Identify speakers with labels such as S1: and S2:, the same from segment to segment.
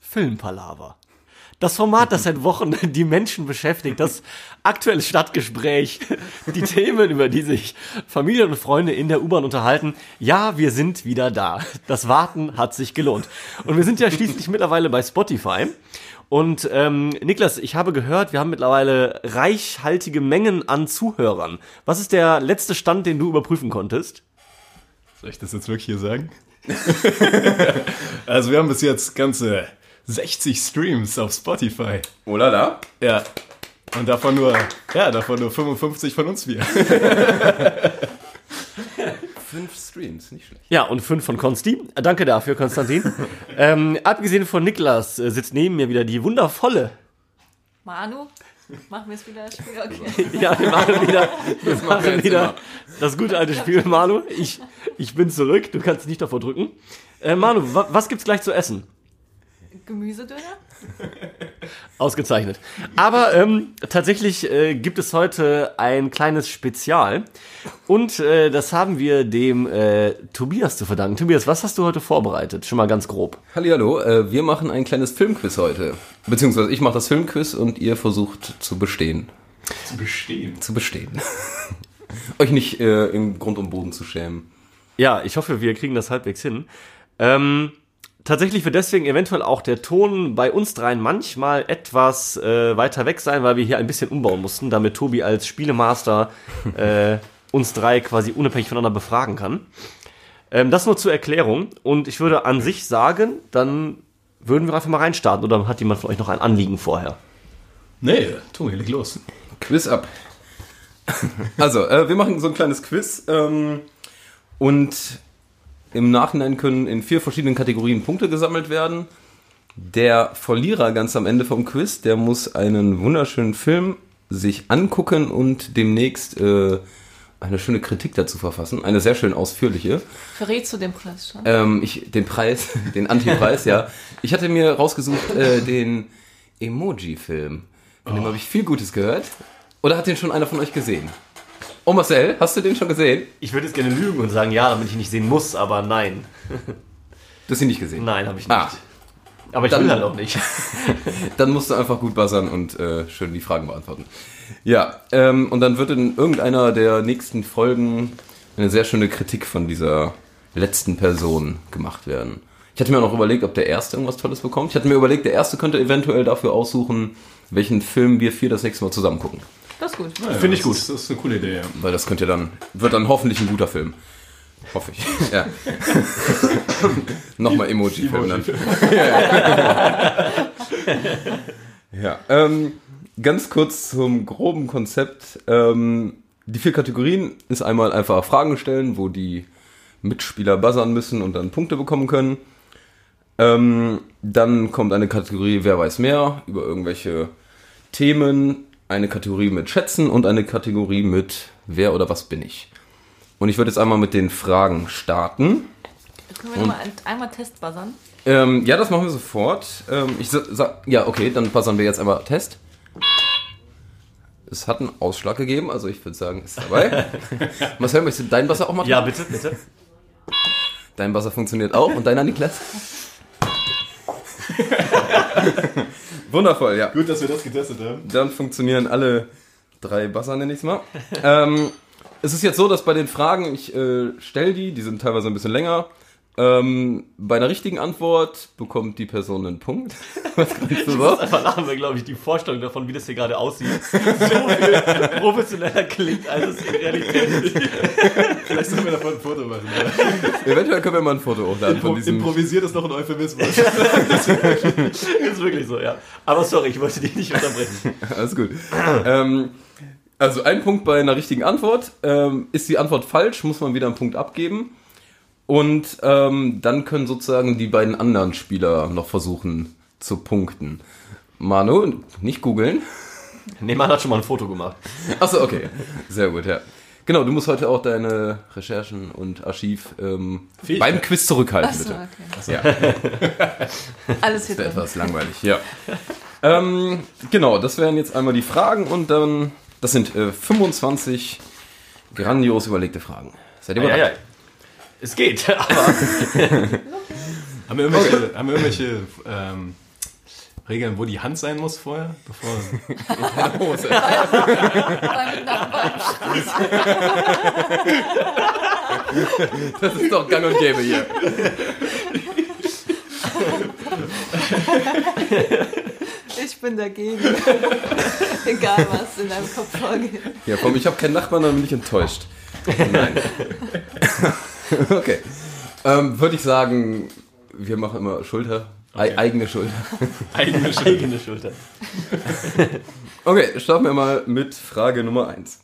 S1: Filmpalaver. Das Format, das seit Wochen die Menschen beschäftigt, das aktuelle Stadtgespräch, die Themen, über die sich Familien und Freunde in der U-Bahn unterhalten. Ja, wir sind wieder da. Das Warten hat sich gelohnt. Und wir sind ja schließlich mittlerweile bei Spotify. Und ähm, Niklas, ich habe gehört, wir haben mittlerweile reichhaltige Mengen an Zuhörern. Was ist der letzte Stand, den du überprüfen konntest?
S2: Soll ich das jetzt wirklich hier sagen? also wir haben bis jetzt ganze 60 Streams auf Spotify.
S3: Oh la la.
S2: Ja. Und davon nur, ja, davon nur 55 von uns wir.
S3: Fünf Streams, nicht schlecht.
S1: Ja, und fünf von Konsti. Äh, Danke dafür, Konstantin. ähm, abgesehen von Niklas äh, sitzt neben mir wieder die wundervolle.
S4: Manu, machen wir es wieder. das Spiel?
S3: Genau.
S4: Okay.
S1: Ja, wir machen wieder, wir
S3: machen wir
S1: machen
S3: jetzt
S1: wieder
S3: immer.
S1: das gute alte Spiel, Manu. Ich, ich bin zurück, du kannst nicht davor drücken. Äh, Manu, wa was gibt's gleich zu essen?
S4: Gemüsedöner?
S1: Ausgezeichnet. Aber ähm, tatsächlich äh, gibt es heute ein kleines Spezial. Und äh, das haben wir dem äh, Tobias zu verdanken. Tobias, was hast du heute vorbereitet? Schon mal ganz grob.
S3: Hallihallo, äh, wir machen ein kleines Filmquiz heute. Beziehungsweise ich mache das Filmquiz und ihr versucht zu bestehen.
S2: Zu bestehen.
S3: Zu bestehen. Euch nicht äh, im Grund und Boden zu schämen.
S1: Ja, ich hoffe, wir kriegen das halbwegs hin. Ähm, tatsächlich wird deswegen eventuell auch der Ton bei uns dreien manchmal etwas äh, weiter weg sein, weil wir hier ein bisschen umbauen mussten, damit Tobi als Spielemaster äh, uns drei quasi unabhängig voneinander befragen kann. Ähm, das nur zur Erklärung. Und ich würde an sich sagen, dann würden wir einfach mal reinstarten. Oder hat jemand von euch noch ein Anliegen vorher?
S2: Nee, Tobi, leg los.
S3: Quiz ab. Also, äh, wir machen so ein kleines Quiz ähm, und im Nachhinein können in vier verschiedenen Kategorien Punkte gesammelt werden. Der Verlierer ganz am Ende vom Quiz, der muss einen wunderschönen Film sich angucken und demnächst äh, eine schöne Kritik dazu verfassen, eine sehr schön ausführliche.
S4: Verrätst du den Preis schon?
S3: Ähm, ich, den Preis, den Anti-Preis, ja. Ich hatte mir rausgesucht äh, den Emoji-Film. Von dem habe ich viel Gutes gehört. Oder hat den schon einer von euch gesehen? Oh Marcel, hast du den schon gesehen?
S1: Ich würde jetzt gerne lügen und sagen, ja, damit ich nicht sehen muss, aber nein.
S3: Du hast ihn nicht gesehen.
S1: Nein, habe ich nicht.
S3: Ah,
S1: aber ich
S3: dann-
S1: will halt auch nicht.
S3: dann musst du einfach gut buzzern und äh, schön die Fragen beantworten. Ja, ähm, und dann wird in irgendeiner der nächsten Folgen eine sehr schöne Kritik von dieser letzten Person gemacht werden. Ich hatte mir auch noch überlegt, ob der Erste irgendwas Tolles bekommt. Ich hatte mir überlegt, der Erste könnte eventuell dafür aussuchen, welchen Film wir vier das nächste Mal zusammen gucken.
S4: Das ist gut.
S2: Ja,
S1: Finde ich
S2: das
S1: gut.
S2: Ist, das ist eine coole Idee, ja.
S3: Weil das könnt ihr dann, wird dann hoffentlich ein guter Film. Hoffe ich. Ja. Nochmal Emoji-Film dann. Ja, ähm, ganz kurz zum groben Konzept. Ähm, die vier Kategorien ist einmal einfach Fragen stellen, wo die Mitspieler buzzern müssen und dann Punkte bekommen können. Ähm, dann kommt eine Kategorie Wer weiß mehr über irgendwelche Themen, eine Kategorie mit Schätzen und eine Kategorie mit Wer oder was bin ich. Und ich würde jetzt einmal mit den Fragen starten.
S4: Können wir nochmal ein, einmal testbuzzern?
S3: Ähm, ja, das machen wir sofort. Ähm, ich sa- sa- ja, okay, dann passen wir jetzt einmal Test. Es hat einen Ausschlag gegeben, also ich würde sagen, ist dabei. Marcel, möchtest du dein Wasser auch machen?
S1: Ja, bitte, bitte.
S3: Dein Wasser funktioniert auch und deiner, Niklas? Wundervoll, ja.
S2: Gut, dass wir das getestet haben.
S3: Dann funktionieren alle drei Buzzer, nenne ich es mal. ähm, es ist jetzt so, dass bei den Fragen, ich äh, stelle die, die sind teilweise ein bisschen länger. Ähm, bei einer richtigen Antwort bekommt die Person einen Punkt. Was kannst du so?
S1: Einfach haben wir, glaube ich, die Vorstellung davon, wie das hier gerade aussieht. So viel professioneller klingt, als es in Realität ist.
S2: Vielleicht sollen wir davon ein Foto machen.
S3: Eventuell können wir mal ein Foto hochladen von
S2: Improvisiert
S3: diesem.
S2: Improvisiert ist noch ein Euphemismus.
S1: Ist wirklich so, ja. Aber sorry, ich wollte dich nicht unterbrechen.
S3: Alles gut. ähm, also ein Punkt bei einer richtigen Antwort. Ähm, ist die Antwort falsch, muss man wieder einen Punkt abgeben. Und ähm, dann können sozusagen die beiden anderen Spieler noch versuchen zu punkten. Manu, nicht googeln.
S1: Nee, man hat schon mal ein Foto gemacht.
S3: Achso, okay. Sehr gut, ja. Genau, du musst heute auch deine Recherchen und Archiv ähm,
S2: Fähigkeit.
S3: beim Quiz zurückhalten,
S4: Achso,
S3: bitte.
S4: okay.
S3: Ja.
S4: Alles hier
S3: Ist ja
S4: drin.
S3: etwas langweilig, ja. ähm, genau, das wären jetzt einmal die Fragen und dann, das sind äh, 25 grandios überlegte Fragen. Seid ihr
S1: Ja,
S3: bereit?
S1: ja. Es geht, aber
S2: haben wir irgendwelche, haben wir irgendwelche ähm, Regeln, wo die Hand sein muss vorher, bevor.
S4: Beim Nachbarn.
S3: Das ist doch gang und gäbe hier.
S4: Ich bin dagegen. Egal, was in deinem Kopf vorgeht.
S3: Ja, komm, ich habe keinen Nachbarn, dann bin ich enttäuscht. Nein. okay. Ähm, Würde ich sagen, wir machen immer Schulter. Ei-
S2: Okay.
S3: Eigene Schulter.
S2: Eigene Schuld.
S1: Eigene Schulter.
S3: Okay, starten wir mal mit Frage Nummer 1.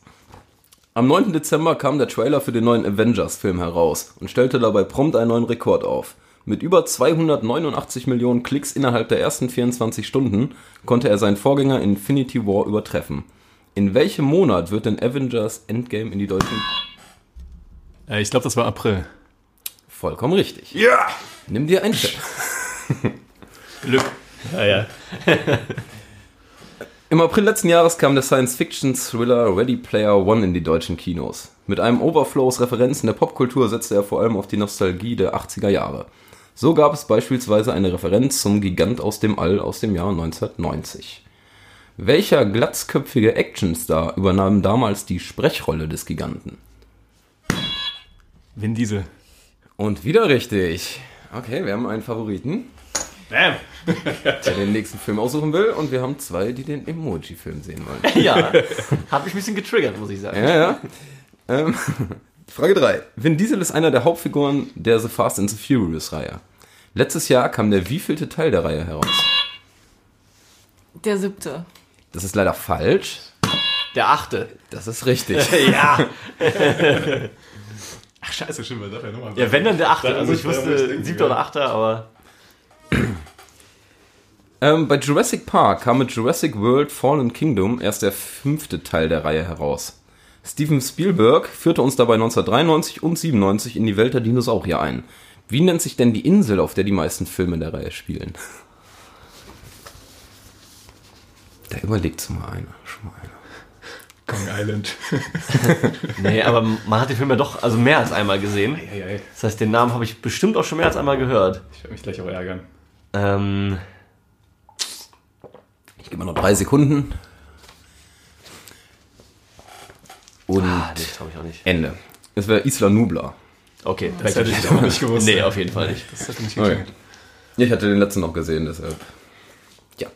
S3: Am 9. Dezember kam der Trailer für den neuen Avengers-Film heraus und stellte dabei prompt einen neuen Rekord auf. Mit über 289 Millionen Klicks innerhalb der ersten 24 Stunden konnte er seinen Vorgänger Infinity War übertreffen. In welchem Monat wird denn Avengers Endgame in die deutschen...
S2: Äh, ich glaube, das war April.
S3: Vollkommen richtig. Ja! Nimm dir einen Chat.
S2: Glück. Ja, ja.
S3: Im April letzten Jahres kam der Science-Fiction-Thriller Ready Player One in die deutschen Kinos. Mit einem Overflow aus Referenzen der Popkultur setzte er vor allem auf die Nostalgie der 80er Jahre. So gab es beispielsweise eine Referenz zum Gigant aus dem All aus dem Jahr 1990. Welcher glatzköpfige Actionstar übernahm damals die Sprechrolle des Giganten?
S2: Vin Diesel.
S3: Und wieder richtig. Okay, wir haben einen Favoriten,
S2: Bam!
S3: der den nächsten Film aussuchen will, und wir haben zwei, die den Emoji-Film sehen wollen.
S1: Ja, hat mich ein bisschen getriggert, muss ich sagen.
S3: Ja, ja. Ähm, Frage 3. Vin Diesel ist einer der Hauptfiguren der The Fast and the Furious Reihe. Letztes Jahr kam der wievielte Teil der Reihe heraus?
S4: Der siebte.
S3: Das ist leider falsch.
S1: Der achte.
S3: Das ist richtig.
S1: Ja.
S2: Ach, scheiße, stimmt, man darf ja nochmal.
S1: Ja, wenn dann der achte.
S2: Da
S1: Also
S2: muss
S1: ich
S2: ich- da muss ich
S1: wusste
S2: denken,
S1: siebter
S2: ja.
S1: oder achter, aber
S3: Ähm, bei Jurassic Park kam mit Jurassic World Fallen Kingdom erst der fünfte Teil der Reihe heraus. Steven Spielberg führte uns dabei 1993 und 97 in die Welt der Dinosaurier ein. Wie nennt sich denn die Insel, auf der die meisten Filme der Reihe spielen? Da überlegt's mal einer, schon mal einer.
S2: Kong Island.
S1: nee, aber man hat den Film ja doch also mehr als einmal gesehen.
S2: Eieiei. Ei, ei.
S1: Das heißt, den Namen habe ich bestimmt auch schon mehr als einmal gehört.
S2: Ich werde mich gleich auch ärgern.
S1: Ähm,
S3: Ich gebe mal noch drei Sekunden. Und
S1: ah, nee, glaube ich auch nicht.
S3: Ende. Es wäre Isla Nubla.
S1: Okay,
S2: Das hätte ich auch nicht gewusst.
S1: Nee, auf jeden Fall nicht.
S2: Das hätte
S1: Oh
S2: nicht
S3: Okay.
S2: geklingelt.
S3: Ja, Ich hatte den letzten noch gesehen, deshalb. Ja.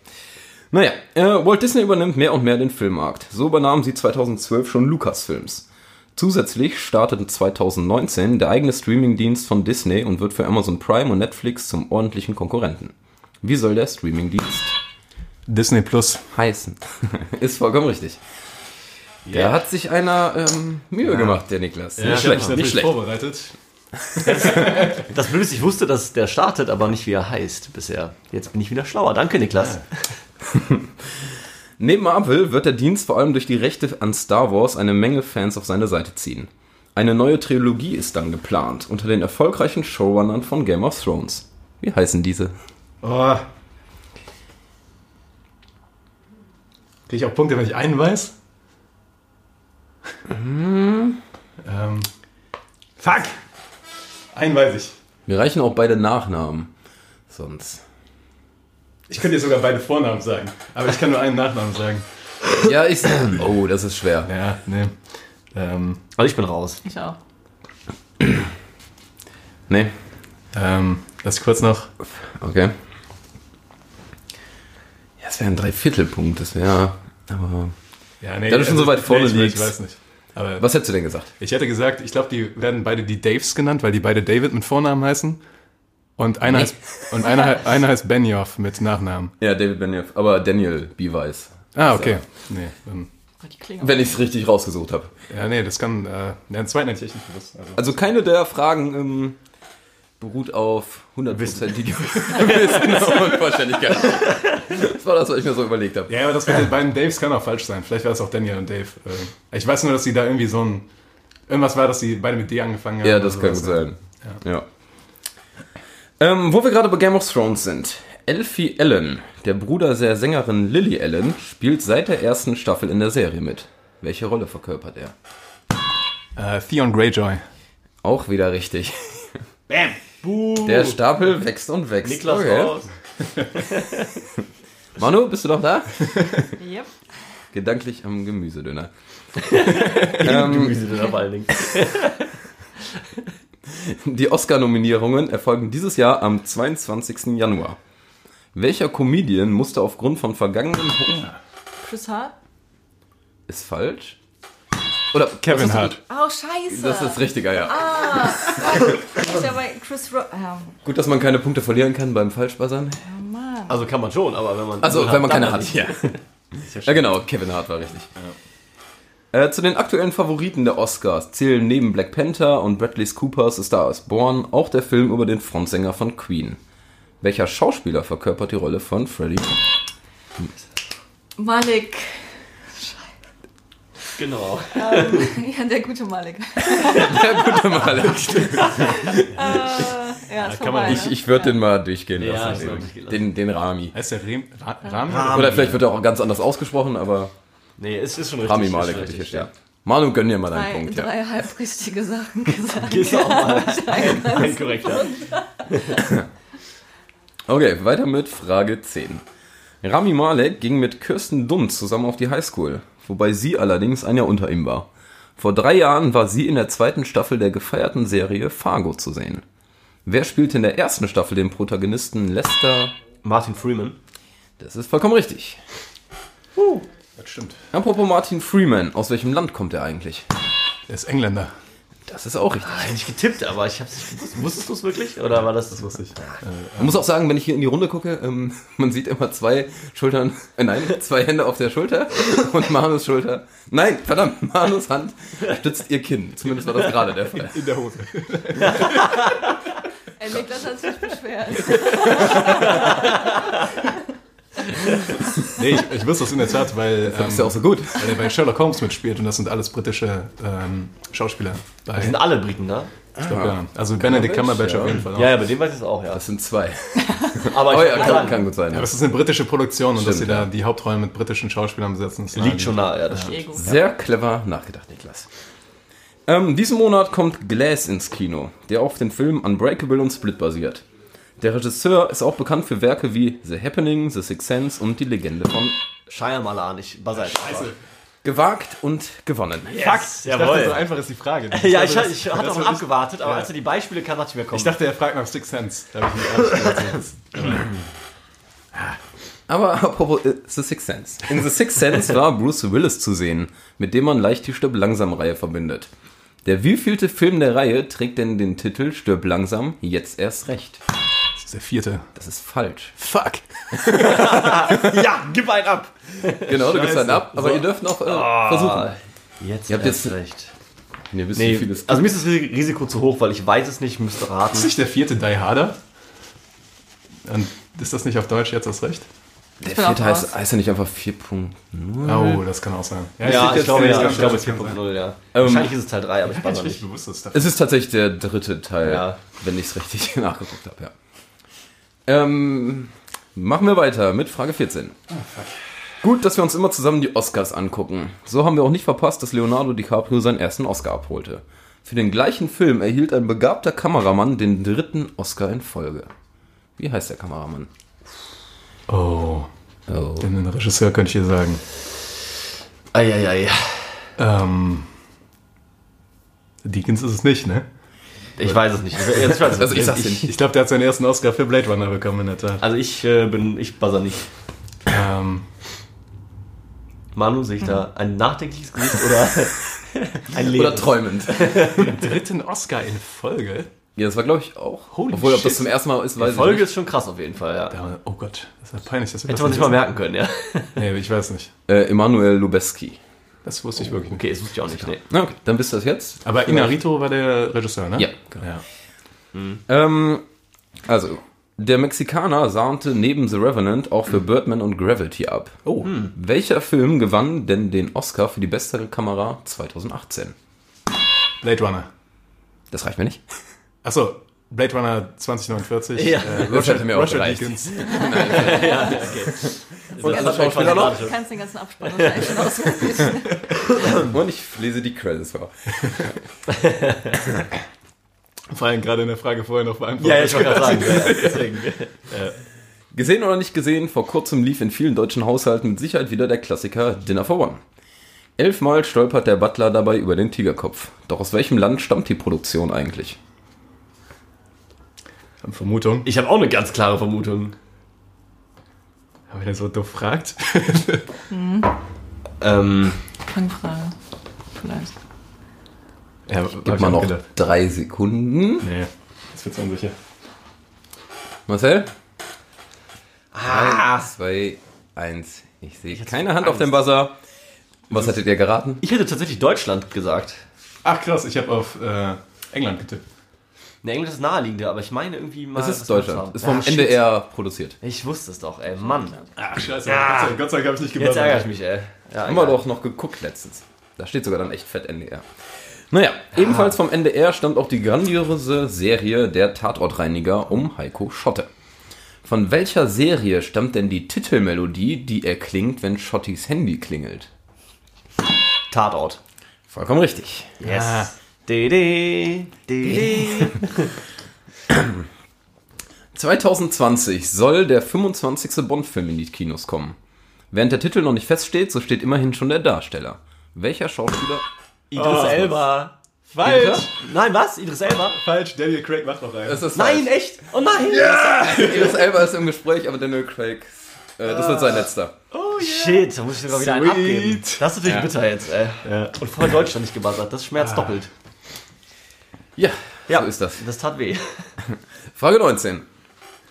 S3: Naja, äh, Walt Disney übernimmt mehr und mehr den Filmmarkt. So übernahmen sie 2012 schon Lucasfilms. Zusätzlich startete 2019 der eigene Streamingdienst von Disney und wird für Amazon Prime und Netflix zum ordentlichen Konkurrenten. Wie soll der Streamingdienst
S2: Disney Plus.
S3: heißen? Ist vollkommen richtig. Der hat sich einer ähm, Mühe gemacht, der Niklas.
S1: Ja,
S2: Nicht schlecht,
S1: genau.
S2: natürlich
S3: nicht schlecht.
S2: vorbereitet.
S1: Das Blöde ist, ich wusste, dass der startet, aber nicht wie er heißt bisher. Jetzt bin ich wieder schlauer. Danke, Niklas.
S3: Neben Marvel wird der Dienst vor allem durch die Rechte an Star Wars eine Menge Fans auf seine Seite ziehen. Eine neue Trilogie ist dann geplant, unter den erfolgreichen Showrunnern von Game of Thrones. Wie heißen diese?
S2: Oh. Kriege ich auch Punkte, wenn ich einen weiß? ähm. Fuck! Einen weiß ich.
S3: Mir reichen auch beide Nachnamen. Sonst.
S2: Ich könnte dir sogar beide Vornamen sagen, aber ich kann nur einen Nachnamen sagen.
S3: Ja, ich. Oh, das ist schwer.
S2: Ja, nee. Ähm,
S1: Also ich bin raus.
S4: Ich auch.
S3: Nee.
S2: ähm, lass ich kurz noch.
S3: Okay. Ja, es wäre ein Dreiviertelpunkt, das wäre. Aber.
S2: Ja, nee.
S3: Da du schon so weit vorne
S2: ich, weiß-
S3: liegst.
S2: Ich weiß nicht. Aber
S3: Was hättest du denn gesagt?
S2: ich hätte gesagt, ich glaube, die werden beide die Daves genannt, weil die beide David mit Vornamen heißen. Und einer,
S3: Nee.
S2: heißt, und einer, he- einer heißt Benioff mit Nachnamen.
S3: Ja, David Benioff, aber Daniel B. Weiss.
S2: Ah, okay. Nee, dann,
S4: Oh, die Klinge.
S3: Wenn ich es richtig rausgesucht habe.
S2: ja, nee, das kann. Äh, ja, den zweiten hätte ich echt nicht gewusst. Also,
S3: Also keine der Fragen ähm, beruht auf hundertprozentige Wissen und Vollständigkeit. Das war das, was ich mir so überlegt habe.
S2: ja, aber das mit den beiden Daves kann auch falsch sein. Vielleicht war es auch Daniel und Dave. Äh, ich weiß nur, dass sie da irgendwie so ein. Irgendwas war, dass sie beide mit D angefangen haben.
S3: Ja,
S2: oder
S3: das kann gut
S2: sowas.
S3: sein. Ja. Ähm, wo wir gerade bei Game of Thrones sind. Elfie Allen, der Bruder der Sängerin Lily Allen, spielt seit der ersten Staffel in der Serie mit. Welche Rolle verkörpert er?
S2: Äh, Theon Greyjoy.
S3: Auch wieder richtig. Bam! Der Stapel wächst und wächst.
S1: Niklas
S3: Okay.
S1: raus.
S3: Manu, bist du noch da?
S4: Yep.
S3: Gedanklich am Gemüsedöner. Ähm,
S1: Gemüse vor allen Dingen.
S3: Die Oscar-Nominierungen erfolgen dieses Jahr am 22. Januar. Welcher Comedian musste aufgrund von vergangenen Ho
S4: Chris Hart?
S3: ist falsch? Oder
S2: Kevin
S3: Das ist-
S2: Hart.
S4: Oh, scheiße.
S3: Das ist richtiger, ja.
S4: Ich hab bei Chris Rock. Ähm,
S3: Gut, dass man keine Punkte verlieren kann beim Falschbassern.
S4: oh Mann.
S1: Also kann man schon, aber wenn man.
S3: Also, wenn man
S1: dann
S3: keine
S1: dann
S3: hat.
S1: nicht.
S3: Ja. ja, genau, Kevin Hart war richtig. Äh, zu den aktuellen Favoriten der Oscars zählen neben Black Panther und Bradley Coopers A Star is Born auch der Film über den Frontsänger von Queen. Welcher Schauspieler verkörpert die Rolle von Freddie?
S4: Malik.
S1: Genau.
S4: Ja, der gute Malik.
S3: Gute Male.
S4: Ja, ist
S2: kann man
S4: vorbei.
S3: Ich,
S4: ne?
S3: ich würde den mal durchgehen
S1: Ja,
S3: lassen,
S1: ich würd
S3: den,
S1: auch durchgehen lassen.
S3: den, den Rami.
S2: Heißt der Rehm, Ra Rahmen?
S3: Oder vielleicht wird er auch ganz anders ausgesprochen, aber
S1: Nee, es ist schon richtig.
S3: Rami
S1: ist
S3: Malek
S1: schon
S3: hätte ich
S1: richtig,
S3: jetzt, ja. Manu, gönn dir mal
S4: drei,
S3: deinen Punkt, ja.
S4: drei halb richtige Sachen gesagt.
S1: Ist auch mal ein korrekter.
S3: Okay, weiter mit Frage 10. Rami Malek ging mit Kirsten Dunst zusammen auf die Highschool, wobei sie allerdings ein Jahr unter ihm war. Vor drei Jahren war sie in der zweiten Staffel der gefeierten Serie Fargo zu sehen. Wer spielte in der ersten Staffel den Protagonisten Lester?
S1: Martin Freeman.
S3: Das ist vollkommen richtig.
S2: Das stimmt.
S3: Apropos Martin Freeman, aus welchem Land kommt er eigentlich?
S2: Der ist Engländer.
S3: Das ist auch richtig.
S1: Hätte ich getippt, aber ich hab's nicht gewusst. Wusstest du es wirklich? Oder war das das wusste ich?
S3: Man muss auch sagen, wenn ich hier in die Runde gucke, ähm, man sieht immer zwei Schultern, äh, nein, zwei Hände auf der Schulter und Manus Schulter. Nein, verdammt, Manus Hand stützt ihr Kinn. Zumindest war das gerade der Fall.
S2: In der Hose.
S4: Ey, Niklas hat sich beschwert.
S2: Nee, ich, ich wusste das in der Tat, weil, ähm,
S3: Ist ja auch so gut.
S2: weil er bei Sherlock Holmes mitspielt und das sind alles britische ähm, Schauspieler. Bei,
S1: Sind alle Briten da?
S2: ich glaub, ja. Also Benedict Cumberbatch
S3: ja.
S2: auf jeden Fall auch.
S1: Ja, ja, bei dem weiß ich es auch, ja.
S3: Das sind zwei.
S1: Aber ich
S3: Oh ja,
S1: würd
S3: kann,
S1: sagen,
S3: kann gut sein.
S2: Aber
S3: Ja.
S2: es ist eine britische Produktion und dass sie
S3: Stimmt,
S2: da
S3: ja.
S2: die Hauptrollen mit britischen Schauspielern besetzen, ist
S1: liegt schon
S2: naheliegend.
S1: nah, ja, das stimmt.
S4: Diego.
S3: Sehr clever nachgedacht, Niklas. Ähm, diesen Monat kommt Glass ins Kino, der auf den Filmen Unbreakable und Split basiert. Der Regisseur ist auch bekannt für Werke wie The Happening, The Sixth Sense und Die Legende von
S1: Scheier mal an, ich beiseite. Scheiße.
S3: Gewagt und gewonnen.
S1: Fuck,
S2: Ich dachte, so
S1: jawohl.
S2: einfach ist die Frage. nicht.
S1: Ja, ich,
S2: Also,
S1: ich hatte
S2: das-
S1: auch
S2: das-
S1: abgewartet, aber als er die Beispiele kam, dachte ich mir, komm.
S2: Ich dachte, er fragt nach Six Sense. Da hab ich mich ehrlich gesagt-
S3: Aber apropos äh, The Sixth Sense. In The Sixth Sense war Bruce Willis zu sehen, mit dem man leicht die Stirb langsam Reihe verbindet. Der wievielte Film der Reihe trägt denn den Titel Stirb langsam jetzt erst recht?
S2: Das ist der vierte.
S3: Das ist falsch.
S2: Fuck.
S1: ja, gib einen ab.
S3: Genau, du gibst einen ab, aber ihr dürft noch äh, versuchen.
S1: Jetzt
S3: Ihr habt
S1: erst
S3: jetzt-
S1: recht.
S3: Ihr wisst, wie
S1: Nee,
S3: viel es
S1: also mir ist das Ris- Risiko zu hoch, weil ich weiß es nicht, müsste raten.
S2: Ist nicht der vierte Die Harder? Und ist das nicht auf Deutsch jetzt das Recht?
S3: Der
S4: bin auch
S3: vierte heißt,
S4: raus.
S3: heißt ja nicht einfach 4 Punkte.
S2: Oh, das kann auch sein.
S1: Ja,
S2: steht
S1: ich
S2: jetzt-
S1: glaube,
S2: das
S1: ja,
S2: kann
S1: ich glaube
S2: sein, das kann sein.
S1: 4.0, ja.
S3: Ähm,
S1: Wahrscheinlich ist es Teil 3, aber ich
S2: Mir
S1: weiß
S2: ist
S1: noch
S2: nicht
S1: nicht.
S2: bewusst, dass das
S3: Es ist tatsächlich der dritte Teil,
S1: Ja.
S3: wenn ich es richtig nachgeguckt habe, ja. Ähm, machen wir weiter mit Frage 14. Gut, dass wir uns immer zusammen die Oscars angucken. So haben wir auch nicht verpasst, dass Leonardo DiCaprio seinen ersten Oscar abholte. Für den gleichen Film erhielt ein begabter Kameramann den dritten Oscar in Folge. Wie heißt der Kameramann?
S2: Oh,
S3: Oh.
S2: den Regisseur könnte ich hier sagen.
S1: Eieiei.
S2: Ähm, Deakins ist es nicht, ne?
S1: Ich weiß es nicht. Jetzt weiß
S3: Also ich
S1: ich
S3: sag's dir
S1: es
S3: nicht.
S2: Ich glaube, der hat seinen ersten Oscar für Blade Runner bekommen in der Tat.
S1: Also ich äh, bin, ich buzzer nicht.
S2: Ähm,
S1: Manu, sehe ich da ein nachdenkliches Gesicht oder ein Leben?
S3: Oder träumend.
S2: dritten Oscar in Folge?
S3: Ja, das war glaube ich auch.
S2: Holy
S3: Obwohl, ob das
S2: shit.
S3: zum ersten Mal ist, weiß
S1: Folge
S3: ich
S1: ist schon krass auf jeden Fall, ja.
S2: Ja, oh Gott, das ist ja peinlich. Dass wir
S1: Hätte
S2: das
S1: man sich mal merken können, ja.
S2: Nee, ich weiß nicht.
S3: nicht. Äh, Emanuel Lubeski.
S2: Das wusste ich wirklich nicht.
S1: Okay, das wusste ich auch nicht, nee.
S3: Na, Okay, dann bist du das jetzt.
S2: Aber Inarito war der Regisseur, ne?
S3: Ja,
S2: genau. Ja.
S3: Ähm, also, der Mexikaner sahnte neben The Revenant auch für Birdman und Gravity ab. Oh. Welcher Film gewann denn den Oscar für die beste Kamera 2018?
S2: Blade Runner.
S3: Das reicht mir nicht.
S2: Achso, Blade Runner 2049.
S1: Ja.
S3: Das hätte mir
S2: Äh,
S3: auch
S2: Roger
S3: gereicht.
S2: Deakins.
S1: Und
S3: andere Schauspieler noch?
S4: Du kannst den ganzen Abspann wahrscheinlich schon ausprobieren.
S3: Und ich lese die Credits vor.
S2: Vor allem gerade in der Frage vorher noch beantwortet.
S1: Ja, ja, ich wollte gerade sagen. ja, Deswegen.
S3: Gesehen oder nicht gesehen, vor kurzem lief in vielen deutschen Haushalten mit Sicherheit wieder der Klassiker Dinner for One. Elfmal stolpert der Butler dabei über den Tigerkopf. Doch aus welchem Land stammt die Produktion eigentlich?
S2: Vermutung.
S1: Ich habe auch eine ganz klare Vermutung.
S2: Habe ich denn so doof gefragt?
S3: Ähm,
S4: Fangfrage. Vielleicht.
S2: Ja, hab
S3: gib
S2: ich
S3: mal
S2: auch
S3: noch
S2: gedacht.
S3: drei Sekunden.
S2: Nee, jetzt wird's unsicher.
S3: Marcel? Ah. Zwei, eins. Ich sehe keine Hand auf dem Buzzer. Was hattet ihr geraten?
S1: Ich hätte tatsächlich Deutschland gesagt.
S2: Ach krass, ich habe auf äh, England getippt.
S1: Ne, Englisch ist naheliegende, aber ich meine irgendwie mal.
S3: Es
S1: was
S3: ist
S1: zu haben.
S3: Deutschland. Ist vom
S1: Ja, shit.
S3: NDR produziert.
S1: Ich wusste es doch, ey. Mann.
S2: Ach scheiße, Gott sei- Gott sei Dank habe ich nicht
S1: Jetzt ärgere ich
S2: geballert.
S1: mich, ey. Ja,
S3: Haben wir
S1: egal.
S3: doch noch geguckt letztens. Da steht sogar dann echt fett NDR. Naja, ebenfalls vom NDR stammt auch die grandiose Serie Der Tatortreiniger um Heiko Schotte. Von welcher Serie stammt denn die Titelmelodie, die erklingt, wenn Schottis Handy klingelt?
S1: Tatort.
S3: Vollkommen richtig.
S1: Yes.
S3: Ah.
S1: Didi, didi.
S3: 2020 soll der 25. Bond-Film in die Kinos kommen. Während der Titel noch nicht feststeht, so steht immerhin schon der Darsteller. Welcher Schauspieler?
S1: Idris
S3: Oh.
S1: Elba.
S2: Falsch!
S1: Nein, was? Idris Elba?
S2: Falsch, Daniel Craig macht noch einen.
S3: ist
S1: Nein, echt? Oh nein!
S3: Idris Elba ist im Gespräch, aber Daniel Craig, äh, das wird sein letzter.
S1: Shit, da muss ich sogar wieder einen
S2: Sweet.
S1: abgeben. Das ist natürlich bitter jetzt, ey. Und vorher Deutschland nicht gebuzzert, das schmerzt doppelt.
S3: Ja,
S1: Ja.
S3: Ah. so ist das.
S1: Das tat weh.
S3: Frage 19.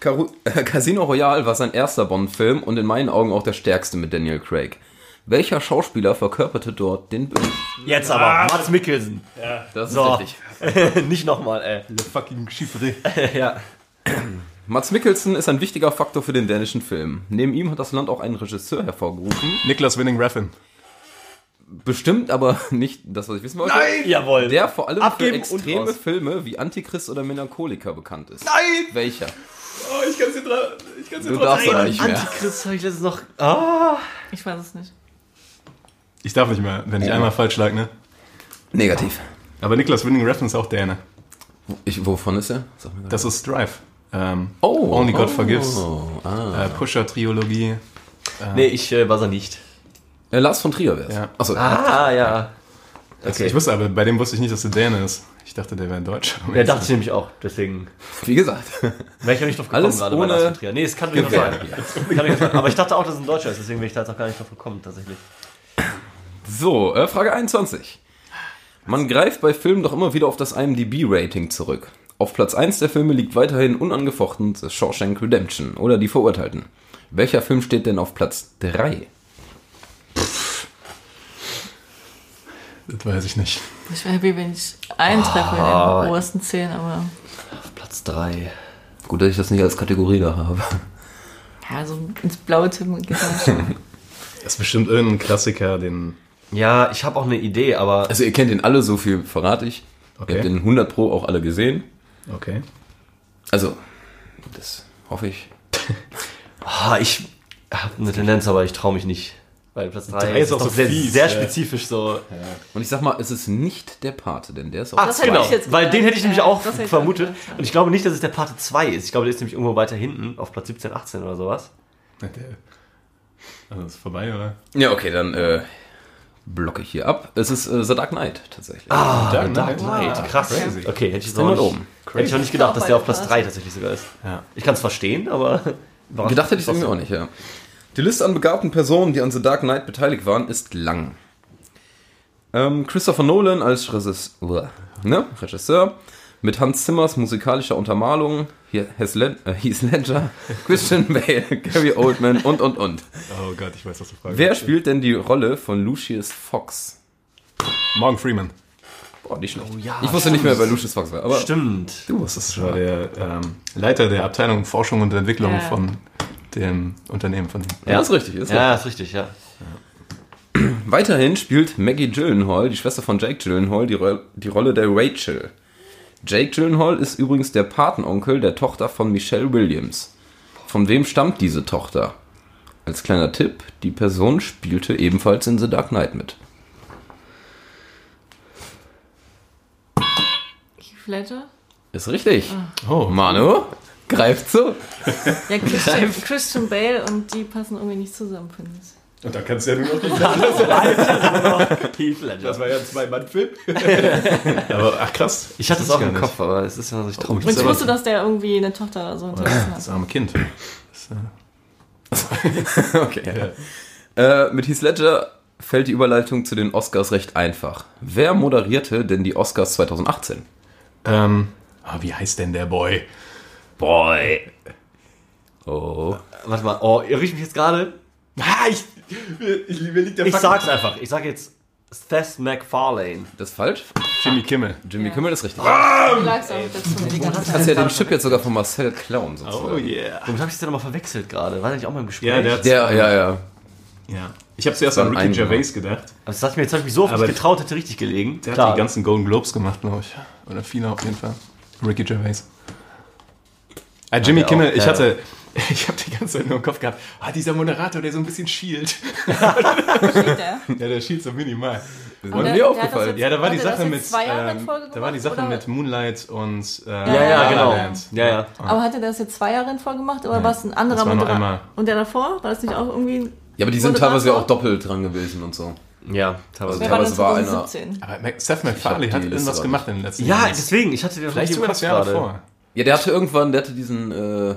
S3: Caru äh, Casino Royale war sein erster Bond-Film und in meinen Augen auch der stärkste mit Daniel Craig. Welcher Schauspieler verkörperte dort den Bösen?
S1: Jetzt aber, Mats Mikkelsen.
S3: Das ist
S1: So.
S3: richtig.
S1: nicht nochmal, ey.
S2: Le fucking Chiffre.
S1: Ja.
S3: Mats Mikkelsen ist ein wichtiger Faktor für den dänischen Film. Neben ihm hat das Land auch einen Regisseur hervorgerufen.
S2: Niklas Winning Raffin.
S3: Bestimmt aber nicht das, was ich wissen wollte.
S1: Jawohl.
S3: Der vor allem
S1: Abgeben und
S3: für extreme
S1: raus.
S3: Filme wie Antichrist oder Melancholiker bekannt ist.
S2: Nein!
S3: Welcher?
S2: Oh, ich kann's dir dran. Ich kann's dir
S3: Du
S2: dran.
S3: darfst aber nicht mehr.
S1: Antichrist habe ich letztens noch. Ah.
S4: Ich weiß es nicht.
S2: Ich darf nicht mehr, wenn ich einmal falsch lag, ne?
S3: Negativ.
S2: Aber Niklas Winning Refn ist auch Däne.
S3: Ich, wovon ist er? Sag mir gerade.
S2: Das ist Drive. Ähm,
S3: Oh,
S2: Only God
S3: oh,
S2: Forgives.
S3: ah.
S2: Äh, Pusher-Triologie.
S1: Nee, ich äh, buzzer nicht.
S3: Äh, Lars von Trier wär's.
S2: Ja.
S3: Achso,
S1: Ah, ja. Okay.
S2: Ich wusste aber, bei dem wusste ich nicht, dass der Däne ist. Ich dachte, der wäre ein Deutscher.
S1: ja, dachte ich nämlich auch, deswegen.
S3: wie gesagt.
S1: Wäre ich auch nicht drauf gekommen
S3: Alles
S1: gerade bei
S3: ohne
S1: Lars von Trier. Nee, es kann durchaus
S3: Gewehr.
S1: sein. Kann durchaus sein. Aber ich dachte auch, dass es ein Deutscher ist, deswegen bin ich da jetzt auch gar nicht drauf gekommen, tatsächlich.
S3: So, äh, Frage 21. Man greift bei Filmen doch immer wieder auf das IMDb-Rating zurück. Auf Platz 1 der Filme liegt weiterhin unangefochten The Shawshank Redemption oder Die Verurteilten. Welcher Film steht denn auf Platz 3?
S2: Das weiß ich nicht.
S4: Ich wäre happy, wenn ich einen treffe
S3: Ah.
S4: in den obersten zehn, aber
S1: Platz 3.
S3: Gut, dass ich das nicht als Kategorie da habe.
S4: ja, so ins blaue Tippen geht dann schon.
S2: Das ist bestimmt irgendein Klassiker, den.
S1: Ja, ich habe auch eine Idee, aber
S3: Also ihr kennt den alle, so viel verrate ich.
S2: Okay.
S3: Ihr habt den 100 Pro auch alle gesehen.
S2: Okay.
S3: Also, das hoffe ich.
S1: ah, ich habe eine Tendenz, aber ich traue mich nicht. Weil Platz 3
S2: Drei ist auch so
S1: sehr,
S2: fies,
S1: sehr
S2: ja.
S1: spezifisch so.
S3: Und ich sag mal, es ist nicht der Pate, denn der ist auf
S1: Ach,
S4: Das hätte
S1: genau.
S4: ich jetzt
S1: Weil
S4: gedacht.
S1: den hätte ich nämlich
S4: Ja,
S1: auch
S4: das hätte ich
S1: vermutet.
S4: auch gedacht.
S1: Und ich glaube nicht, dass es der Pate 2 ist. Ich glaube, der ist nämlich irgendwo weiter hinten, auf Platz 17, 18 oder sowas.
S2: Der- Also ist vorbei, oder?
S3: Ja, okay, dann äh, blocke ich hier ab. Es ist äh, The Dark Knight tatsächlich.
S1: Ah,
S2: Dark Knight.
S1: Knight. Krass.
S2: crazy.
S1: Okay, hätte ich jetzt
S3: Sind
S1: auch
S3: wir
S1: nicht,
S3: oben.
S1: hätte ich auch nicht gedacht, dass der auf Platz
S4: Crazy.
S1: 3 tatsächlich sogar ist.
S2: Ja.
S1: Ich kann es verstehen, aber...
S3: Gedacht hätte ich es irgendwie auch nicht, ja. Die Liste an begabten Personen, die an The Dark Knight beteiligt waren, ist lang. Ähm, Christopher Nolan als Regisseur, ne? Regisseur mit Hans Zimmers musikalischer Untermalung, hier Heath Led- äh, Heath Ledger, Christian Bale, Gary Oldman und, und, und.
S2: Oh Gott, ich weiß, was du fragst.
S3: Wer spielt denn die Rolle von Lucius Fox?
S2: Morgan Freeman.
S3: Boah, nicht schlecht.
S1: Oh ja,
S3: ich wusste nicht mehr, wer Lucius Fox war, aber
S1: Stimmt.
S3: du wusstest
S2: Das war der ähm, Leiter der Abteilung Forschung und Entwicklung
S4: Ja.
S2: von dem Unternehmen von ihm.
S3: Ja, ist richtig, ist
S1: Ja, ist richtig, ja.
S3: Weiterhin spielt Maggie Gyllenhaal, die Schwester von Jake Gyllenhaal, die, Ro die Rolle der Rachel. Jake Gyllenhaal ist übrigens der Patenonkel der Tochter von Michelle Williams. Von wem stammt diese Tochter? Als kleiner Tipp, die Person spielte ebenfalls in The Dark Knight mit.
S4: Heath Ledger?
S3: Ist richtig.
S2: Oh,
S3: Ah. Manu, Greift so.
S4: Ja, Christian, Christian Bale und die passen irgendwie nicht zusammen, finde ich.
S2: Und da kannst du ja nur noch nicht sagen,
S1: Heath Ledger.
S2: das war ja ein Zwei-Mann-Film. Aber ach krass.
S1: Ich hatte es
S2: Das
S1: auch
S2: ist
S1: im
S2: gar
S1: Kopf, aber es ist ja noch nicht traurig.
S2: Oh,
S4: Und ich
S2: aber-
S4: wusste, dass der irgendwie eine Tochter oder so hinterlassen
S2: Das
S4: hat.
S2: arme Kind. Das, äh,
S3: Okay. Äh, mit Heath Ledger fällt die Überleitung zu den Oscars recht einfach. Wer moderierte denn die Oscars 2018?
S2: ähm, ah, wie heißt denn der Boy?
S3: Boy. Oh.
S1: Warte mal, oh, irre ich mich jetzt gerade?
S2: Ah, ich, mir, ich, mir liegt der
S1: Ich
S2: Fakt-
S1: sag's einfach. Ich sag jetzt Seth MacFarlane.
S3: Das ist falsch.
S2: Jimmy Kimmel.
S3: Jimmy Kimmel ist richtig.
S4: Du lagst auch dazu. die ganze
S3: Kannst
S4: Zeit.
S3: ja den Chip jetzt sogar von Marcel klauen.
S1: Oh,
S3: sozusagen.
S2: Oh, yeah.
S1: Warum hab ich das denn nochmal verwechselt gerade? War der nicht auch mal im Gespräch?
S2: Ja, der hat,
S3: Der, ja, ja.
S2: ja. Ich habe zuerst an
S3: Dann
S2: Ricky
S3: einen,
S2: Gervais gedacht.
S1: Also, das dachte ich mir, jetzt habe ich mich so oft
S2: Aber-
S1: nicht getraut, hätte richtig gelegen.
S2: Der
S1: Klar.
S2: hat die ganzen Golden Globes gemacht, glaube ich. Oder viele auf jeden Fall. Ricky Gervais. Ah, Jimmy
S1: der
S2: Kimmel,
S1: auch,
S2: ich
S1: ja.
S2: hatte, ich habe die ganze Zeit nur im Kopf gehabt, ah, dieser Moderator, der so ein bisschen schielt.
S4: der?
S2: Ja, der schielt so minimal.
S3: War mir nie aufgefallen.
S2: Ja, da war die
S4: Hat er das
S2: Sache
S4: jetzt
S2: mit,
S4: zwei Jahre in
S2: ähm,
S4: Folge
S2: da war die
S4: gemacht,
S2: Sache
S4: oder?
S2: mit Moonlight und äh,
S1: ja,
S4: Ja,
S1: ja,
S4: ja,
S1: genau.
S2: Land.
S1: Ja, ja.
S2: Ah.
S4: Aber hat er das jetzt zwei Jahre in Folge gemacht oder war es ein anderer
S2: das war nur
S4: Moderator?
S2: einmal.
S4: Und der davor? War das nicht auch irgendwie.
S3: Ja, aber die sind
S4: Moderator?
S3: teilweise ja auch doppelt dran gewesen und so.
S1: Ja, teilweise.
S4: Wer
S3: Ja,
S4: war
S3: aber
S4: denn
S3: es war
S4: 2017?
S2: Aber Mac- Seth MacFarlane
S3: die
S2: hat
S3: Liste
S2: irgendwas
S3: aber
S2: gemacht in den letzten
S1: Ja,
S2: Jahren.
S1: deswegen, ich hatte den
S2: vielleicht
S1: noch
S2: sogar
S1: im
S2: das
S1: Kopf
S2: Jahr
S1: gerade.
S2: davor.
S3: Ja, der hatte irgendwann, der hatte diesen äh,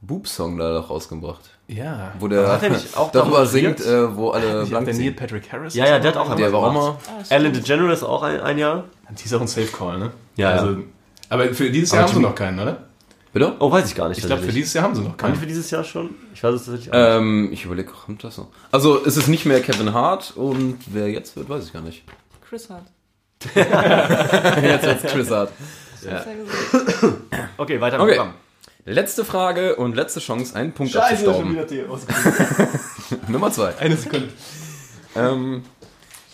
S3: Boop-Song da doch rausgebracht.
S2: Ja.
S3: Wo der
S1: Hat der nicht auch
S3: darüber
S1: moderiert?
S3: singt, äh, wo alle
S2: Ich hab
S3: blank
S2: der Neil
S3: sind.
S2: Patrick Harris.
S1: Ja, ja, der hat auch
S3: Der war auch
S1: gemacht.
S3: mal.
S1: Ellen DeGeneres auch ein, ein Jahr.
S2: Die ist auch ein Safe Call, ne?
S1: Ja,
S2: Also, aber für dieses Jahr haben
S3: Aber
S2: sie
S3: Jimmy-
S2: noch keinen, oder?
S3: Bitte?
S1: Oh, weiß ich gar nicht.
S2: Ich glaube, für
S1: tatsächlich.
S2: dieses Jahr haben sie noch
S1: Haben die
S2: keinen.
S1: für dieses Jahr schon? Ich weiß es tatsächlich auch nicht.
S3: Ähm, ich überlege, kommt das noch? Also es ist nicht mehr Kevin Hart und wer jetzt wird, weiß ich gar nicht.
S4: Chris hat.
S3: Jetzt wird's Chris Hart.
S4: Ja. gesagt.
S1: Okay, weiter im
S3: Äh, Okay.
S1: Programm.
S3: Letzte Frage und letzte Chance, einen Punkt
S2: schon
S3: abzustauben.
S2: wieder Theo.
S3: Nummer zwei.
S2: Eine Sekunde.
S3: Ähm,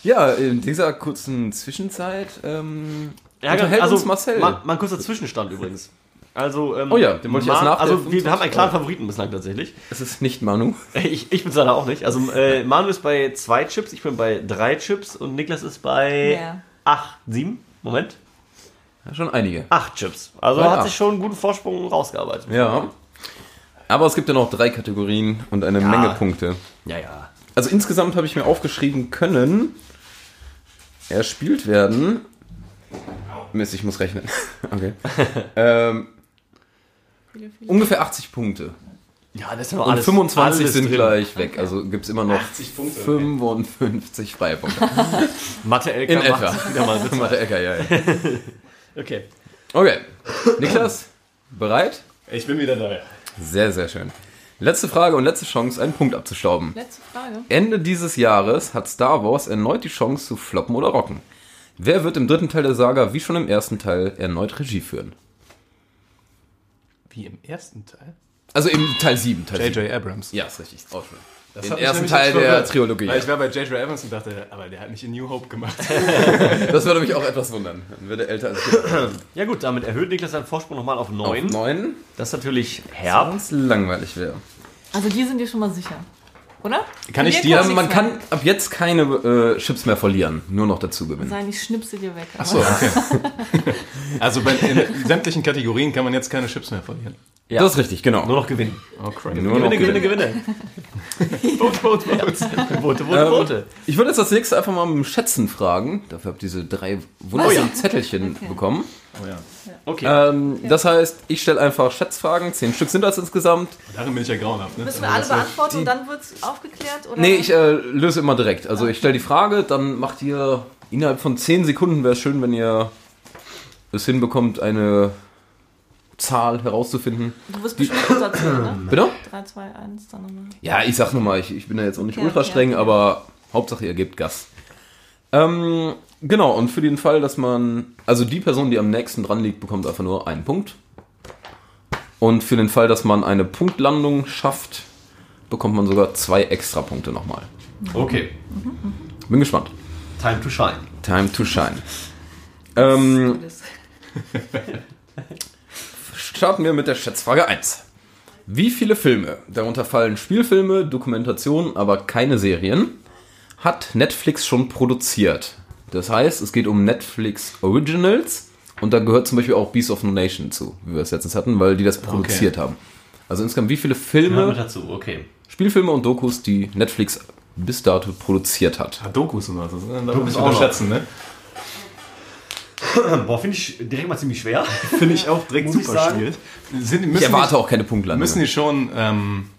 S3: ja, in dieser kurzen Zwischenzeit ähm, unterhält
S1: also,
S3: uns Marcel.
S1: Mal, mal ein kurzer Zwischenstand übrigens. Also, ähm,
S3: Oh ja, den wollte ich erst
S1: Ma-
S3: nachhelfen.
S1: Also, wir, wir haben einen klaren Favoriten bislang tatsächlich.
S3: es ist nicht Manu.
S1: Ich, ich bin leider auch nicht. Also, äh, Manu ist bei zwei Chips, ich bin bei drei Chips und Niklas ist bei
S4: Mehr.
S1: acht, sieben. Moment.
S3: Ja, schon einige.
S1: Acht Chips. Also,
S3: Bei
S1: hat
S3: acht.
S1: sich schon einen guten Vorsprung rausgearbeitet.
S3: Ja. Aber es gibt ja noch drei Kategorien und eine Menge Punkte.
S1: Ja, ja.
S3: Also insgesamt habe ich mir aufgeschrieben können, erspielt werden. Mist, ich muss rechnen. Okay. ähm,
S4: Viele, viele.
S3: ungefähr 80 Punkte.
S1: Ja, das ist ja noch
S3: Und
S1: alles.
S3: 25
S1: alles
S3: sind
S1: drin.
S3: gleich weg. Also gibt es immer noch
S2: 80 Punkte, okay.
S3: 55 Freipunkte.
S1: Mathe LK
S3: In
S1: macht's
S3: etwa.
S1: wieder mal.
S3: Mal der Ecker, ja, ja.
S1: Okay.
S3: Okay. Niklas, bereit?
S2: Ich bin wieder da.
S3: Sehr, sehr schön. Letzte Frage und letzte Chance, einen Punkt abzustauben.
S4: Letzte Frage.
S3: Ende dieses Jahres hat Star Wars erneut die Chance zu floppen oder rocken. Wer wird im dritten Teil der Saga, wie schon im ersten Teil, erneut Regie führen?
S2: Wie im ersten Teil?
S3: Also im Teil 7. Teil sieben.
S2: J.J. Abrams.
S3: Ja, ist richtig. Auch schon.
S2: Das
S3: Den
S2: hat mich
S3: ersten
S2: nämlich
S3: Teil
S2: jetzt
S3: der
S2: verwirrt,
S3: Trilogie.
S2: Weil ich war bei J.J. Abrams und dachte, aber der hat nicht in New Hope gemacht.
S3: Das würde mich auch etwas wundern. Dann wird er älter als ich.
S1: Ja, gut, damit erhöht Niklas seinen Vorsprung nochmal auf neun.
S3: Neun.
S1: Das ist natürlich herb.
S3: Was langweilig wäre.
S4: Also, die sind dir schon mal sicher. Oder?
S2: Kann ich
S4: Mir
S2: dir-
S4: kommt
S3: Ähm,
S4: nichts
S3: man
S4: mehr.
S3: kann ab jetzt keine äh, Chips mehr verlieren, nur noch dazu gewinnen.
S4: Nein, ich schnipse dir weg.
S2: Achso, okay. Also bei, in sämtlichen Kategorien kann man jetzt keine Chips mehr verlieren.
S1: Ja.
S3: Das ist richtig, genau.
S1: Nur noch gewinnen.
S2: Oh, crap.
S3: Nur noch
S1: Gewinne,
S3: gewinnen.
S1: gewinne, gewinne.
S2: Vote, vote,
S1: Rote,
S2: vote.
S1: rote,
S3: Ähm,
S1: rote.
S3: Ich würde jetzt das nächste einfach mal mit dem Schätzen fragen. Dafür habt ihr diese drei wunderschönen Zettelchen bekommen.
S2: Oh ja.
S1: Okay.
S3: Ähm, Das heißt, ich stelle einfach Schätzfragen. Zehn Stück sind das insgesamt.
S2: Darin bin ich ja grauenhaft. Ne?
S4: Müssen wir alle beantworten und dann wird's aufgeklärt? Oder?
S3: Nee, ich äh, löse immer direkt. Also ich stelle die Frage, dann macht ihr innerhalb von 10 Sekunden, wäre es schön, wenn ihr es hinbekommt, eine Zahl herauszufinden.
S4: Du wirst bestimmt unter 10, ne?
S3: Bitte?
S4: 3, 2, 1, dann nochmal.
S3: Ja, ich sag nochmal, ich, ich bin da jetzt auch nicht
S4: Ja, genau.
S3: ultra
S4: ja.
S3: streng, aber Hauptsache ihr gebt Gas. Ähm, genau, und für den Fall, dass man, also die Person, die am nächsten dran liegt, bekommt einfach nur einen Punkt. Und für den Fall, dass man eine Punktlandung schafft, bekommt man sogar zwei extra Punkte nochmal.
S2: Okay.
S3: Bin gespannt.
S1: Time to shine.
S3: Time to shine. Ähm,
S4: Das-
S3: starten wir mit der Schätzfrage 1. Wie viele Filme, darunter fallen Spielfilme, Dokumentationen, aber keine Serien, hat Netflix schon produziert? Das heißt, es geht um Netflix Originals Und da gehört zum Beispiel auch Beast of No Nation zu, wie wir es letztens hatten, weil die das produziert haben. Also insgesamt, wie viele
S5: Gehören wir
S3: Filme,
S5: dazu, okay.
S3: Spielfilme und Dokus, die Netflix bis dato produziert hat.
S2: Ah, Dokus und was. Das, ne? Da
S5: Dokus
S2: muss ich
S5: auch noch.
S2: unterschätzen, ne?
S5: Boah, finde ich direkt mal ziemlich schwer.
S2: Finde ich auch direkt
S5: Muss ich sagen.
S2: Sind, müssen
S3: Ich erwarte
S2: die,
S3: auch keine Punktlandung.
S2: Müssen die schon, ähm,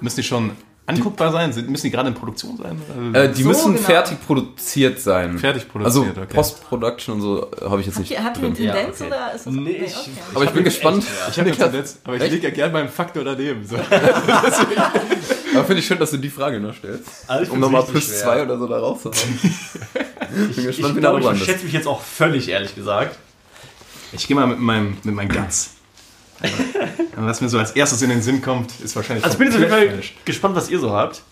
S2: müssen die schon anguckbar sein? Sind, müssen die gerade in Produktion sein?
S3: Äh, die
S4: So
S3: müssen
S4: genau.
S3: fertig produziert sein.
S2: Fertig
S3: Also
S2: produziert, okay.
S3: Post-Production und so äh, habe ich jetzt
S4: Habt
S3: nicht
S4: ihr, habt ihr eine
S3: drin.
S4: Tendenz
S5: Ja, okay.
S4: oder ist das
S5: Nee, ich-
S4: okay.
S3: Aber ich bin gespannt.
S2: ich habe jetzt zuletzt, aber ich
S3: Echt?
S2: liege ja gern beim Faktor daneben. So.
S3: Aber finde ich schön, dass du die Frage noch stellst.
S5: Also ich
S3: um
S5: find's
S3: nochmal
S5: richtig
S3: plus
S5: schwer.
S3: 2 oder so da rauszuhauen. ich bin
S5: Ich,
S3: gespannt, wie da
S5: glaube, ich
S3: dran ist.
S5: schätze mich jetzt auch völlig, ehrlich gesagt.
S2: Ich gehe mal mit meinem, mit meinem Guts. Aber Was mir so als erstes in den Sinn kommt, ist wahrscheinlich.
S1: Also ich bin jetzt auf jeden Fall
S2: komplett falsch.
S1: gespannt, was ihr so habt.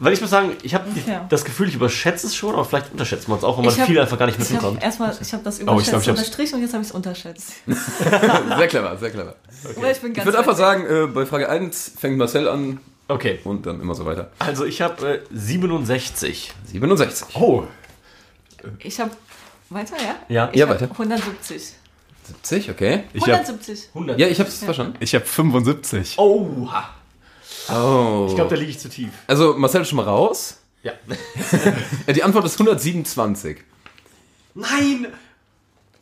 S1: Weil ich muss sagen, ich habe
S4: Ja.
S1: das Gefühl, ich überschätze es schon, aber vielleicht unterschätzt man es auch, wenn man
S4: Ich hab-
S1: viel einfach gar nicht
S4: Ich habe
S1: mitbekommt.
S4: erstmal, ich habe das
S2: glaub, ich
S4: überschätzt,
S2: hab's-
S4: unterstrichen und jetzt habe ich es unterschätzt.
S3: Sehr clever, sehr clever.
S4: Aber ich bin
S3: Ich
S4: ganz
S3: würde einfach sagen, äh, bei Frage 1 fängt Marcel an
S1: Okay,
S3: und dann immer so weiter.
S1: also ich habe äh, 67.
S3: 67.
S2: Oh,
S4: Ich habe weiter, ja?
S1: Ja.
S4: ich
S3: Ja,
S4: hab
S3: weiter.
S4: 170.
S3: 70, okay.
S2: ich habe
S4: 170.
S1: 100.
S3: Ja, ich habe es verstanden.
S2: ich hab 75.
S1: Oha.
S3: Oh.
S1: Ich glaube, da liege ich zu tief.
S3: also Marcel ist schon mal raus.
S1: Ja.
S3: Äh, Die Antwort ist 127.
S1: Nein!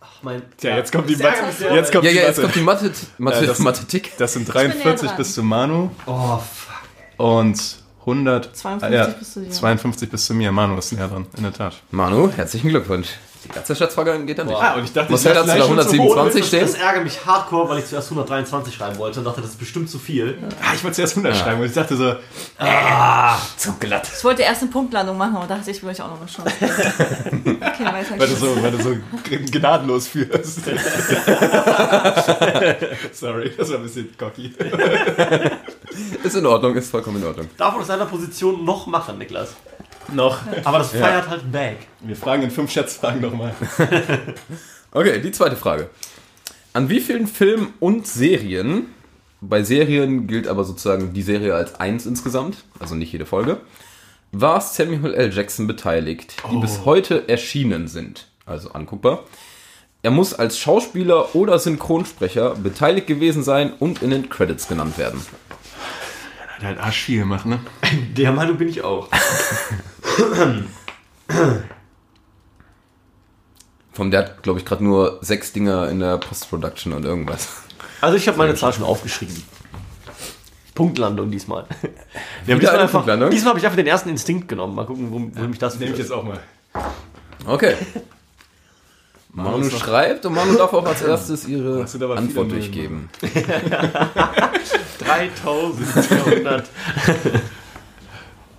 S1: Ach, mein.
S2: Tja, jetzt kommt die
S1: Das
S2: Mathe.
S1: ärgert mich sehr.
S2: Jetzt kommt
S3: Ja,
S2: die
S3: ja, jetzt
S2: Mathe.
S3: kommt die Mathe, Mathe,
S2: Äh, das-
S3: Mathetik.
S2: Das sind
S4: bin näher
S2: 43
S4: dran.
S2: bis zu Manu
S1: Oh, fuck.
S2: und 100.
S4: 52 bis zu dir.
S2: 52 bis zu mir. Manu ist näher dran, in der Tat.
S3: Manu, herzlichen Glückwunsch. Die ganze Schätzfrage geht an dich.
S2: Ah, und ich dachte,
S3: Was hält dazu da 127
S1: Oh, das, das
S3: stehen?
S1: ärgert mich hardcore, weil ich zuerst 123 schreiben wollte und dachte, das ist bestimmt zu viel.
S2: Ah, ich wollte zuerst 100 schreiben und ich dachte so, ah,
S4: Ich wollte erst eine Punktlandung machen, aber dachte ich, will euch auch noch eine Chance geben. Okay, weiter
S2: weil du
S4: geht's.
S2: so, weil du so gnadenlos führst. Sorry, das war ein bisschen cocky.
S3: Ist in Ordnung, ist vollkommen in Ordnung.
S1: Darf man aus einer Position noch machen, Niklas?
S2: Noch.
S1: Aber das feiert halt back.
S2: Wir fragen in fünf Schätzfragen nochmal.
S3: Okay, die zweite Frage. An wie vielen Filmen und Serien, bei Serien gilt aber sozusagen die Serie als eins insgesamt, also nicht jede Folge, war Samuel L. Jackson beteiligt, die bis heute erschienen sind. Also anguckbar. Er muss als Schauspieler oder Synchronsprecher beteiligt gewesen sein und in den Credits genannt werden.
S2: Hat halt Arsch viel gemacht, ne?
S1: Der Meinung bin ich auch.
S3: Vom der hat, glaube ich, gerade nur sechs Dinger in der Post-Production und irgendwas.
S1: Also ich habe meine Zahl schon aufgeschrieben. Punktlandung diesmal. Wir haben
S3: Wieder
S1: diesmal
S3: eine
S1: einfach,
S3: Punktlandung?
S1: diesmal habe ich einfach den ersten Instinkt genommen. Mal gucken, wohin wohin mich das
S2: Nehme ich
S1: führt.
S2: jetzt auch mal.
S3: Okay. Manu schreibt und Manu darf auch als erstes ihre
S2: Das sind aber viele
S3: Antwort
S2: Nullen.
S3: durchgeben.
S1: 3400.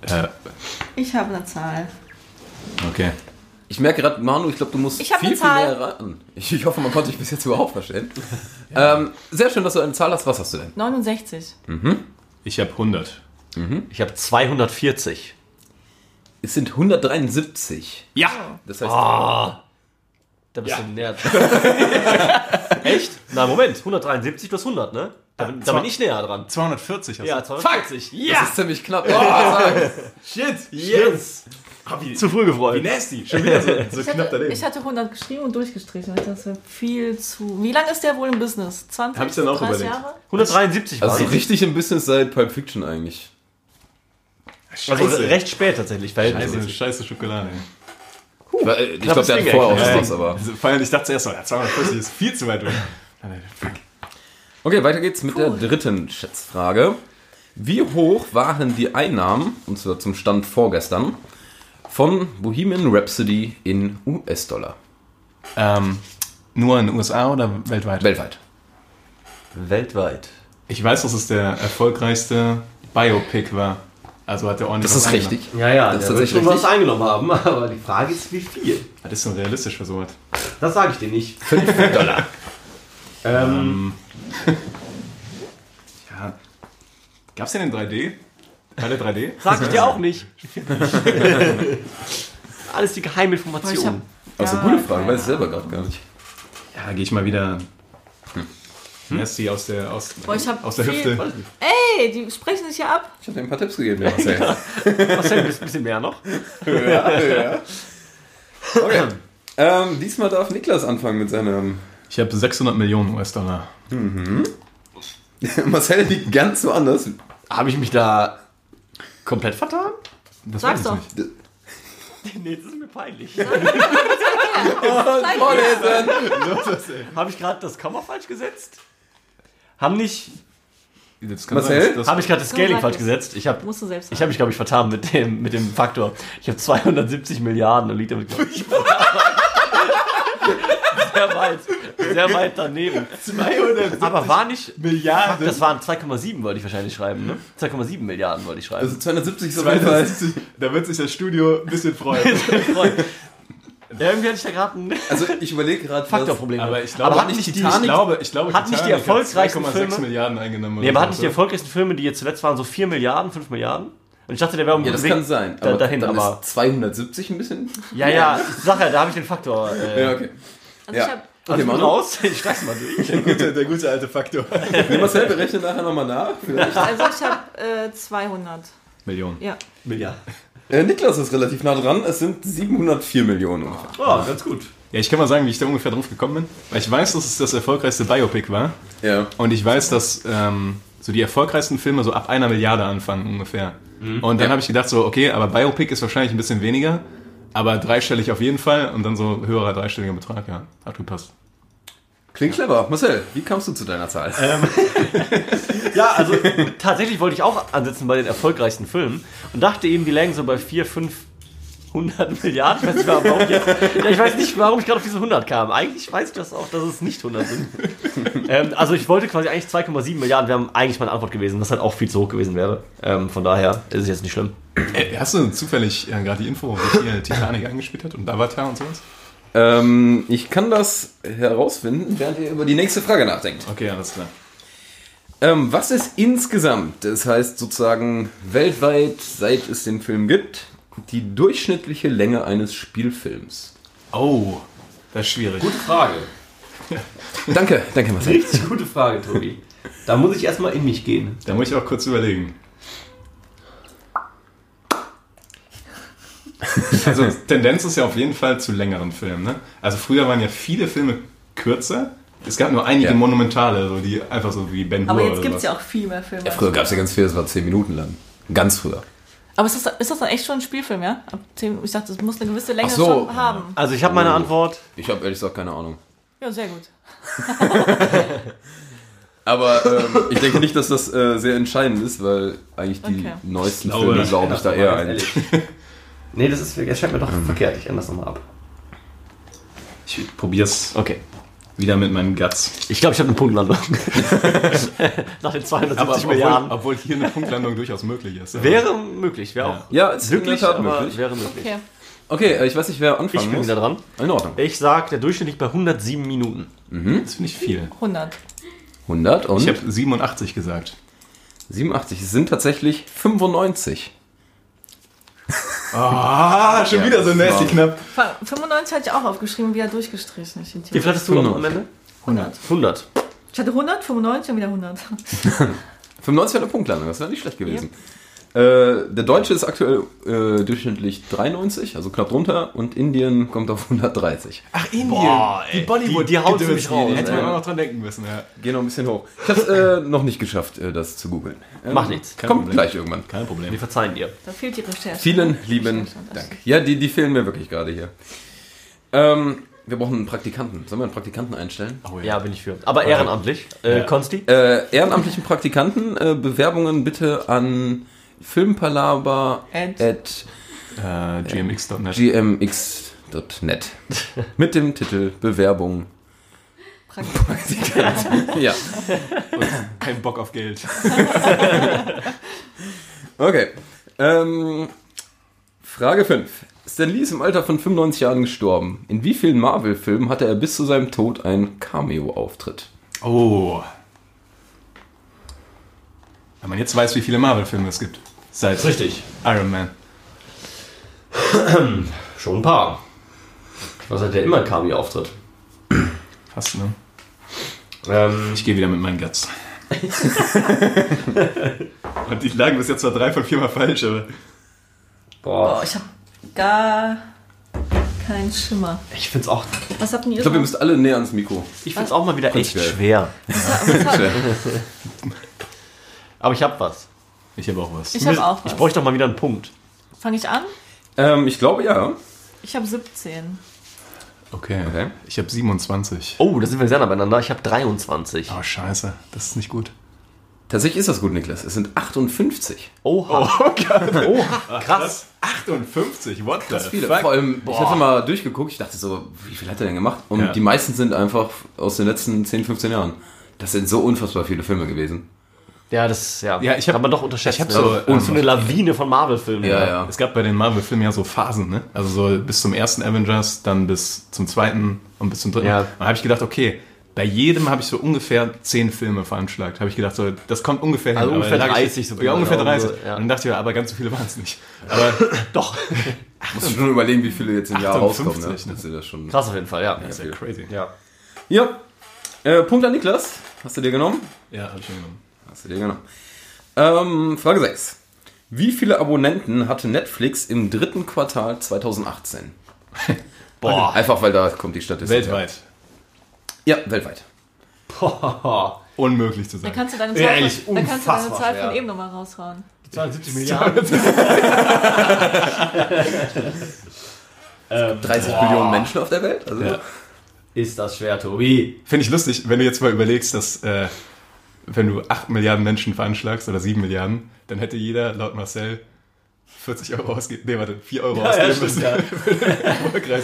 S2: Äh,
S4: Ich habe eine Zahl.
S2: okay.
S3: Ich merke gerade, Manu, ich glaube, du musst
S4: Ich hab
S3: viel,
S4: eine
S3: viel
S4: Zahl.
S3: mehr raten. Ich, ich hoffe, man konnte dich bis jetzt überhaupt verstehen. ähm, sehr schön, dass du eine Zahl hast. Was hast du denn?
S4: 69.
S2: Ich habe 100.
S1: Ich habe 240.
S3: Es sind 173.
S2: Ja!
S3: Das heißt,
S1: Da bist du näher. Echt? Na, Moment. 173, du hast 100, ne? Da bin, da bin ich näher dran.
S2: 240 hast
S1: Ja, 240.
S3: das
S1: Ja!
S3: ist ziemlich knapp. Oh,
S2: Shit!
S1: Yes!
S2: Hab ich
S1: Zu früh gefreut.
S2: Ah, nasty. Schon wieder so,
S4: Ich hatte, ich hatte 100 geschrieben und durchgestrichen. Das ist viel zu. Wie lange ist der wohl im Business? 20,
S2: Hab ich dann auch
S4: 30
S2: überlegt.
S4: Jahre?
S1: 173 war
S3: also
S1: also,
S3: richtig im Business seit Pulp Fiction eigentlich.
S1: also
S2: Scheiße.
S1: recht spät tatsächlich.
S2: Scheiße,
S1: verhältnismäßig.
S2: scheiße Schokolade.
S3: Ich war- äh, ich glaube,
S1: Knappes
S3: der hat
S1: Ding
S3: vorher auch
S1: eigentlich.
S3: was, aber.
S2: Also Vor allem, ich dachte zuerst so, ja, 240 ist viel zu weit weg.
S3: Okay, weiter geht's mit der
S4: Puh.
S3: dritten Schätzfrage. Wie hoch waren die Einnahmen, und zwar zum Stand vorgestern, von Bohemian Rhapsody in US-Dollar?
S2: Ähm, nur in den USA oder weltweit?
S3: Weltweit.
S1: Weltweit.
S2: Ich weiß, dass es der erfolgreichste Biopic war. Also hat er ordentlich
S3: Das
S2: was
S3: ist
S2: eingenommen.
S3: richtig.
S1: Ja, ja,
S3: Das ist
S1: der wird
S3: tatsächlich
S1: schon was
S3: richtig.
S1: eingenommen haben, aber die Frage ist, wie viel?
S2: Das ist so realistisch für sowas.
S1: Das sage ich dir nicht.
S3: Dollar.
S1: Ähm,
S2: Ja. Gab's den in 3D? Alle 3D?
S1: sag ich dir auch nicht. Alles die
S4: Boah, ich hab-
S1: Geheiminformation.
S3: Also
S4: Ja,
S3: gute Frage, weiß
S4: keine
S3: ich selber gerade gar nicht.
S2: Ja, da gehe ich mal wieder. Hm. Nasty aus der, aus,
S4: Boah, ich hab
S2: aus der
S4: viel-
S2: Hüfte.
S1: Weiß nicht.
S4: Ey, die sprechen sich ja ab.
S3: Ich habe dir ein paar Tipps gegeben, ja, Marcel.
S1: Marcel, ein bisschen- bisschen mehr noch.
S3: ja, ja. Okay. Ähm, diesmal darf Niklas anfangen mit seinem
S2: Ich habe 600 Millionen US-Dollar.
S3: Marcel liegt ganz woanders.
S5: Habe ich mich da komplett vertan?
S2: Das
S4: Sag's
S2: weiß
S4: doch.
S2: ich nicht.
S1: Nee, das ist mir peinlich. Habe ich gerade das Komma falsch gesetzt? Haben nicht.
S2: Das kann
S3: Marcel?
S2: dass-
S1: Habe ich gerade das Scaling
S4: Komm, sag
S1: falsch
S4: es.
S1: gesetzt? Ich habe
S4: Musst du selbst
S1: ich habe mich, glaube ich, vertan mit dem, mit dem Faktor. Ich habe 270 Milliarden und liegt damit, glaube ich, sehr weit. Sehr weit daneben.
S5: 200
S1: Aber war nicht.
S5: Milliarden.
S1: Das waren 2,7 wollte ich wahrscheinlich schreiben, ne? 2,7 Milliarden wollte ich schreiben.
S3: Also 270 ist auf jeden Fall.
S2: 270, da wird sich das Studio ein bisschen freuen.
S1: Freund. Irgendwie hatte ich da gerade ein
S3: Also ich überlege gerade, was...
S1: Faktorproblem.
S2: Aber ich glaube,
S1: aber hat
S3: nicht
S1: nicht die,
S3: Titanic-
S2: ich glaube, ich glaube,
S1: Hat nicht die
S2: Titanic hat
S1: erfolgreichsten
S2: 2,6
S1: Filme-
S2: Milliarden eingenommen.
S1: Nee,
S2: oder
S1: aber
S2: so,
S1: hatten nicht die
S2: oder?
S1: erfolgreichsten Filme, die jetzt zuletzt waren, so 4 Milliarden, 5 Milliarden? Und ich dachte, der wäre um
S3: Ja, das
S1: Weg
S3: kann sein.
S1: Da,
S3: Aber
S1: dahin,
S3: dann
S1: aber.
S3: ist 270 ein bisschen...
S1: Ja, ja, ich sag ja, da habe ich den Faktor. Äh,
S3: Ja, okay.
S4: Also
S3: ja.
S4: ich habe
S1: also
S3: Okay,
S1: gut
S3: Manu.
S1: raus, ich steig's mal durch.
S2: Der gute, der gute alte Faktor.
S3: Nee, Marcel, wir rechnen nachher nochmal nach. Vielleicht.
S4: also ich hab, äh, 200.
S2: Millionen.
S4: Ja.
S1: Milliarden.
S3: Äh, Niklas ist relativ nah dran. Es sind 704 Millionen ungefähr.
S5: Ja, ganz gut.
S2: Ja, ich kann mal sagen, wie ich da ungefähr drauf gekommen bin. Weil ich weiß, dass es das erfolgreichste Biopic war.
S3: Ja.
S2: Und ich weiß, dass ähm, so die erfolgreichsten Filme so ab einer Milliarde anfangen ungefähr. Und dann
S3: Ja.
S2: habe ich gedacht so, okay, aber Biopic ist wahrscheinlich ein bisschen weniger, aber dreistellig auf jeden Fall und dann so höherer dreistelliger Betrag, ja. Hat gepasst.
S3: Klingt clever. Marcel, wie kamst du zu deiner Zahl?
S1: Ja, also tatsächlich wollte ich auch ansetzen bei den erfolgreichsten Filmen und dachte eben, die lägen so bei 4, 500 Milliarden. Ich weiß, nicht, warum ich jetzt, ja, ich weiß nicht, warum ich gerade auf diese 100 kam. Eigentlich weiß ich das auch, dass es nicht 100 sind. Ähm, also ich wollte quasi eigentlich 2,7 Milliarden, wäre eigentlich meine Antwort gewesen, was halt auch viel zu hoch gewesen wäre. Ähm, von daher ist es jetzt nicht schlimm.
S2: Ey, Äh, hast du zufällig äh, gerade die Info, wie viel Titanic eingespielt hat und Avatar und sowas?
S3: ähm, ich kann das herausfinden, während ihr über die nächste Frage nachdenkt.
S2: Okay, alles klar.
S3: Ähm, was ist insgesamt, das heißt sozusagen weltweit, seit es den Film gibt, die durchschnittliche Länge eines Spielfilms?
S2: Oh, das ist schwierig.
S5: Gute Frage.
S3: Danke, danke Marcel.
S5: Richtig gute Frage, Tobi. Da muss ich erstmal in mich gehen.
S2: Da muss ich auch kurz überlegen. Also Tendenz ist ja auf jeden Fall zu längeren Filmen. Ne? Also früher waren ja viele Filme kürzer. Es gab nur einige
S3: Ja.
S2: monumentale, so die einfach so wie Ben Hur
S4: Aber jetzt
S2: oder
S4: gibt es
S2: sowas.
S4: ja auch viel mehr Filme.
S3: Ja, früher gab es ja ganz viel, das war 10 Minuten lang. Ganz früher.
S4: Aber ist das, ist das dann echt schon ein Spielfilm, ja? Ab zehn- Ich dachte, das muss eine gewisse Länge
S3: Ach so.
S4: schon haben.
S1: Also ich habe
S5: Oh.
S1: meine Antwort.
S3: Ich habe ehrlich gesagt keine Ahnung.
S4: Ja, sehr gut.
S3: Aber ähm, ich denke nicht, dass das äh, sehr entscheidend ist, weil eigentlich die
S4: Okay.
S3: neuesten
S5: glaube,
S3: Filme,
S5: das
S3: glaube ich, da eher
S5: ändert man
S3: ein.
S5: ganz ehrlich. Nee, das, ist, das scheint mir doch verkehrt. Ich ändere das nochmal ab.
S2: Ich probier's
S1: Okay.
S2: wieder mit meinen Guts.
S1: Ich glaube, ich habe eine Punktlandung. Nach den 270 Milliarden.
S2: obwohl, obwohl hier eine Punktlandung durchaus möglich ist. Aber-
S1: Wäre möglich, wäre auch
S3: Ja, ist
S1: glücklich,
S3: in der Tat
S1: aber
S3: möglich.
S1: wäre möglich.
S4: Okay.
S3: Okay, äh, ich weiß nicht, wer anfangen
S1: Ich bin
S3: muss.
S1: wieder dran.
S3: In Ordnung.
S1: Ich sag, der Durchschnitt liegt bei 107 Minuten.
S2: Das finde ich viel.
S4: 100.
S3: 100 und
S2: Ich habe 87 gesagt.
S3: 87. Es sind tatsächlich 95.
S2: Ah, schon wieder so nasty knapp.
S4: 95 hatte ich auch aufgeschrieben, wieder durchgestrichen. Ich
S1: Wie
S4: Idiotin.
S1: viel hattest du noch am Ende?
S2: 100.
S1: 100.
S4: Ich hatte 100, 95 und wieder 100.
S3: 95 hat eine Punktlandung, das wäre nicht schlecht gewesen. Äh, der Deutsche ist aktuell äh, durchschnittlich 93, also knapp drunter, und Indien kommt auf 130.
S2: Ach, Indien.
S1: Boah, ey. Die- die hauen
S2: Gedöns,
S1: ziemlich raus,
S2: Hätte man
S3: ey.
S2: auch noch dran denken müssen, ja.
S3: Geh noch ein bisschen hoch. Ich habe es äh, noch nicht geschafft, äh, das zu googeln. Ähm,
S1: Macht nichts.
S3: Kommt
S2: Kein Problem.
S3: gleich irgendwann.
S2: Kein Problem.
S1: Wir verzeihen dir.
S4: Da fehlt die Recherche.
S3: Vielen lieben
S4: Recherche, das-
S3: Dank. Ja, die, die fehlen mir wirklich gerade hier. Ähm, wir brauchen einen Praktikanten. Sollen wir einen Praktikanten einstellen?
S2: Oh,
S1: Ja, bin ich für. Aber ehrenamtlich. Äh, Konsti?
S3: Äh, ehrenamtlichen Praktikanten, äh, Bewerbungen bitte an filmpalaber
S4: At-
S3: at
S2: Äh, gmx.net.
S3: gmx.net mit dem Titel Bewerbung.
S4: Praktisch.
S3: Ja,
S2: Kein Bock auf Geld.
S3: okay. Ähm, Frage 5. Stan Lee ist im Alter von 95 Jahren gestorben. In wie vielen Marvel-Filmen hatte er bis zu seinem Tod einen Cameo-Auftritt?
S2: Oh. Wenn man jetzt weiß, wie viele Marvel-Filme es gibt. Seit
S5: Richtig.
S2: Iron Man.
S5: Schon ein paar. Was hat der immer ein Kami-Auftritt?
S2: Fast, ne?
S5: Ähm,
S2: Ich gehe wieder mit meinen Guts. Und die lagen bis jetzt zwar drei von viermal falsch, aber.
S5: boah,
S4: Boah, ich habe Oh, gar Kein Schimmer.
S5: Ich find's auch,
S4: Was habt denn ihr?
S3: Ich glaube, ihr müsst alle näher ans Mikro.
S1: Ich find's auch mal wieder echt
S3: Prinzipiell.
S1: schwer.
S3: Schön.
S1: Aber ich hab was.
S2: Ich habe auch was.
S4: ich habe auch
S1: Ich
S4: was.
S1: bräuchte doch mal wieder einen Punkt.
S4: Fange ich an?
S3: ähm, ich glaube, ja.
S4: Ich habe 17.
S2: Okay.
S3: Okay.
S2: Ich habe 27.
S1: Oh, da sind wir sehr nah beieinander. Ich habe 23.
S2: Oh, scheiße. Das ist nicht gut.
S3: Tatsächlich ist das gut, Niklas. Es sind 58.
S1: Oha.
S2: Oh, Gott.
S1: krass.
S2: 58, what the
S3: Viele.
S2: fuck?
S3: Vor allem, ich hatte mal durchgeguckt, ich dachte so, wie viel hat er denn gemacht? Und
S2: Ja.
S3: die meisten sind einfach aus den letzten 10, 15 Jahren. Das sind so unfassbar viele Filme gewesen.
S1: Ja, das ja.
S2: Ja, ich hab-
S1: kann man doch unterschätzt.
S2: ich hab
S1: ne?
S2: so, ähm,
S1: und so eine Lawine von Marvel-Filmen.
S3: Ja, ja.
S2: Es gab bei den Marvel-Filmen ja so Phasen, ne? Also so bis zum ersten Avengers, dann bis zum zweiten und bis zum dritten.
S1: Ja.
S2: Dann habe ich gedacht, okay, bei jedem habe ich so ungefähr zehn Filme veranschlagt. Habe ich gedacht, so, das kommt ungefähr
S1: Also
S2: Aber
S1: ungefähr
S2: da lag
S1: 30
S2: ich,
S1: so
S2: Ja, ungefähr
S1: genau,
S2: 30.
S1: so, ja.
S2: Und dann dachte ich, aber ganz so viele waren es nicht. Aber
S1: Doch.
S3: Musst du schon überlegen, wie viele jetzt im Jahr rauskommen.
S2: 58,
S3: Ne?
S2: ne?
S3: Das ist ja schon.
S1: Krass auf jeden Fall, ja.
S2: das ist ja crazy.
S1: Ja.
S3: Ja. Äh, Punkt an Niklas. Hast du dir genommen?
S2: Ja, habe ich schon genommen.
S3: Hast du dir genommen. Ähm, Frage 6. Wie viele Abonnenten hatte Netflix im dritten Quartal 2018?
S1: Boah.
S3: Einfach weil da kommt die Statistik. her.
S2: Weltweit.
S3: Ja, weltweit.
S1: Boah.
S2: Unmöglich zu
S4: Da
S2: sein.
S4: kannst du deine
S1: Ja,
S4: Zahl,
S1: ehrlich,
S4: von, da kannst du deine
S1: unfassbar
S4: Zahl
S1: schwer. Ah,
S4: von eben nochmal raushauen.
S1: 72 Milliarden. Ähm.
S3: 30 Millionen Menschen auf der Welt? Also,
S2: Ja.
S5: ist das schwer, Tobi.
S2: Finde ich lustig, wenn du jetzt mal überlegst, dass äh, wenn du 8 Milliarden Menschen veranschlagst oder 7 Milliarden, dann hätte jeder laut Marcel 40 Euro ausgegeben. Nee, warte, 4 Euro ausgeben müssen. Erfolgreich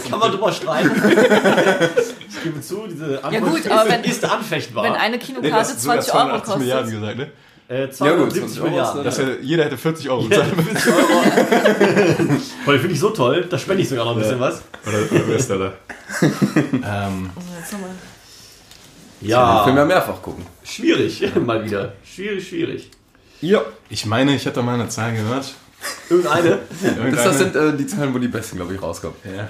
S2: sind.
S1: Kann man drüber streiten. ich gebe zu, diese Antwort
S4: gut, aber wenn-
S1: ist anfechtbar.
S4: Wenn eine
S2: Nee,
S4: Kinokarte
S2: sogar
S4: 20 Euro
S2: 82 Milliarden
S4: kostet.
S2: gesagt, ne?
S1: äh,
S3: Ja, gut,
S1: 270
S3: 20 Euro
S1: Milliarden.
S3: ist
S2: Das hätte, jeder hätte 40 Euro
S1: Ja,
S2: bezahlt.
S1: 70 Euro. Boah, den finde ich so toll, da spende ich sogar noch ein bisschen was.
S2: Oder, oder Westdollar. ähm,
S4: Also jetzt nochmal.
S3: Den Film ja
S1: Ja,
S3: mehrfach gucken.
S1: schwierig, mal wieder. Schwierig, schwierig.
S3: Ja.
S2: ich meine, ich hatte mal eine Zahl gehört.
S1: Irgendeine?
S3: Das, das
S2: Irgendeine-
S3: sind äh, die Zahlen, wo die besten, glaube ich, rauskommen.
S2: ja.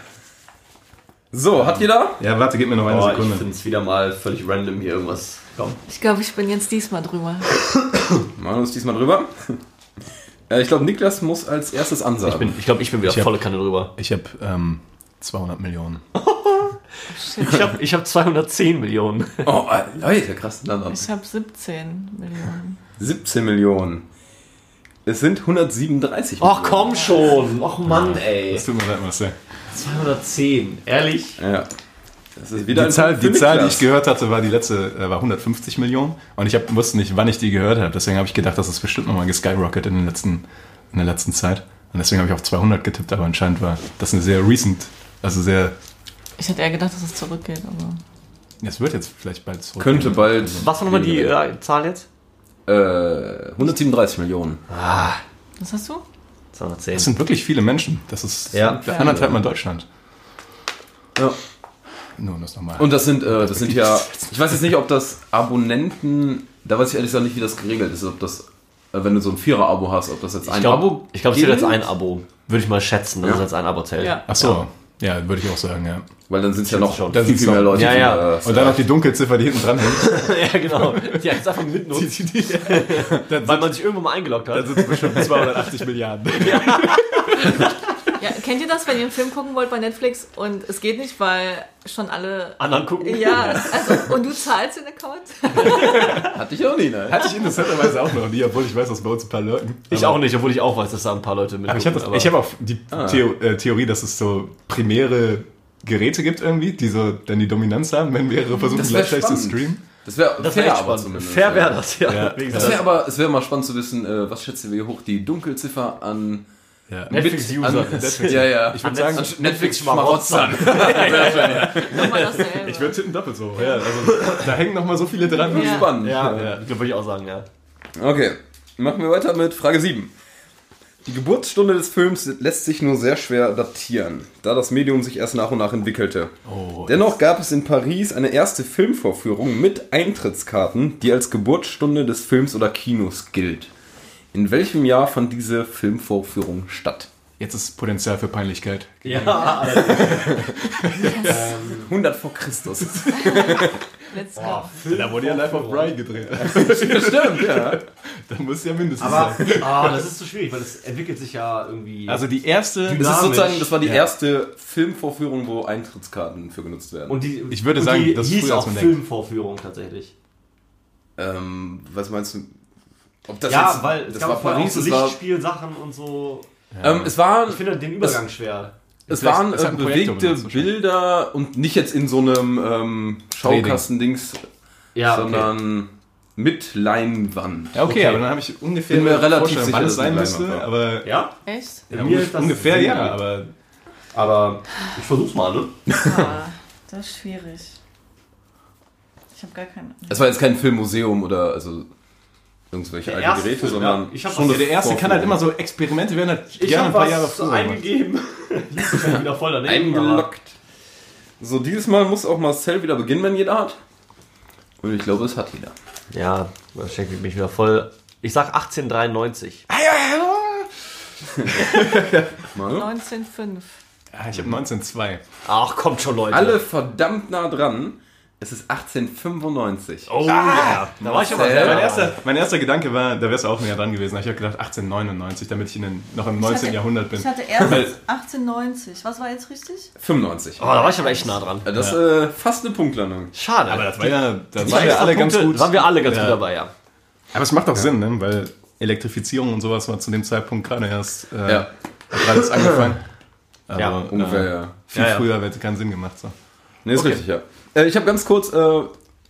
S3: So, hat jeder?
S2: ja, warte, gib mir noch eine
S1: Boah, ich
S2: Sekunde.
S1: finde es wieder mal völlig random hier irgendwas. Komm.
S4: Ich glaube, ich bin jetzt diesmal drüber.
S3: Machen wir uns diesmal drüber. Äh, ich glaube, Niklas muss als erstes ansagen.
S1: Ich, bin- ich glaube, ich bin wieder
S2: hab-
S1: volle Kanne drüber.
S2: Ich habe ähm, 200 Millionen.
S1: Ich habe ich hab 210 Millionen.
S3: oh, äh, Leute, krass. Na, na.
S4: Ich habe 17 Millionen.
S3: 17 Millionen. Es sind 137
S1: Och, komm schon. Och, Mann, ey.
S2: Das tut mir leid, Marcel.
S1: 210. Ehrlich?
S3: Ja. Das ist wieder
S2: Die
S3: ein
S2: Zahl,
S3: Punkt
S2: die
S3: für
S2: Zahl, die
S3: Niklas.
S2: ich gehört hatte, war die letzte, äh, war 150 Millionen. Und ich hab, wusste nicht, wann ich die gehört habe. Deswegen habe ich gedacht, das ist bestimmt nochmal geskyrocket in, den letzten, in der letzten Zeit. Und deswegen habe ich auf 200 getippt, aber anscheinend war das eine sehr recent, also sehr,
S4: Ich hätte eher gedacht, dass es zurückgeht, aber.
S2: es wird jetzt vielleicht bald zurück.
S3: Könnte bald.
S1: Was war nochmal die äh, Zahl jetzt?
S3: Äh, 137 Millionen.
S4: Was hast du?
S1: 210.
S2: Das sind wirklich viele Menschen. Das ist
S1: Ja.
S2: anderthalb Mal Deutschland.
S3: Ja.
S2: Nur um das nochmal.
S3: Und das sind, äh, das sind ja, ich weiß jetzt nicht, ob das Abonnenten, da weiß ich ehrlich gesagt nicht, wie das geregelt ist, ob das, äh, wenn du so ein Vierer-Abo hast, ob das jetzt ein
S1: Ich glaube,
S3: Abo
S1: ich glaub, es wird jetzt
S3: gilt?
S1: ein Abo. Würde ich mal schätzen, dass
S3: Ja.
S1: es als ein Abo zählt.
S4: Ja.
S2: Ach so. Ja, würde ich auch sagen, ja.
S3: Weil dann sind es ja noch
S1: schon.
S3: viel,
S2: Das ist
S3: viel mehr
S2: noch-
S3: Leute.
S1: Ja,
S3: die,
S1: ja.
S3: äh,
S2: Und dann noch die Dunkelziffer, die hinten dran hängt.
S1: ja genau. Die hat es einfach mitten Weil man sich irgendwo mal eingeloggt hat.
S2: Das sind bestimmt 280 Milliarden.
S4: Ja, kennt ihr das, wenn ihr einen Film gucken wollt bei Netflix und es geht nicht, weil schon alle.
S1: Anderen gucken.
S4: Ja, also, und du zahlst den Account?
S3: Hatte ich auch nie, ne?
S2: Hatte ich interessanterweise auch noch nie, obwohl ich weiß, dass bei uns ein paar Leuten.
S1: Ich auch nicht, obwohl ich auch weiß, dass da ein paar Leute mit.
S2: Aber ich habe
S1: aber-
S2: hab auch die Theo äh, Theorie, dass es so primäre Geräte gibt irgendwie, die so dann die Dominanz haben, wenn mehrere versuchen
S3: Das wär
S2: gleichzeitig zu
S3: spannend.
S2: streamen.
S3: Das wäre
S1: das wäre
S3: fair,
S1: echt
S3: aber
S1: spannend.
S3: zumindest.
S1: Fair
S3: ja.
S1: wäre das, ja.
S2: Ja.
S1: Wegen
S3: Das
S1: des
S3: wäre aber, es wäre mal spannend zu wissen, äh, was schätzt ihr, wie hoch die Dunkelziffer an
S2: Ja.
S1: Netflix-User.
S3: an- Ja, ja.
S2: Ich würde
S1: An
S2: sagen,
S1: Netflix-
S3: Netflix-Schmarotzern.
S4: Nochmal dasselbe.
S2: ich würde tippen doppelt so. Ja, also, da hängen nochmal so viele dran.
S4: Ja.
S3: Spannend.
S1: Ja, ja. Ich glaube, würde ich auch sagen, ja.
S3: Okay, machen wir weiter mit Frage 7. Die Geburtsstunde des Films lässt sich nur sehr schwer datieren, da das Medium sich erst nach und nach entwickelte.
S1: Oh.
S2: Oh,
S3: Dennoch gab es in Paris eine erste Filmvorführung mit Eintrittskarten, die als Geburtsstunde des Films oder Kinos gilt. In welchem Jahr fand diese Filmvorführung statt?
S2: Jetzt ist Potenzial für Peinlichkeit.
S1: Ja,
S3: 100 vor Christus.
S4: Let's go.
S2: Da wurde ja Life of Brian gedreht.
S3: Stimmt, ja.
S2: da muss ja mindestens
S5: Aber
S2: sein.
S5: ah, das ist so schwierig, weil es entwickelt sich ja irgendwie.
S2: Also die erste.
S5: Dynamisch.
S3: Das ist sozusagen, das war die
S2: Ja.
S3: erste Filmvorführung, wo Eintrittskarten für genutzt werden.
S5: und die,
S2: Ich würde
S5: und
S2: sagen,
S5: die
S2: das ist
S5: hieß
S2: früher, als
S5: auch
S2: man denkt.
S5: Filmvorführung tatsächlich.
S3: ähm, was meinst du? Ob das
S5: ja,
S3: jetzt-
S5: weil es
S3: das
S5: gab
S3: war
S5: vorher auch
S3: Paris,
S5: so
S3: es war,
S5: Lichtspielsachen und so.
S3: ähm, es waren
S5: Ich finde den Übergang schwer.
S3: Es
S2: Vielleicht-
S3: waren
S2: es hat
S3: äh,
S2: ein Projektor
S5: um
S3: bewegte
S2: benutzt wahrscheinlich.
S3: Bilder und nicht jetzt in so einem ähm, Schaukastendings,
S5: Ja, okay.
S3: sondern mit Leinwand.
S2: Ja, okay,
S5: Okay.
S2: aber dann habe ich ungefähr
S3: Bin mir
S2: eine
S3: relativ
S2: Vorstellung, wann
S3: sicher,
S2: es sein
S3: dass es
S2: müsste,
S3: Leinwand
S2: aber
S5: Ja?
S4: Echt?
S5: Bei
S2: ja,
S5: mir
S2: ungef-
S5: das
S2: ungefähr
S5: Sinn
S2: ja,
S5: gemacht.
S2: aber
S5: Aber ich versuch's mal, ne?
S4: Ah, das ist schwierig. Ich habe gar keine Ahnung.
S3: Es war jetzt kein Filmmuseum oder also irgendwelche
S5: Der
S3: alten
S5: erste
S3: Geräte,
S5: Film,
S3: sondern
S5: ja. Ich hab
S3: schon
S5: was-
S2: Ja,
S3: das
S2: der erste kann halt immer so Experimente werden halt gerne ein paar Jahre früher gemacht.
S5: eingegeben. Jetzt ist halt wieder voll daneben. aber-
S3: eingeloggt. So, dieses Mal muss auch Marcel wieder beginnen, wenn jeder hat. Und ich glaube, es hat jeder.
S1: Ja, das schenkt mich wieder voll. Ich sag 1893.
S2: Ah,
S3: Manu?
S4: 19,5.
S2: Ah, ich habe 19,2.
S1: Ach, kommt schon, Leute.
S3: Alle verdammt nah dran. Es ist 1895.
S1: Oh, ja. Da war ich aber
S3: Marcel.
S1: sehr
S2: Mein erster, mein erster Gedanke war, da wärst du auch näher dran gewesen. aber Ich habe gedacht 1899, damit ich in den, noch im 19. Jahrhundert bin.
S4: Ich hatte erst 1890. Was war jetzt richtig?
S3: 95.
S1: Oh, da war ich aber echt nah dran.
S3: Das ist äh, fast eine Punktlandung.
S1: Schade.
S2: Aber das war ja, da
S1: Die
S2: waren wir
S1: extra
S2: alle ganz
S1: Punkte
S2: gut.
S1: Waren wir alle ganz
S2: Ja.
S1: gut dabei, ja.
S2: Aber es macht auch Sinn, ne? weil Elektrifizierung und sowas war zu dem Zeitpunkt gerade erst äh,
S3: Ja.
S2: hat gerade erst angefangen. Aber,
S1: Ja,
S3: Ungefähr, ja.
S2: Viel
S1: Ja, ja.
S2: früher hätte keinen Sinn gemacht. So.
S3: Ne, ist
S1: Okay.
S3: richtig, ja. Äh, ich habe ganz kurz äh,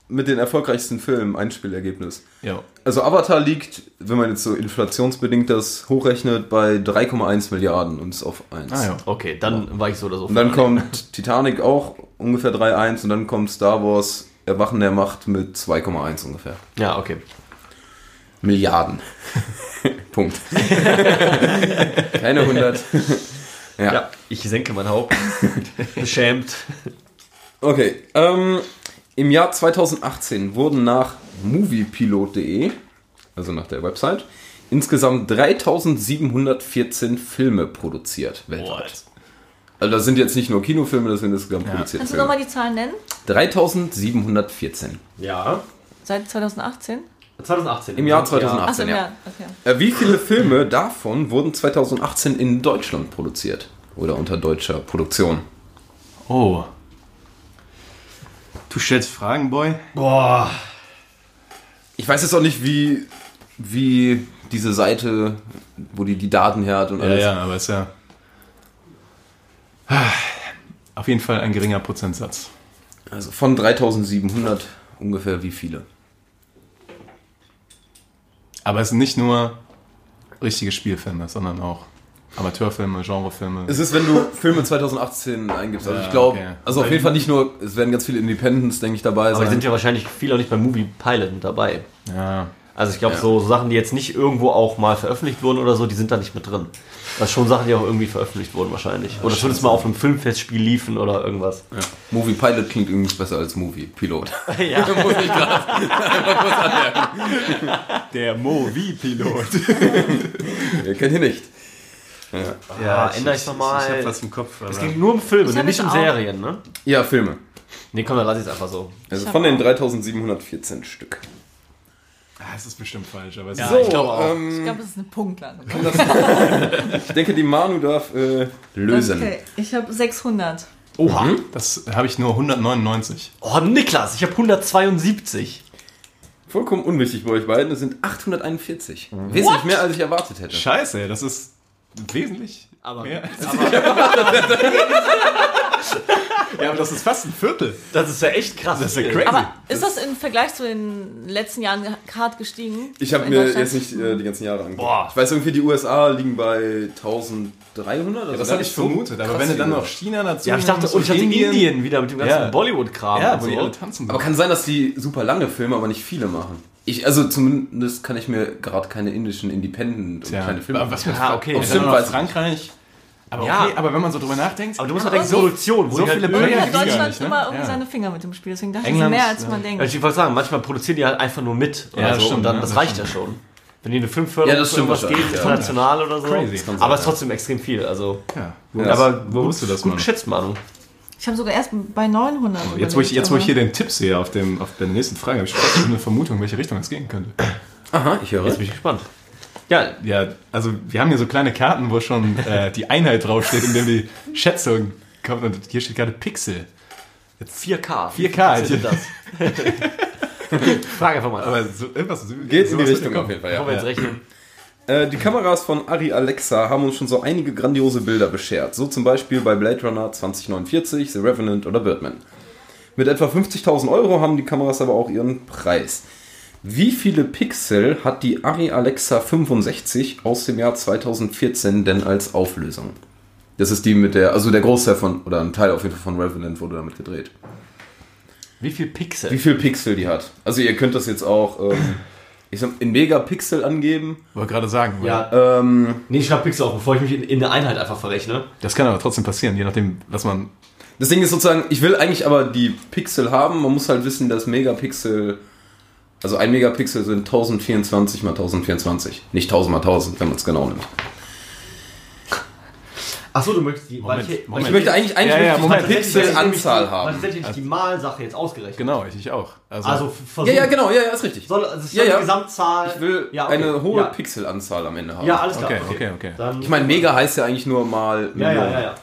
S3: mit den erfolgreichsten Filmen ein Spielergebnis.
S2: Ja.
S3: Also Avatar liegt, wenn man jetzt so inflationsbedingt das hochrechnet, bei 3,1 Milliarden und ist auf 1.
S2: Ah, ja.
S1: Okay, dann war ich so oder so.
S3: Und dann kommt Titanic auch ungefähr 3,1 und dann kommt Star Wars Erwachen der Macht mit 2,1 ungefähr.
S1: ja, okay.
S3: Milliarden. Punkt. Keine 100. ja.
S1: Ja, ich senke mein Haupt. Beschämt.
S3: Okay. Ähm, Im Jahr 2018 wurden nach moviepilot.de, also nach der Website, insgesamt 3714 Filme produziert weltweit. Also das sind jetzt nicht nur Kinofilme, das sind insgesamt produzierte
S4: Kannst du
S3: Filme.
S4: Also nochmal die Zahlen nennen?
S3: 3714.
S5: Ja.
S4: Seit 2018?
S5: 2018.
S3: Im Jahr
S5: Ja.
S4: Achso,
S3: 2018,
S4: im
S3: ne? ja.
S4: Jahr. Okay.
S3: Äh, Wie viele Filme davon wurden 2018 in Deutschland produziert? Oder unter deutscher Produktion?
S2: Oh. Du stellst Fragen, Boy?
S5: Boah.
S3: Ich weiß jetzt auch nicht, wie, wie diese Seite, wo die die Daten her hat und
S2: Ja,
S3: alles.
S2: ja, aber ist ja. Auf jeden Fall ein geringer Prozentsatz.
S3: Also von 3700 ungefähr wie viele?
S2: Aber es sind nicht nur richtige Spielfilme, sondern auch Amateurfilme, Genrefilme.
S3: Es ist, wenn du Filme 2018 eingibst. Also
S2: Ja,
S3: ich glaube,
S2: okay.
S3: also auf jeden Fall nicht nur, es werden ganz viele Independents, denke ich, dabei
S1: Aber
S3: sein.
S1: sind ja wahrscheinlich viele auch nicht beim Movie Pilot mit dabei.
S2: ja.
S1: Also ich glaube, so Sachen, die jetzt nicht irgendwo auch mal veröffentlicht wurden oder so, die sind da nicht mit drin. Das sind schon Sachen, die auch irgendwie veröffentlicht wurden wahrscheinlich. Oder zumindest mal auf einem Filmfestspiel liefen oder irgendwas.
S3: Movie Pilot klingt irgendwie besser als Movie Pilot.
S1: Ja.
S3: Muss ich grad-
S2: Der Movi-Pilot.
S3: Wer kennt ihr nicht?
S1: Ja, ändere ich
S2: Ich
S1: nochmal.
S2: hab was im Kopf.
S1: Es
S2: Aber
S1: ging nur um Filme,
S4: Ich
S1: ne?
S4: hab
S1: nicht
S4: jetzt
S1: um
S4: auch-
S1: Serien, ne?
S3: Ja, Filme.
S1: Nee, komm, dann lass ich es einfach so.
S3: Also
S4: Ich
S3: von
S4: hab
S3: den
S4: auch.
S3: 3714 Stück.
S2: ah, es ist bestimmt falsch, aber es
S1: Ja,
S2: ist so.
S1: ich glaube auch.
S4: Ich glaube, es ist eine Punktlandung.
S3: ähm, Ich denke, die Manu darf äh, lösen.
S4: Okay, ich habe 600.
S1: Oha.
S2: Das habe ich nur 199.
S1: Mhm. Oh, Niklas, ich habe 172.
S3: Vollkommen unwichtig bei euch beiden. Es sind 841.
S1: Mhm.
S3: Wesentlich mehr, als ich erwartet hätte.
S2: Scheiße, das ist wesentlich
S1: Aber-
S2: mehr. Als ja, aber das ist fast ein Viertel.
S1: Das ist ja echt krass.
S2: Das ist ja crazy.
S4: Aber ist das im Vergleich zu den letzten Jahren hart gestiegen?
S3: Ich habe
S4: In
S3: mir
S4: Deutschland?
S3: jetzt nicht äh, die ganzen Jahre angeguckt.
S1: Boah.
S3: Ich weiß irgendwie, die USA liegen bei 1300. Also
S2: Das
S3: gar
S2: hatte ich
S3: nicht so
S2: vermutet, aber
S3: krass
S2: wenn du dann
S3: viele.
S2: noch China dazu
S1: Ja, ich dachte,
S2: nimmst
S1: und ich hatte Indien, wieder mit dem ganzen
S2: Ja.
S1: Bollywood-Kram.
S2: Ja,
S1: und
S2: wo
S1: so.
S2: die alle tanzen.
S3: Aber kann sein, dass die super lange Filme, aber nicht viele machen. Ich, also zumindest kann ich mir gerade keine indischen Independent und
S2: Tja,
S3: keine Filme
S2: aber was mit
S1: Ja, Ah, okay.
S2: Fra-
S1: Ja,
S2: Stimmt,
S3: dann
S2: weil
S3: noch
S2: Frankreich. Aber
S1: Ja.
S2: okay, aber wenn man so drüber nachdenkt,
S1: Aber du musst halt denken,
S4: so-
S1: Produktion, wo
S2: so
S1: die halt
S2: viele
S1: irgendwie-
S2: Projekte-
S4: Hat
S2: Ja,
S4: Deutschland
S2: gar nicht, ne?
S4: immer irgendwie
S2: Ja.
S4: seine Finger mit dem Spiel, deswegen dachte
S2: England,
S4: ich mehr, als
S2: ja.
S4: man
S1: Ja,
S4: denkt.
S1: Also ich wollte sagen, manchmal produzieren die halt einfach nur mit oder
S2: Ja,
S1: so
S2: stimmt,
S1: und dann,
S2: ja,
S1: das
S2: das
S1: reicht
S2: stimmt.
S1: ja schon. Wenn die eine Filmförderung
S3: Ja, das stimmt
S1: irgendwas
S3: wahrscheinlich,
S1: geht,
S3: ja.
S1: international oder so.
S2: Crazy.
S1: Aber es ist trotzdem extrem viel. Also,
S2: Ja.
S1: aber
S2: wo
S1: gut-
S2: wusstest du das,
S1: Gut
S2: Manu?
S1: geschätzt, Manu.
S4: Ich habe sogar erst bei 900.
S2: Jetzt, wo ich,
S4: überlegt,
S2: jetzt, wo ich
S4: aber-
S2: hier den Tipp sehe auf, dem, auf der nächsten Frage, habe ich schon eine Vermutung, in welche Richtung es gehen könnte.
S3: Aha, ich höre.
S1: Jetzt bin ich gespannt.
S2: Ja, ja, also wir haben hier so kleine Karten, wo schon äh, die Einheit draufsteht, in dem die Schätzung kommt. Und hier steht gerade Pixel.
S1: 4K.
S2: 4K.
S1: sind das? Frage einfach mal.
S2: Aber so, irgendwas so-
S3: Geht in die
S2: sowas
S3: Richtung
S2: wird
S3: auf jeden Fall,
S1: Wollen
S3: ja.
S1: wir jetzt rechnen?
S3: Äh, die Kameras von Ari Alexa haben uns schon so einige grandiose Bilder beschert. So zum Beispiel bei Blade Runner 2049, The Revenant oder Birdman. Mit etwa 50.000 Euro haben die Kameras aber auch ihren Preis. Wie viele Pixel hat die Ari Alexa 65 aus dem Jahr 2014 denn als Auflösung? Das ist die mit der, also der Großteil von, oder ein Teil auf jeden Fall von Revenant wurde damit gedreht.
S1: Wie viel Pixel?
S3: Wie viel Pixel die hat? Also ihr könnt das jetzt auch, ähm, ich sag, in Megapixel angeben.
S2: Wollte gerade sagen, weil-
S1: Ja, äh,
S3: Ähm,
S1: nee, ich schreib Pixel auf, bevor ich mich in, in eine Einheit einfach verrechne.
S2: das kann aber trotzdem passieren, je nachdem, was man.
S3: Das Ding ist sozusagen, ich will eigentlich aber die Pixel haben. Man muss halt wissen, dass Megapixel, also ein Megapixel sind 1024 mal 1024. Nicht 1000 mal 1000, wenn man es genau nimmt.
S1: Achso, du möchtest die.
S2: Moment,
S1: weil ich,
S2: Moment. Also
S3: Ich möchte eigentlich, eigentlich
S2: Ja, ja,
S3: möchte ich
S2: Moment.
S3: die Pixelanzahl
S1: Weil
S3: haben.
S1: tatsächlich hätte ich die Malsache jetzt ausgerechnet.
S2: Genau, ich, ich auch. Also,
S1: Also f- versuch.
S3: Ja, ja, genau, ja, ja, ist richtig.
S1: Soll, also es
S3: Ja,
S1: soll
S3: ja.
S1: die Gesamtzahl.
S3: Ich will
S1: Ja, okay.
S3: eine hohe
S1: ja.
S3: Pixelanzahl am Ende haben.
S1: Ja, alles klar.
S2: okay, okay, okay.
S1: Dann,
S3: Ich meine, Mega heißt ja eigentlich nur mal
S1: Ja, ja,
S3: Million.
S1: ja, ja.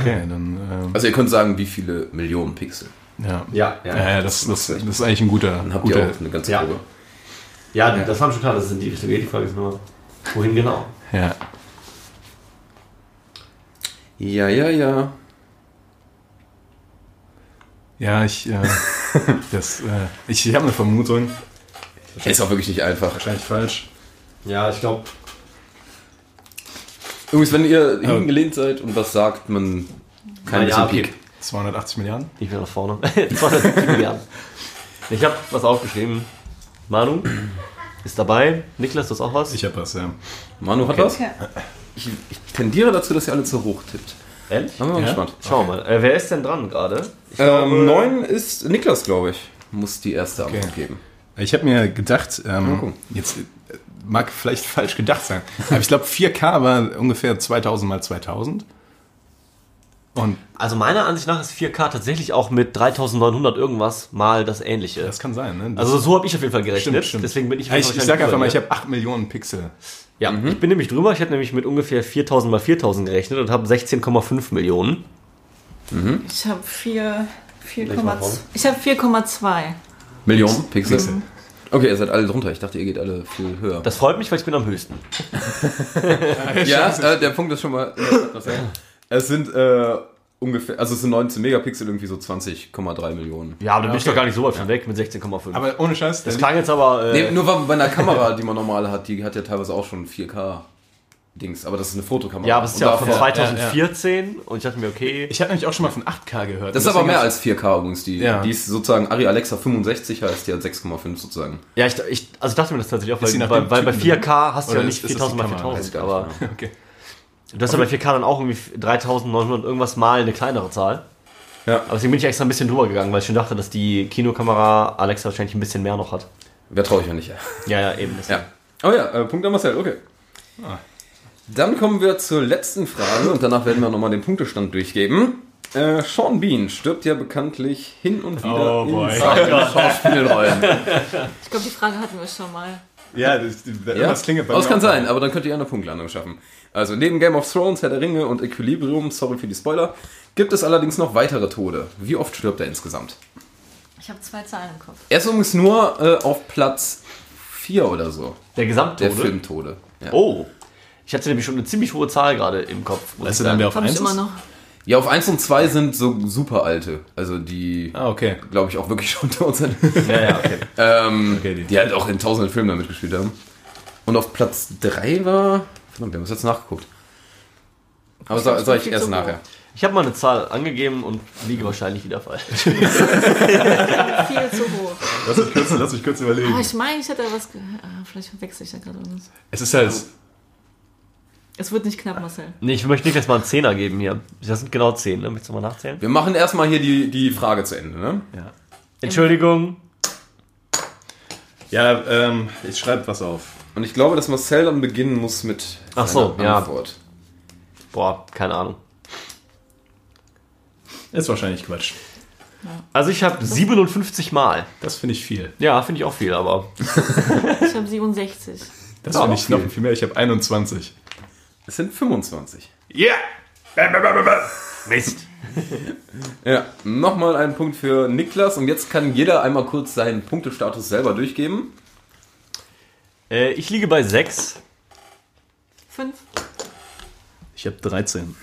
S2: Okay, dann.
S3: Also ihr könnt sagen, wie viele Millionen Pixel.
S2: Ähm, ja.
S1: Ja,
S2: Ja,
S1: ja.
S2: ja, das, das, das ist eigentlich ein guter.
S3: Dann habt ihr
S2: guter
S3: auch eine ganze
S1: Ja.
S3: Probe.
S1: Ja, das haben schon klar, das ist in die Richtung geht. Die Frage ist nur, wohin genau?
S2: ja.
S3: Ja, ja, ja.
S2: ja, ich. Äh, das, äh, ich ich habe eine Vermutung.
S3: Ist auch wirklich nicht einfach.
S2: Wahrscheinlich falsch.
S1: Ja, ich glaube,
S3: Übrigens, wenn ihr hingelehnt seid und was sagt, man kann ein bisschen
S1: ja, okay.
S3: piek.
S2: 280 Milliarden?
S1: nicht mehr nach vorne. 270 Milliarden. Ich habe was aufgeschrieben. Manu ist dabei. Niklas, du hast auch was?
S2: Ich habe was, ja.
S3: Manu hat was?
S4: Okay.
S3: Ich, ich tendiere dazu, dass ihr alle zu hoch tippt.
S1: Ehrlich?
S3: Haben wir mal
S2: Ja.
S3: gespannt.
S1: Schau mal, äh, wer ist denn dran gerade? Ich
S3: Ähm, neun ist Niklas, glaube ich. Muss die erste
S2: Okay.
S3: Antwort geben.
S2: Ich habe mir gedacht,
S1: Oh,
S3: Mal
S2: ähm,
S3: gucken.
S2: jetzt äh, mag vielleicht falsch gedacht sein, aber ich glaube 4K war ungefähr 2000 mal 2000. Und
S1: Also meiner Ansicht nach ist 4K tatsächlich auch mit 3900 irgendwas mal das Ähnliche.
S2: das kann sein, ne? Das
S1: also so habe ich auf jeden Fall gerechnet.
S2: stimmt, stimmt.
S1: Deswegen bin ich
S2: Ja, ich, ich
S1: wahrscheinlich
S2: sag einfach
S1: drüber,
S2: mal,
S1: ne?
S2: ich Mhm. habe 8 Millionen Pixel.
S1: Ja, ich bin nämlich drüber. Ich hätte nämlich mit ungefähr 4000 mal 4000 gerechnet und habe 16,5 Millionen.
S4: Ich habe 4.
S1: mal raus.
S4: 4,2. Ich habe 4,2.
S3: Millionen Pixel. Okay, ihr seid alle drunter. Ich dachte, ihr geht alle viel höher.
S1: Das freut mich, weil ich bin am höchsten.
S3: ja, äh, der Punkt ist schon mal. äh, es sind äh, ungefähr, also es sind 19 Megapixel, irgendwie so 20,3 Millionen.
S1: Ja, aber dann bin ich doch gar nicht so weit von weg mit 16,5.
S2: Aber ohne Scheiß,
S1: das
S2: der
S1: klang jetzt aber. Äh,
S3: Nee, nur weil bei einer Kamera, die man normal hat, die hat ja teilweise auch schon 4K-Dings, aber das ist eine Fotokamera.
S1: ja, aber es ist
S3: Und
S1: ja auch von
S3: davor-
S1: 2014 und ich dachte mir, okay.
S2: ich habe nämlich auch schon mal von 8K gehört.
S3: Das ist aber mehr als 4K übrigens. Die,
S2: Ja.
S3: die ist sozusagen Ari Alexa 65 heißt, die hat 6,5 sozusagen.
S1: Ja, ich, ich, also ich dachte mir das tatsächlich auch,
S2: Ist die
S1: weil,
S2: nach
S1: weil,
S2: dem
S1: weil bei
S2: Typen
S1: 4K hast du
S2: Oder
S1: ja
S2: ist-
S1: nicht
S2: ist das die
S1: 4000 mal
S2: Kamera?
S3: Weiß
S1: 4000.
S3: ich gar nicht
S1: Aber
S3: genau.
S2: Okay.
S1: du hast ja bei 4K dann auch irgendwie 3900 irgendwas mal eine kleinere Zahl.
S3: Ja.
S1: Aber deswegen bin ich extra ein bisschen drüber gegangen, weil ich schon dachte, dass die Kinokamera Alexa wahrscheinlich ein bisschen mehr noch hat.
S2: genau.
S3: Wer traue ich ja nicht.
S1: Ja, ja, eben. deswegen.
S3: Ja. Oh ja, äh, Punkt an Marcel, okay.
S2: Ah.
S3: Dann kommen wir zur letzten Frage und danach werden wir nochmal den Punktestand durchgeben. Äh, Sean Bean stirbt ja bekanntlich hin und wieder
S2: Oh boy.
S3: in seinen Schauspielrollen.
S4: Ich glaube, die Frage hatten wir schon mal.
S2: Ja, das, das, das klingelt bei
S3: das
S2: mir
S3: kann
S2: auch.
S3: sein, aber dann könnt ihr ja eine Punktlandung schaffen. Also neben Game of Thrones, Herr der Ringe und Equilibrium, sorry für die Spoiler, gibt es allerdings noch weitere Tode. Wie oft stirbt er insgesamt?
S4: Ich habe zwei Zahlen im Kopf.
S3: Er ist übrigens nur äh, auf Platz 4 oder so.
S1: Der
S3: Der
S1: Gesamttode.
S3: Filmtode. Ja.
S1: Oh. Ich hatte nämlich schon eine ziemlich hohe Zahl gerade im Kopf. muss
S2: Weißt du
S1: ich
S2: dann,
S1: sagen.
S2: wer auf
S4: Habe ich
S2: 1
S4: immer
S2: ist?
S4: noch.
S3: ja, auf 1 und 2 sind so super alte. Also die,
S2: Ah, okay.
S3: glaube ich, auch wirklich schon tot sind.
S1: Ja, ja, okay.
S3: ähm,
S2: Okay, die-
S3: die. halt auch in tausenden Filmen damit gespielt haben. Und auf Platz 3 war. Verdammt, wir haben es jetzt nachgeguckt. Aber sag,
S4: glaub,
S3: sag
S4: ich
S3: ich
S4: bin
S3: erst
S4: viel zu
S3: nachher.
S1: Ich habe mal eine Zahl angegeben und liege wahrscheinlich wieder falsch.
S4: Viel zu hoch.
S2: Lass mich kurz, lass mich kurz
S4: Aber
S2: überlegen.
S4: Ah, ich meine, ich hätte was gehört. Ah, vielleicht verwechsel ich da gerade irgendwas.
S2: Es ist halt,
S4: Es wird nicht knapp, Marcel.
S1: Nee, ich möchte Niklas mal einen Zehner geben hier. Das sind genau zehn, ne? Möchtest du mal nachzählen?
S3: Wir machen erstmal hier die, die Frage zu Ende, ne?
S1: Entschuldigung.
S2: ja, ähm, ich schreibe was auf.
S3: Und ich glaube, dass Marcel dann beginnen muss mit
S1: Ach so, ja.
S3: Antwort.
S1: Boah, keine Ahnung.
S2: Ist wahrscheinlich Quatsch.
S1: Also ich habe 57 Mal.
S2: Das finde ich viel.
S1: Ja, finde ich auch viel, aber
S4: Ich habe 67.
S2: Das
S1: Ja,
S2: finde
S1: auch
S2: ich noch viel mehr. Ich habe 21.
S3: Es sind 25.
S2: Yeah!
S1: Mist.
S3: Ja, nochmal ein Punkt für Niklas. Und jetzt kann jeder einmal kurz seinen Punktestatus selber durchgeben.
S1: Äh, ich liege bei 6.
S4: 5.
S2: Ich habe 13.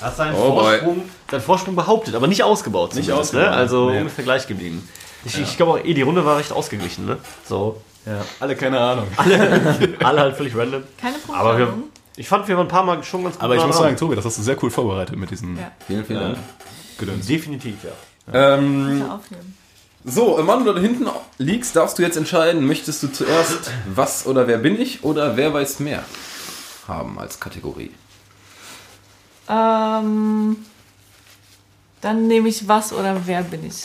S1: Hast deinen
S3: Oh, boy.
S1: Vorsprung, deinen Vorsprung behauptet, aber nicht ausgebaut.
S2: Nicht
S1: zumindest, Ne?
S2: ausgebaut,
S1: Also
S2: nee.
S1: ungefähr gleich geblieben. Ich, ich glaube auch, eh, die Runde war recht ausgeglichen, ne? So, ja.
S2: Alle keine Ahnung.
S1: Alle halt völlig random.
S4: Keine Punkte.
S1: Aber wir, ich fand, wir waren ein paar Mal schon ganz gut
S2: Aber ich
S1: nah
S2: muss
S1: dran.
S2: sagen, Tobi, das hast du sehr cool vorbereitet mit diesen
S4: Ja.
S3: Vielen, vielen Dank.
S2: Gedöns.
S1: definitiv, ja.
S3: Ähm,
S4: Bitte aufnehmen.
S3: so, Mann, du da hinten liegst, darfst du jetzt entscheiden, möchtest du zuerst was oder wer bin ich oder wer weiß mehr haben als Kategorie.
S4: Ähm, dann nehme ich was oder wer bin ich?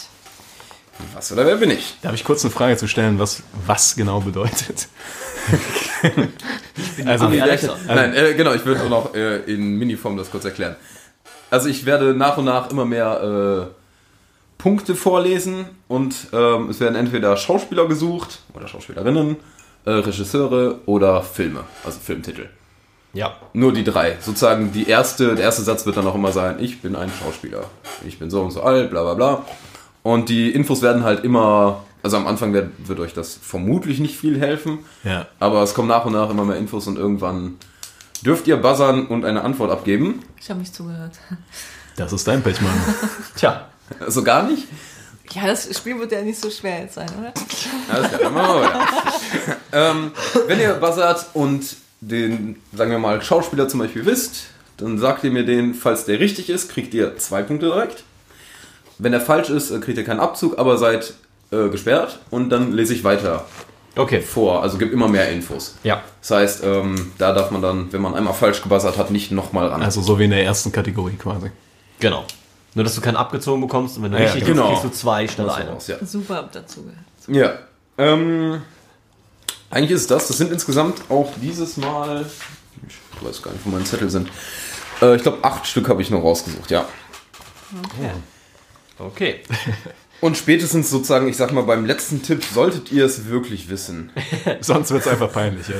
S3: Was oder wer bin ich?
S2: Darf ich kurz eine Frage zu stellen, was was genau bedeutet? also,
S3: Nee,
S1: Alexa.
S3: vielleicht- Nein, äh, genau, ich würde auch noch äh, in Miniform das kurz erklären. Also ich werde nach und nach immer mehr äh, Punkte vorlesen und ähm, es werden entweder Schauspieler gesucht oder Schauspielerinnen, äh, Regisseure oder Filme, also Filmtitel.
S1: Ja.
S3: Nur die drei. Sozusagen die erste, der erste Satz wird dann auch immer sein, ich bin ein Schauspieler. Ich bin so und so alt, bla bla bla. Und die Infos werden halt immer, also am Anfang wird, wird euch das vermutlich nicht viel helfen,
S2: ja.
S3: aber es kommen nach und nach immer mehr Infos und irgendwann dürft ihr buzzern und eine Antwort abgeben.
S4: Ich habe nicht zugehört.
S2: Das ist dein Pech, Mann.
S1: Tja.
S3: Also gar nicht?
S4: Ja, das Spiel wird ja nicht so schwer jetzt sein, oder?
S3: Alles klar, dann machen wir weiter. ähm, wenn ihr buzzert und den, sagen wir mal, Schauspieler zum Beispiel wisst, dann sagt ihr mir den, falls der richtig ist, kriegt ihr zwei Punkte direkt. Wenn der falsch ist, äh, kriegt ihr keinen Abzug, aber seid äh, gesperrt und dann lese ich weiter
S1: Okay.
S3: vor. Also gibt immer mehr Infos.
S1: Ja.
S3: Das heißt, ähm, da darf man dann, wenn man einmal falsch gebuzzert hat, nicht nochmal ran.
S2: Also so wie in der ersten Kategorie quasi.
S1: Genau. Nur, dass du keinen abgezogen bekommst und wenn du
S2: Ja,
S1: richtig
S3: genau.
S1: bist, kriegst du zwei statt
S3: Das
S1: einer.
S3: war's, ja.
S4: Super, hab dazugehört.
S3: Ja. Ähm, eigentlich ist das, das sind insgesamt auch dieses Mal, ich weiß gar nicht, wo meine Zettel sind. Äh, ich glaube, acht Stück habe ich noch rausgesucht, ja.
S1: Okay.
S3: Und spätestens sozusagen, ich sag mal, beim letzten Tipp solltet ihr es wirklich wissen.
S2: Sonst wird es einfach peinlich. Ja.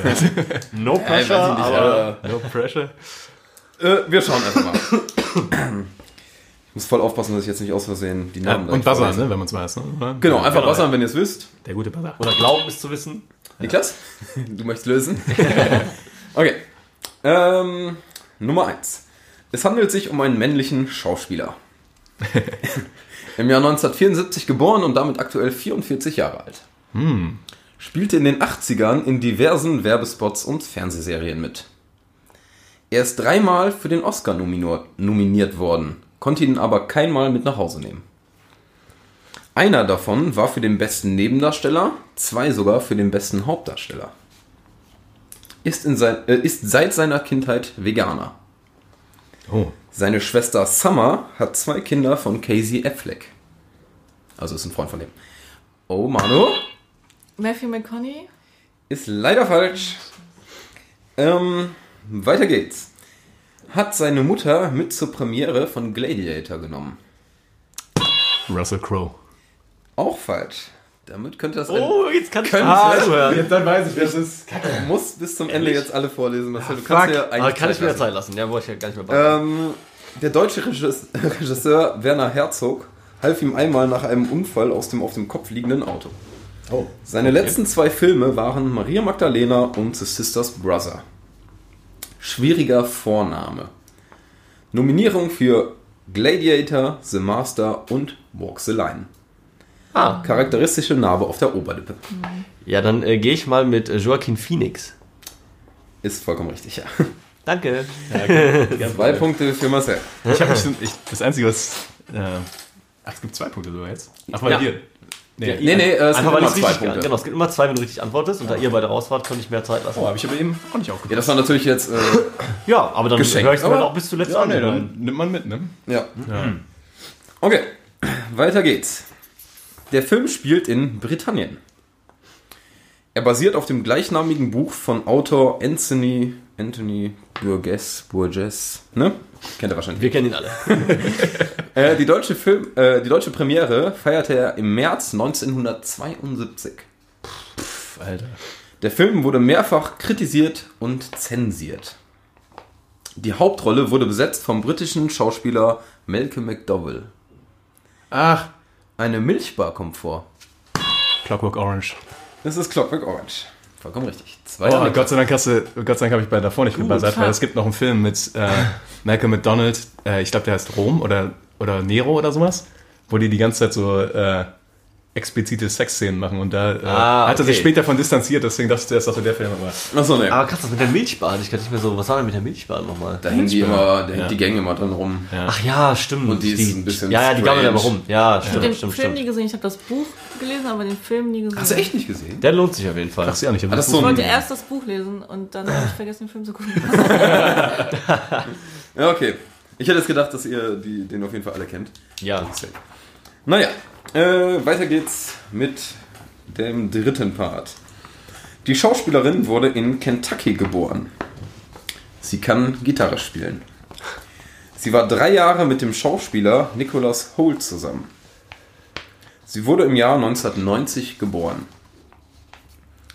S1: No pressure,
S3: weiß ich nicht,
S1: aber
S2: No pressure.
S3: Äh, wir schauen einfach mal. Ich muss voll aufpassen, dass ich jetzt nicht aus Versehen die
S2: Ja,
S3: Namen
S2: und
S3: gleich
S2: buzzern,
S3: vorlese.
S2: ne, wenn man es weiß. Ne?
S3: Genau, einfach
S1: Genau,
S3: buzzern, wenn ihr es wisst.
S2: Der gute Buzzer.
S1: oder glauben es zu wissen.
S3: Niklas, du möchtest lösen? okay. Ähm, Nummer 1. Es handelt sich um einen männlichen Schauspieler. Im Jahr 1974 geboren und damit aktuell 44 Jahre alt. Spielte in den 80ern in diversen Werbespots und Fernsehserien mit. Er ist dreimal für den Oscar nominiert, nominiert worden, konnte ihn aber keinmal mit nach Hause nehmen. Einer davon war für den besten Nebendarsteller, zwei sogar für den besten Hauptdarsteller. Ist, in sein, äh, ist seit seiner Kindheit Veganer.
S2: Oh.
S3: Seine Schwester Summer hat zwei Kinder von Casey Affleck. Also ist ein Freund von dem. Oh, Manu.
S4: Matthew McConaughey?
S3: Ist leider falsch. Ähm, weiter geht's. Hat seine Mutter mit zur Premiere von Gladiator genommen.
S2: Russell Crowe.
S3: Auch falsch. Damit könnte das ein-
S1: Oh, jetzt kannst du
S3: Können
S1: ah,
S3: Sie-
S1: zuhören.
S2: dann weiß ich, wer es ist.
S3: Du musst bis zum Ende jetzt alle vorlesen, Marcel. Du
S1: Fuck.
S3: kannst ja
S1: Aber
S3: eigentlich
S1: kann ich mir ja
S3: lassen.
S1: Zeit lassen. Ja, wollte ich ja gar nicht mehr bei.
S3: Ähm, der deutsche Regis- Regisseur Werner Herzog half ihm einmal nach einem Unfall aus dem auf dem Kopf liegenden Auto.
S2: Oh.
S3: Seine letzten zwei Filme waren Maria Magdalena und The Sisters Brother. Schwieriger Vorname. Nominierung für Gladiator, The Master und Walk the Line.
S1: Ah.
S3: Charakteristische Narbe auf der Oberlippe.
S1: Ja, dann äh, gehe ich mal mit äh, Joaquin Phoenix.
S3: Ist vollkommen richtig, ja.
S1: Danke.
S3: Zwei Punkte für Marcel.
S2: Ich hab bestimmt, ich, das Einzige, was. Äh, ach, es gibt zwei Punkte sogar jetzt. Ach, weil
S1: Ja.
S2: hier. Nee.
S3: Nee, nee, äh, es sind
S1: Einfach weil
S3: immer
S1: ich
S3: zwei
S1: richtig
S3: Punkte.
S1: Genau, es gibt immer zwei, wenn du richtig antwortest. Und da ihr beide raus wart, konnte ich mehr Zeit lassen.
S2: Oh, habe ich aber eben auch nicht aufgepasst.
S3: Ja, das war natürlich jetzt. Äh,
S1: Ja, aber dann
S3: Geschenkt,
S1: höre ich es mir
S3: aber-
S1: auch bis zuletzt
S2: Ja,
S1: an.
S2: nee, dann nimmt man mit, ne?
S3: ja. Okay, weiter geht's. Der Film spielt in Britannien. Er basiert auf dem gleichnamigen Buch von Autor Anthony Anthony Burgess, Burgess, ne? Kennt ihr wahrscheinlich.
S1: Wir kennen ihn alle.
S3: Äh, die, deutsche Film, äh, die deutsche Premiere feierte er im März 1972.
S2: Alter.
S3: Der Film wurde mehrfach kritisiert und zensiert. Die Hauptrolle wurde besetzt vom britischen Schauspieler Malcolm McDowell.
S2: Ach,
S3: Eine Milchbar kommt vor.
S2: Clockwork Orange.
S3: Das ist Clockwork Orange. Vollkommen richtig. Zwei
S2: Oh,
S3: Jahre-
S2: Gott sei Dank hast du, Gott sei Dank habe ich bei davor nicht gebuzzert, weil es gibt noch einen Film mit äh, Malcolm McDonald, äh, ich glaube der heißt Rom oder, oder Nero oder sowas, wo die die ganze Zeit so äh, explizite Sexszenen machen und da äh,
S1: Ah,
S2: hat er sich
S1: okay.
S2: später von distanziert, deswegen dachte ich zuerst, dass er der Film war.
S3: Achso, ne.
S1: Aber Ah, krass, das mit der Milchbahn. Ich kann nicht mehr so. Was war denn mit der Milchbahn nochmal?
S3: Da hängen die immer, da hängt
S2: Ja.
S3: die Gänge immer dran rum.
S1: Ach ja, stimmt.
S3: Und die ist ein bisschen
S1: Ja, ja, die gammelt aber
S3: strange.
S1: rum. Ja, stimmt,
S4: den
S1: stimmt,
S4: Film nie
S1: stimmt.
S4: gesehen. Ich habe das Buch gelesen, aber den Film nie gesehen.
S3: Hast du Also echt Hm. nicht gesehen?
S1: Der lohnt sich auf jeden Fall. Ah,
S2: Ach ja, nicht.
S3: Hat das
S4: Ich
S3: so ein-
S4: wollte erst das Buch lesen und dann habe ich vergessen, den Film zu gucken.
S3: Ja, okay. Ich hätte jetzt gedacht, dass ihr die, den auf jeden Fall alle kennt.
S1: Ja.
S3: Naja, äh, weiter geht's mit dem dritten Part. Die Schauspielerin wurde in Kentucky geboren. Sie kann Gitarre spielen. Sie war drei Jahre mit dem Schauspieler Nicholas Holt zusammen. Sie wurde im Jahr 1990 geboren.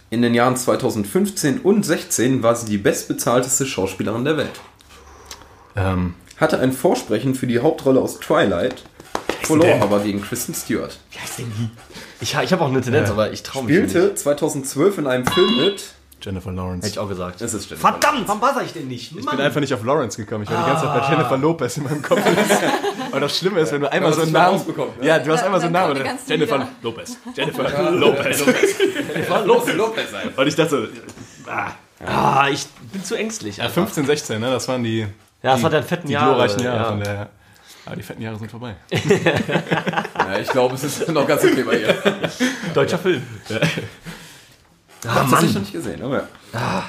S3: In den Jahren 2015 und 16 war sie die bestbezahlteste Schauspielerin der Welt.
S2: Ähm,
S3: Hatte ein Vorsprechen für die Hauptrolle aus Twilight, verlor aber gegen Kristen Stewart.
S1: Ich, ha- ich habe auch eine Tendenz,
S2: Ja.
S1: aber ich traue mich nicht.
S3: Spielte 2012 in einem Film mit.
S2: Jennifer
S1: Hätte ich
S2: Lawrence.
S1: auch gesagt.
S3: Das ist stimmt.
S1: Verdammt, warum war ich denn nicht?
S2: Ich bin einfach nicht auf Lawrence gekommen. Ich war die ganze Zeit bei Jennifer Lopez in meinem Kopf. Und das Schlimme ist, wenn du einmal
S3: man
S2: so
S3: das
S2: einen
S3: nicht mal
S2: Namen.
S3: rausbekommt, ne?
S2: Ja, du hast einmal so einen
S4: dann
S2: Namen.
S4: kommen die
S2: oder?
S4: ganzen
S2: Jennifer
S4: Lieder.
S2: Lopez. Jennifer Lopez.
S3: Lopez, Lopez einfach.
S2: Und ich dachte,
S1: ah, ich bin zu ängstlich.
S2: ja,
S1: Ja,
S2: 15, 16, ne? Das waren die.
S1: ja das hat einen fetten
S2: die
S1: Jahr.
S2: glorreichen Jahre.
S1: Ja.
S2: Von der, aber die fetten Jahre sind vorbei.
S3: Ja, ich glaube, es ist noch ganz okay bei ihr.
S1: Deutscher Film.
S3: Ah, Mann. ich noch nicht gesehen, aber ja.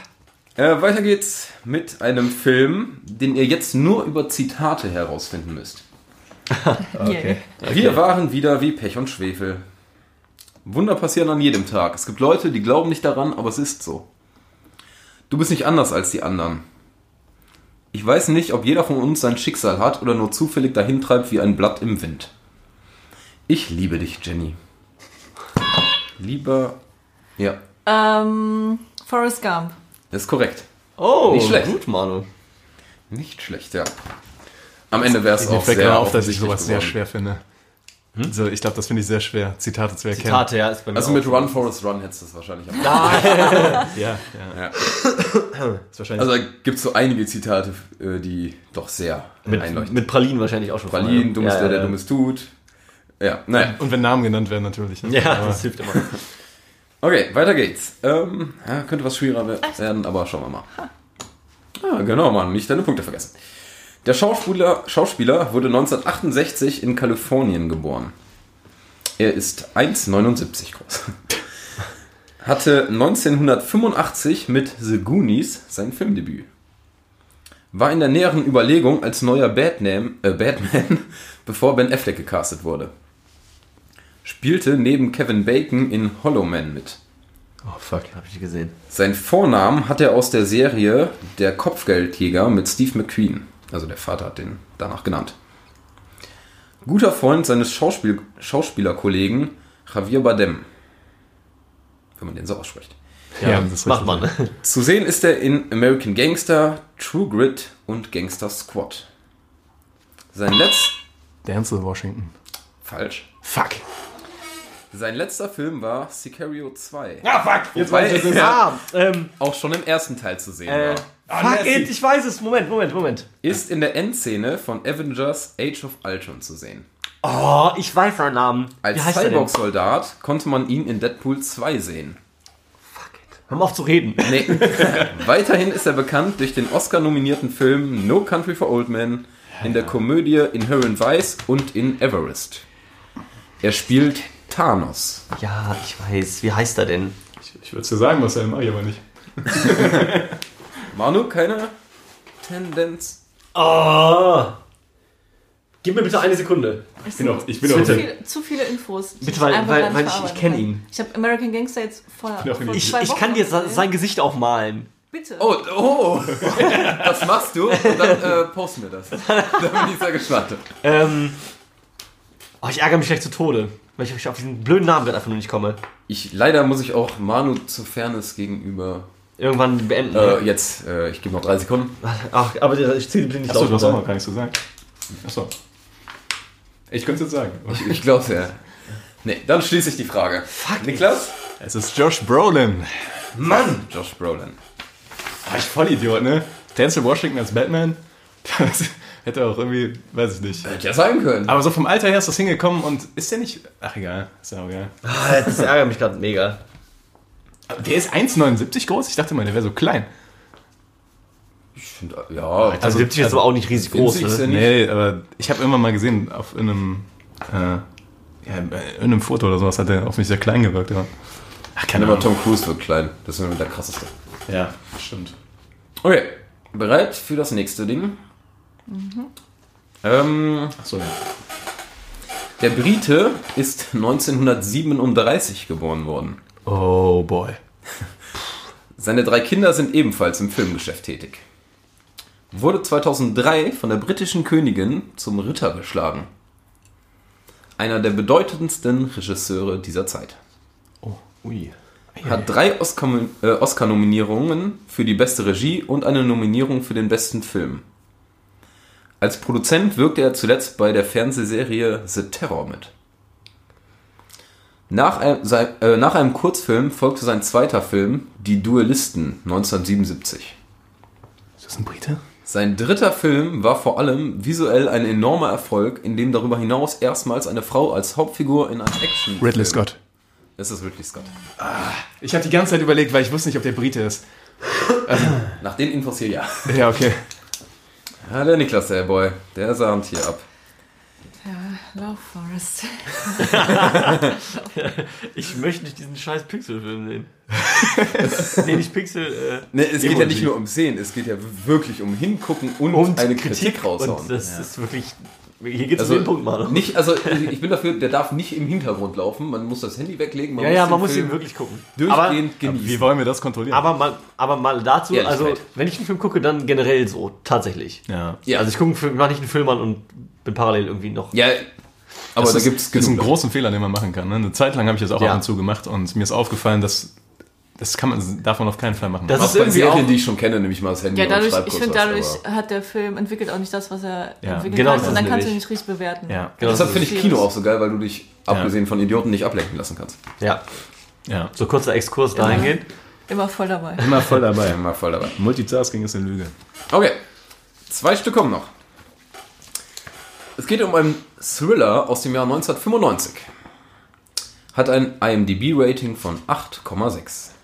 S3: Äh, weiter geht's mit einem Film, den ihr jetzt nur über Zitate herausfinden müsst.
S4: Okay.
S3: Wir waren wieder wie Pech und Schwefel. Wunder passieren an jedem Tag. Es gibt Leute, die glauben nicht daran, aber es ist so. Du bist nicht anders als die anderen. Ich weiß nicht, ob jeder von uns sein Schicksal hat oder nur zufällig dahintreibt wie ein Blatt im Wind. Ich liebe dich, Jenny. Lieber. Ja,
S4: Ähm, Forrest Gump.
S3: das ist korrekt.
S1: Oh,
S3: Nicht schlecht.
S1: gut, Manu.
S3: Nicht schlecht, ja. Am Ende wäre es
S2: Also Mir
S3: auch
S2: fällt
S3: sehr
S2: gerade auf, dass ich
S3: offensichtlich
S2: sowas sehr
S3: geworden.
S2: schwer finde. Also, ich glaube, das finde ich sehr schwer, Zitate zu erkennen.
S1: Tate, ja, ist bei mir.
S3: Also mit
S1: auch.
S3: Run Forest Run hättest du es wahrscheinlich am
S2: Ja, ja.
S3: Ja.
S2: Ist wahrscheinlich
S3: Also da gibt es so einige Zitate, äh, die doch sehr
S1: mit,
S3: einleuchten.
S1: mit Pralinen wahrscheinlich auch schon.
S3: Pralin,
S1: vorher.
S3: dumm ist
S1: ja,
S3: der, der
S1: ja.
S3: dummes tut. Ja, naja.
S2: und wenn Namen genannt werden, natürlich. ne?
S1: Ja,
S2: Aber-
S1: das hilft immer.
S3: Okay, weiter geht's. Ähm, ja, könnte was schwieriger we- werden, aber schauen wir mal. Ah, genau, Mann, nicht deine Punkte vergessen. Der Schauspieler, Schauspieler wurde 1968 in Kalifornien geboren. Er ist 1,79 groß. Hatte 1985 mit The Goonies sein Filmdebüt. War in der näheren Überlegung als neuer Batman, äh, Batman bevor Ben Affleck gecastet wurde. Spielte neben Kevin Bacon in Hollow Man mit.
S1: Oh, fuck, hab ich nicht gesehen.
S3: Sein Vornamen hat er aus der Serie Der Kopfgeldjäger mit Steve McQueen. Also der Vater hat den danach genannt. Guter Freund seines Schauspiel Schauspielerkollegen Javier Bardem. Wenn man den so ausspricht.
S2: Ja, das ist
S1: macht man. ne?
S2: richtig.
S3: Zu sehen ist er in American Gangster, True Grit und Gangster Squad. Sein letzter...
S2: Dance with Washington.
S3: Falsch.
S2: Fuck.
S3: Sein letzter Film war Sicario 2.
S1: Ah, fuck, jetzt
S3: Wobei
S1: weiß ich es.
S3: er-
S1: Ah, ähm,
S3: Auch schon im ersten Teil zu sehen
S1: äh,
S3: war.
S1: fuck it, ich weiß es. Moment, Moment, Moment.
S3: Ist in der Endszene von Avengers Age of Ultron zu sehen.
S1: Oh, ich weiß seinen Namen.
S3: Als
S1: er denn?
S3: Cyborg-Soldat konnte man ihn in Deadpool 2 sehen.
S1: Hör mal auf zu reden.
S3: Nee. Weiterhin ist er bekannt durch den Oscar-nominierten Film No Country for Old Men, in der Komödie Inherent Vice und in Everest. Er spielt Thanos.
S1: Ja, ich weiß. Wie heißt er denn?
S2: Ich, ich würde es dir sagen, was er mache ich aber nicht.
S3: Manu, keine Tendenz?
S2: Ah.
S1: Oh. Gib mir bitte eine Sekunde.
S4: Ich
S2: bin auch- ich bin
S4: zu,
S2: auch-
S4: viel, zu viele Infos. die
S1: Bitte, weil-
S4: einfach
S1: weil-
S4: gar nicht
S1: weil ich- ich
S4: verarbeiten
S1: kenne
S4: kann.
S1: ihn.
S4: Ich habe American Gangster jetzt vor,
S2: bin auch
S4: vor
S2: in
S4: zwei
S2: ihn.
S1: Ich,
S4: Wochen
S1: ich kann dir
S4: gesehen.
S1: sa- sein Gesicht auch malen.
S4: Bitte.
S3: Oh, oh, das machst du und dann äh, post mir das. Dann bin ich sehr gespannt.
S1: Ähm, oh, ich ärgere mich gleich zu Tode, weil ich auf diesen blöden Namen gerade einfach nur nicht komme.
S3: Ich, leider muss ich auch Manu zur Fairness gegenüber.
S1: Irgendwann beenden.
S3: Äh, jetzt, äh, ich gebe noch drei Sekunden.
S1: Ach, aber ich ziehe bitte nicht
S2: Achso, du hast auch
S1: runter.
S2: noch gar nichts gesagt. Achso. Ich könnte es jetzt sagen.
S3: Ich, ich glaub's ja. Nee, dann schließe ich die Frage. Fuck. Niklas?
S2: Es ist Josh Brolin.
S3: Mann! Josh Brolin.
S2: Ah, ich voll Idiot, ne? Denzel Washington als Batman. Das hätte auch irgendwie, weiß ich nicht.
S3: Hätte ja sein können.
S2: Aber so vom Alter her ist das hingekommen und ist der nicht. Ach, egal. Ist ja auch egal.
S1: Ah, das ärgert mich gerade mega.
S2: Der ist 1,79 groß? Ich dachte mal, der wäre so klein.
S3: Ich find, äh, ja,
S1: Also 70 ist aber auch nicht riesig groß.
S3: winzig ist er
S1: Ne?
S3: nicht.
S2: Nee, aber ich habe immer mal gesehen, auf in einem, äh, ja, in einem Foto oder sowas hat er auf mich sehr klein gewirkt. Aber, ach, keine
S3: Aber
S2: Ahnung.
S3: Tom Cruise wird klein. Das ist der krasseste.
S2: Ja, stimmt.
S3: Okay, bereit für das nächste Ding? Mhm. Ähm,
S2: Achso, ja.
S3: der Brite ist 1937 geboren worden.
S2: Oh boy.
S3: Seine drei Kinder sind ebenfalls im Filmgeschäft tätig. Wurde 2003 von der britischen Königin zum Ritter geschlagen. Einer der bedeutendsten Regisseure dieser Zeit.
S2: Oh, ui.
S3: Hat drei Oscar- äh, Oscar-Nominierungen für die beste Regie und eine Nominierung für den besten Film. Als Produzent wirkte er zuletzt bei der Fernsehserie The Terror mit. Nach, ein, sei, äh, nach einem Kurzfilm folgte sein zweiter Film, Die Duellisten, 1977.
S2: Ist das ein Brite?
S3: Sein dritter Film war vor allem visuell ein enormer Erfolg, in dem darüber hinaus erstmals eine Frau als Hauptfigur in einem Action.
S2: Ridley Scott.
S3: Es ist Ridley Scott.
S2: Ich habe die ganze Zeit überlegt, weil ich wusste nicht, ob der Brite ist.
S3: Nach den Infos hier ja.
S2: Ja, okay.
S3: Ja, Ah, der Niklas, der Boy, der sahnt hier ab.
S4: Love Forest.
S1: Ich möchte nicht diesen scheiß Pixel-Film sehen. nee, nicht Pixel. äh,
S3: Ne, es geht ja
S1: Emoji.
S3: nicht nur um Sehen, es geht ja wirklich um Hingucken und,
S1: Äh, und
S3: eine Kritik,
S1: Und
S3: raushauen.
S1: das ist wirklich. Hier geht es
S3: Also,
S1: um den Punkt, Manu.
S3: nicht, also ich bin dafür, der darf nicht im Hintergrund laufen, man muss das Handy weglegen, man
S1: Ja, ja,
S3: den
S1: man muss
S3: Film
S1: ihn wirklich gucken. Aber,
S3: durchgehend
S2: Wie
S3: genießen.
S2: wollen wir das kontrollieren?
S1: aber, mal, aber mal dazu,
S3: Ehrlichkeit.
S1: also wenn ich einen Film gucke, dann generell so, tatsächlich.
S2: ja.
S3: Ja.
S1: Also ich gucke einen Film, mache nicht einen Film an und bin parallel irgendwie noch.
S3: Ja, aber
S2: das
S3: da
S2: ist,
S3: gibt's
S2: ist einen
S3: genug.
S2: großen Fehler, den man machen kann. Ne? Eine Zeit lang habe ich das auch
S1: Ja.
S2: ab und zu gemacht und mir ist aufgefallen, dass das kann man, darf man auf keinen Fall machen.
S1: Das
S3: Was
S1: ist
S3: bei
S1: irgendwie auch.
S3: Serien, die ich schon kenne, nehme ich mal das Handy
S4: Ja,
S3: und
S4: dadurch,
S3: schreib
S4: ich
S3: kurz
S4: finde,
S3: was,
S4: dadurch
S3: aber-
S4: hat der Film, entwickelt auch nicht das, was er
S2: Ja,
S4: entwickelt
S1: genau,
S4: hat.
S1: das
S4: Und dann
S1: ist
S4: kannst du ihn
S1: nämlich-
S4: nicht richtig bewerten.
S2: ja,
S1: Genau,
S3: Deshalb
S1: das
S3: finde
S1: ist,
S3: ich Kino auch so geil, weil du dich, abgesehen von Idioten, nicht ablenken lassen kannst.
S1: ja,
S2: ja.
S1: so kurzer Exkurs dahingehend.
S4: Immer voll dabei.
S2: Immer voll dabei.
S3: Mal voll dabei.
S2: Multitasking ist eine Lüge.
S3: Okay, zwei Stück kommen noch. Es geht um einen Thriller aus dem Jahr 1995. Hat ein IMDb-Rating von 8,6.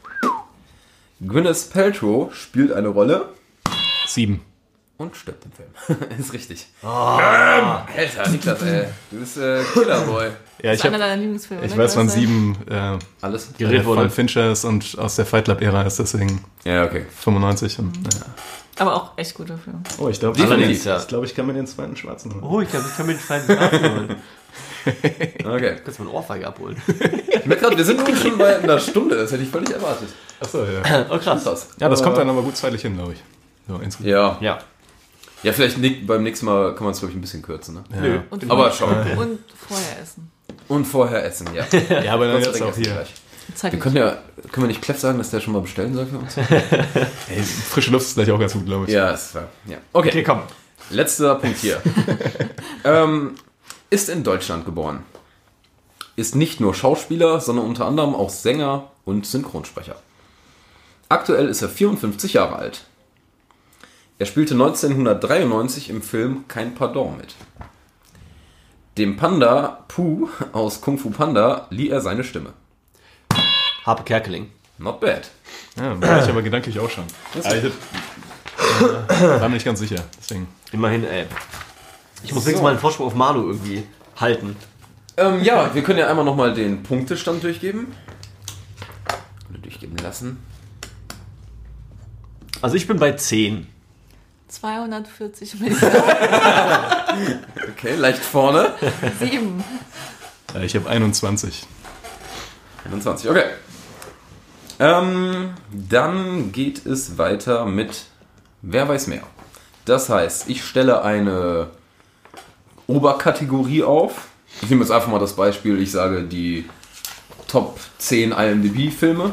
S3: Gwyneth Paltrow spielt eine Rolle
S2: Sieben.
S3: und stirbt im Film. Ist richtig. Ähm, Alter, Niklas, ey. Du bist äh, Killerboy.
S2: Ja, ich,
S4: Das ist einer
S2: hab,
S4: deiner Lieblingsfilme.
S2: ich
S4: ne?
S2: weiß, wann
S4: Weißt du?
S2: sieben äh,
S3: Alles?
S1: Gedreht
S2: von
S1: wurde.
S2: Fincher ist und aus der Fight Club-Ära ist, deswegen
S3: Ja, okay.
S2: 95. Und,
S4: Mhm.
S2: ja.
S4: Aber auch echt guter Film.
S2: Oh, ich glaube,
S3: Allerdings, ja.
S2: ich, glaub, ich kann mir den zweiten schwarzen holen.
S1: Oh, ich glaube, ich kann mir den kleinen Garten holen.
S3: Okay.
S1: Kannst du mir eine Ohrfeige abholen?
S3: Ich merke gerade, wir sind nun schon bei einer Stunde. Das hätte ich völlig erwartet.
S2: Achso, ja.
S1: Oh, krass.
S3: Krass.
S2: Ja, das kommt dann aber gut zeitlich hin, glaube ich. So, insgesamt.
S3: Ja.
S1: Ja.
S3: Ja, vielleicht nick- beim nächsten Mal kann man es, glaube ich, ein bisschen kürzen. Ne?
S2: Ja.
S1: Nö.
S4: Und,
S3: Aber schon.
S4: und vorher essen.
S3: Und vorher essen, ja.
S2: ja, aber dann
S3: Kurz
S2: jetzt
S3: trinken
S2: auch
S3: essen
S2: hier.
S3: gleich.
S4: Zeig
S3: Wir können ja, können wir nicht Kleff sagen, dass der schon mal bestellen soll für uns?
S2: Ey, frische Luft ist gleich auch ganz gut, glaube ich.
S3: ja, ist wahr. Ja. Okay,
S1: Okay, komm.
S3: letzter Punkt hier. ähm, ist in Deutschland geboren. Ist nicht nur Schauspieler, sondern unter anderem auch Sänger und Synchronsprecher. Aktuell ist er 54 Jahre alt. Er spielte 1993 im Film Kein Pardon mit. Dem Panda Pooh aus Kung Fu Panda lieh er seine Stimme.
S1: Harpe Kerkeling.
S3: Not bad.
S2: Ja, war ich aber gedanklich auch schon. Aber ich hab- war mir nicht ganz sicher. Deswegen.
S1: Immerhin, ey. Ich muss
S3: So.
S1: wenigstens mal einen Vorsprung auf Manu irgendwie halten.
S3: Ähm, ja, wir können ja einmal nochmal den Punktestand durchgeben. Oder durchgeben lassen.
S1: Also ich bin bei 10.
S4: 240 Millionen.
S3: Okay, leicht vorne.
S4: Sieben.
S2: Äh, Ja, ich habe 21.
S3: 21, okay. Ähm, dann geht es weiter mit Wer weiß mehr. Das heißt, ich stelle eine Oberkategorie auf. Ich nehme jetzt einfach mal das Beispiel, ich sage die Top 10 IMDb-Filme.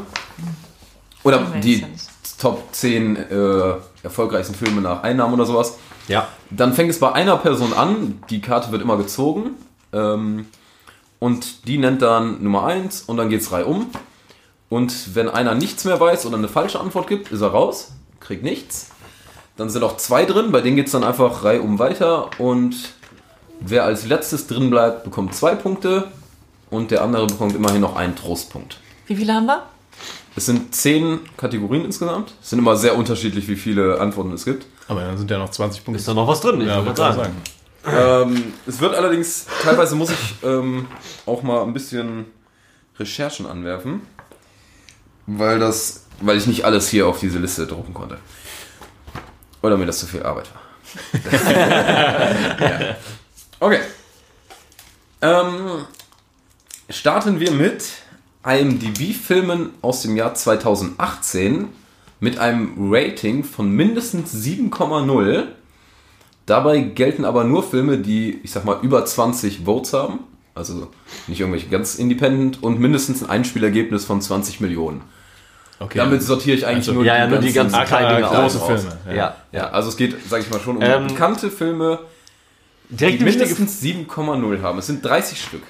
S3: Oder
S4: Weiß
S3: die
S4: ja nicht.
S3: Top 10 äh, erfolgreichsten Filme nach Einnahmen oder sowas.
S5: Ja.
S3: Dann fängt es bei einer Person an, die Karte wird immer gezogen. Ähm, und die nennt dann Nummer 1 und dann geht's reihum. Und wenn einer nichts mehr weiß oder eine falsche Antwort gibt, ist er raus, kriegt nichts. Dann sind auch zwei drin, bei denen geht's dann einfach reihum weiter. Und wer als letztes drin bleibt, bekommt zwei Punkte. Und der andere bekommt immerhin noch einen Trostpunkt.
S4: Wie viele haben wir?
S3: Es sind zehn Kategorien insgesamt. Es sind immer sehr unterschiedlich, wie viele Antworten es gibt.
S2: Aber dann sind ja noch 20 Punkte.
S1: Ist da noch was drin? Ich
S2: ja,
S1: wollte
S2: würde
S1: gerade
S2: ich sagen.
S3: Ähm, es wird allerdings, teilweise muss ich ähm, auch mal ein bisschen Recherchen anwerfen, weil das, weil ich nicht alles hier auf diese Liste drucken konnte. Oder mir das zu viel Arbeit war. ja. Okay. Ähm, starten wir mit IMDb-Filmen aus dem Jahr 2018 mit einem Rating von mindestens 7,0. Dabei gelten aber nur Filme, die, ich sag mal, über 20 Votes haben. Also nicht irgendwelche ganz independent und mindestens ein Einspielergebnis von 20 Millionen.
S2: Okay.
S3: Damit sortiere ich eigentlich
S2: Also,
S3: nur,
S1: ja, ja, nur die ganzen
S2: Ah, klar,
S1: kleinen Dinge
S2: große
S1: aus.
S2: Filme.
S1: Ja.
S3: Ja, also es geht, sag ich mal, schon um
S1: Ähm,
S3: bekannte Filme, die
S1: Direkt die wichtige,
S3: mindestens 7,0 haben. Es sind 30 Stück.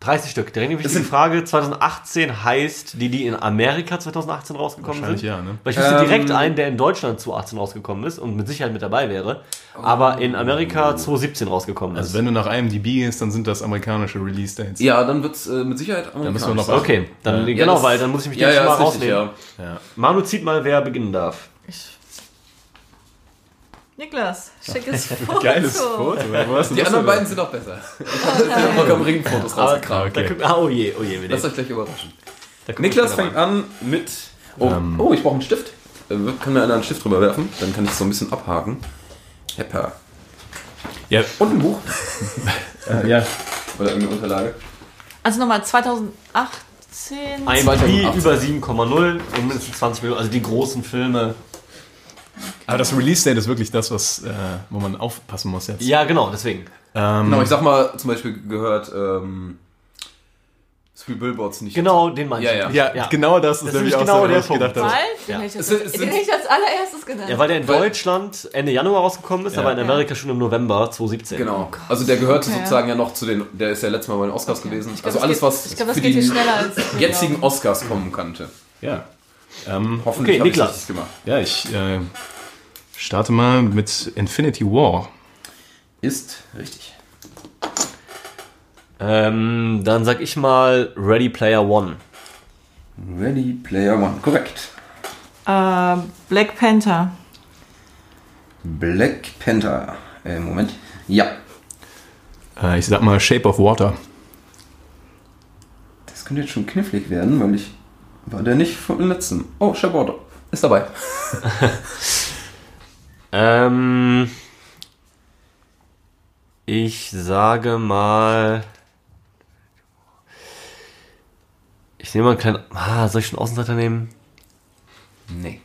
S1: 30 Stück. Direkt die wichtige
S3: sind-
S1: Frage. 2018 heißt die, die in Amerika 2018 rausgekommen
S2: Wahrscheinlich
S1: sind.
S2: ja, ne?
S1: Weil ich wüsste
S3: Ähm,
S1: direkt einen, der in Deutschland 2018 rausgekommen ist und mit Sicherheit mit dabei wäre, aber in Amerika 2017 rausgekommen ist.
S2: Also wenn du nach IMDb gehst, dann sind das amerikanische Release Dates.
S3: Ja, dann wird's äh, mit Sicherheit
S2: Da müssen wir noch
S3: sein.
S1: okay, dann
S2: Ja,
S1: genau,
S3: das-
S1: weil dann muss ich mich
S3: ja,
S1: jetzt
S3: ja,
S1: mal
S3: ist richtig,
S1: rausnehmen.
S3: ja.
S2: Ja.
S1: Manu zieht mal, wer beginnen darf.
S4: Niklas, schickes Foto.
S2: Geiles Foto. Wo hast du
S3: Die
S2: das
S3: anderen
S2: denn?
S3: beiden sind auch besser. Ich habe vollkommen Ringfotos rausgekramt.
S1: Da guckt- ah, oh je, oh je. wir
S3: Lasst
S1: nehmen-
S3: euch gleich überraschen.
S1: da guckt
S3: Niklas
S1: keiner
S3: fängt an mit. Oh,
S1: Ähm.
S3: oh ich brauche einen Stift. Äh, Kann mir einer einen Stift drüber werfen? Dann kann ich so ein bisschen abhaken. Hepper.
S2: Ja,
S3: Und ein Buch.
S2: äh, ja.
S3: Oder irgendeine Unterlage.
S1: Mhm.
S4: Also nochmal 2018.
S1: Ein
S3: 2018.
S1: über 7,0 und mindestens 20 Millionen, also die großen Filme.
S2: Aber das Release Date ist wirklich das, was, äh, wo man aufpassen muss jetzt.
S1: Ja, genau, deswegen.
S2: Ähm,
S3: Genau, ich sag mal, zum Beispiel gehört ähm, Three Billboards nicht.
S1: Genau, den meine ich.
S3: Ja, ja.
S2: ja, genau das ist
S1: Das
S2: nämlich
S1: ist
S2: auch
S1: genau
S2: so,
S1: der
S2: was ich gedacht habe.
S4: Bald? Den
S1: Ja.
S4: hätte ich
S3: Es
S4: jetzt-
S3: sind- es
S4: den
S3: sind-
S4: hätte ich als allererstes genannt.
S1: Ja, weil der in
S3: Weil-
S1: Deutschland Ende Januar rausgekommen ist,
S2: Ja.
S1: aber in Amerika schon im November 2017.
S3: Genau. Also der gehörte
S4: Okay.
S3: sozusagen ja noch zu den. Der ist ja letztes Mal bei den Oscars gewesen.
S4: Ich glaub,
S3: also
S4: das
S3: alles,
S4: geht,
S3: was
S4: Ich glaube,
S3: für
S4: das geht hier
S3: die
S4: schneller als.
S3: jetzigen Oscars kommen könnte.
S2: Ja. Ähm,
S3: Hoffentlich
S1: Mhm. Okay,
S3: hab ich's
S1: Niklas.
S3: richtig gemacht.
S2: ja, ich äh, starte mal mit Infinity War.
S3: Ist richtig.
S1: Ähm, dann sag ich mal Ready Player One.
S3: Ready Player One. Korrekt.
S4: Äh, Black Panther.
S3: Black Panther. Äh, Moment. Ja.
S2: Äh, ich sag mal Shape of Water.
S3: Das könnte jetzt schon knifflig werden, weil ich. War der nicht vom letzten? Oh, Shaborder. Ist dabei.
S1: Ähm, ich sage mal. Ich nehme mal einen kleinen. Ah, soll ich schon Außenseiter nehmen?
S3: Nee.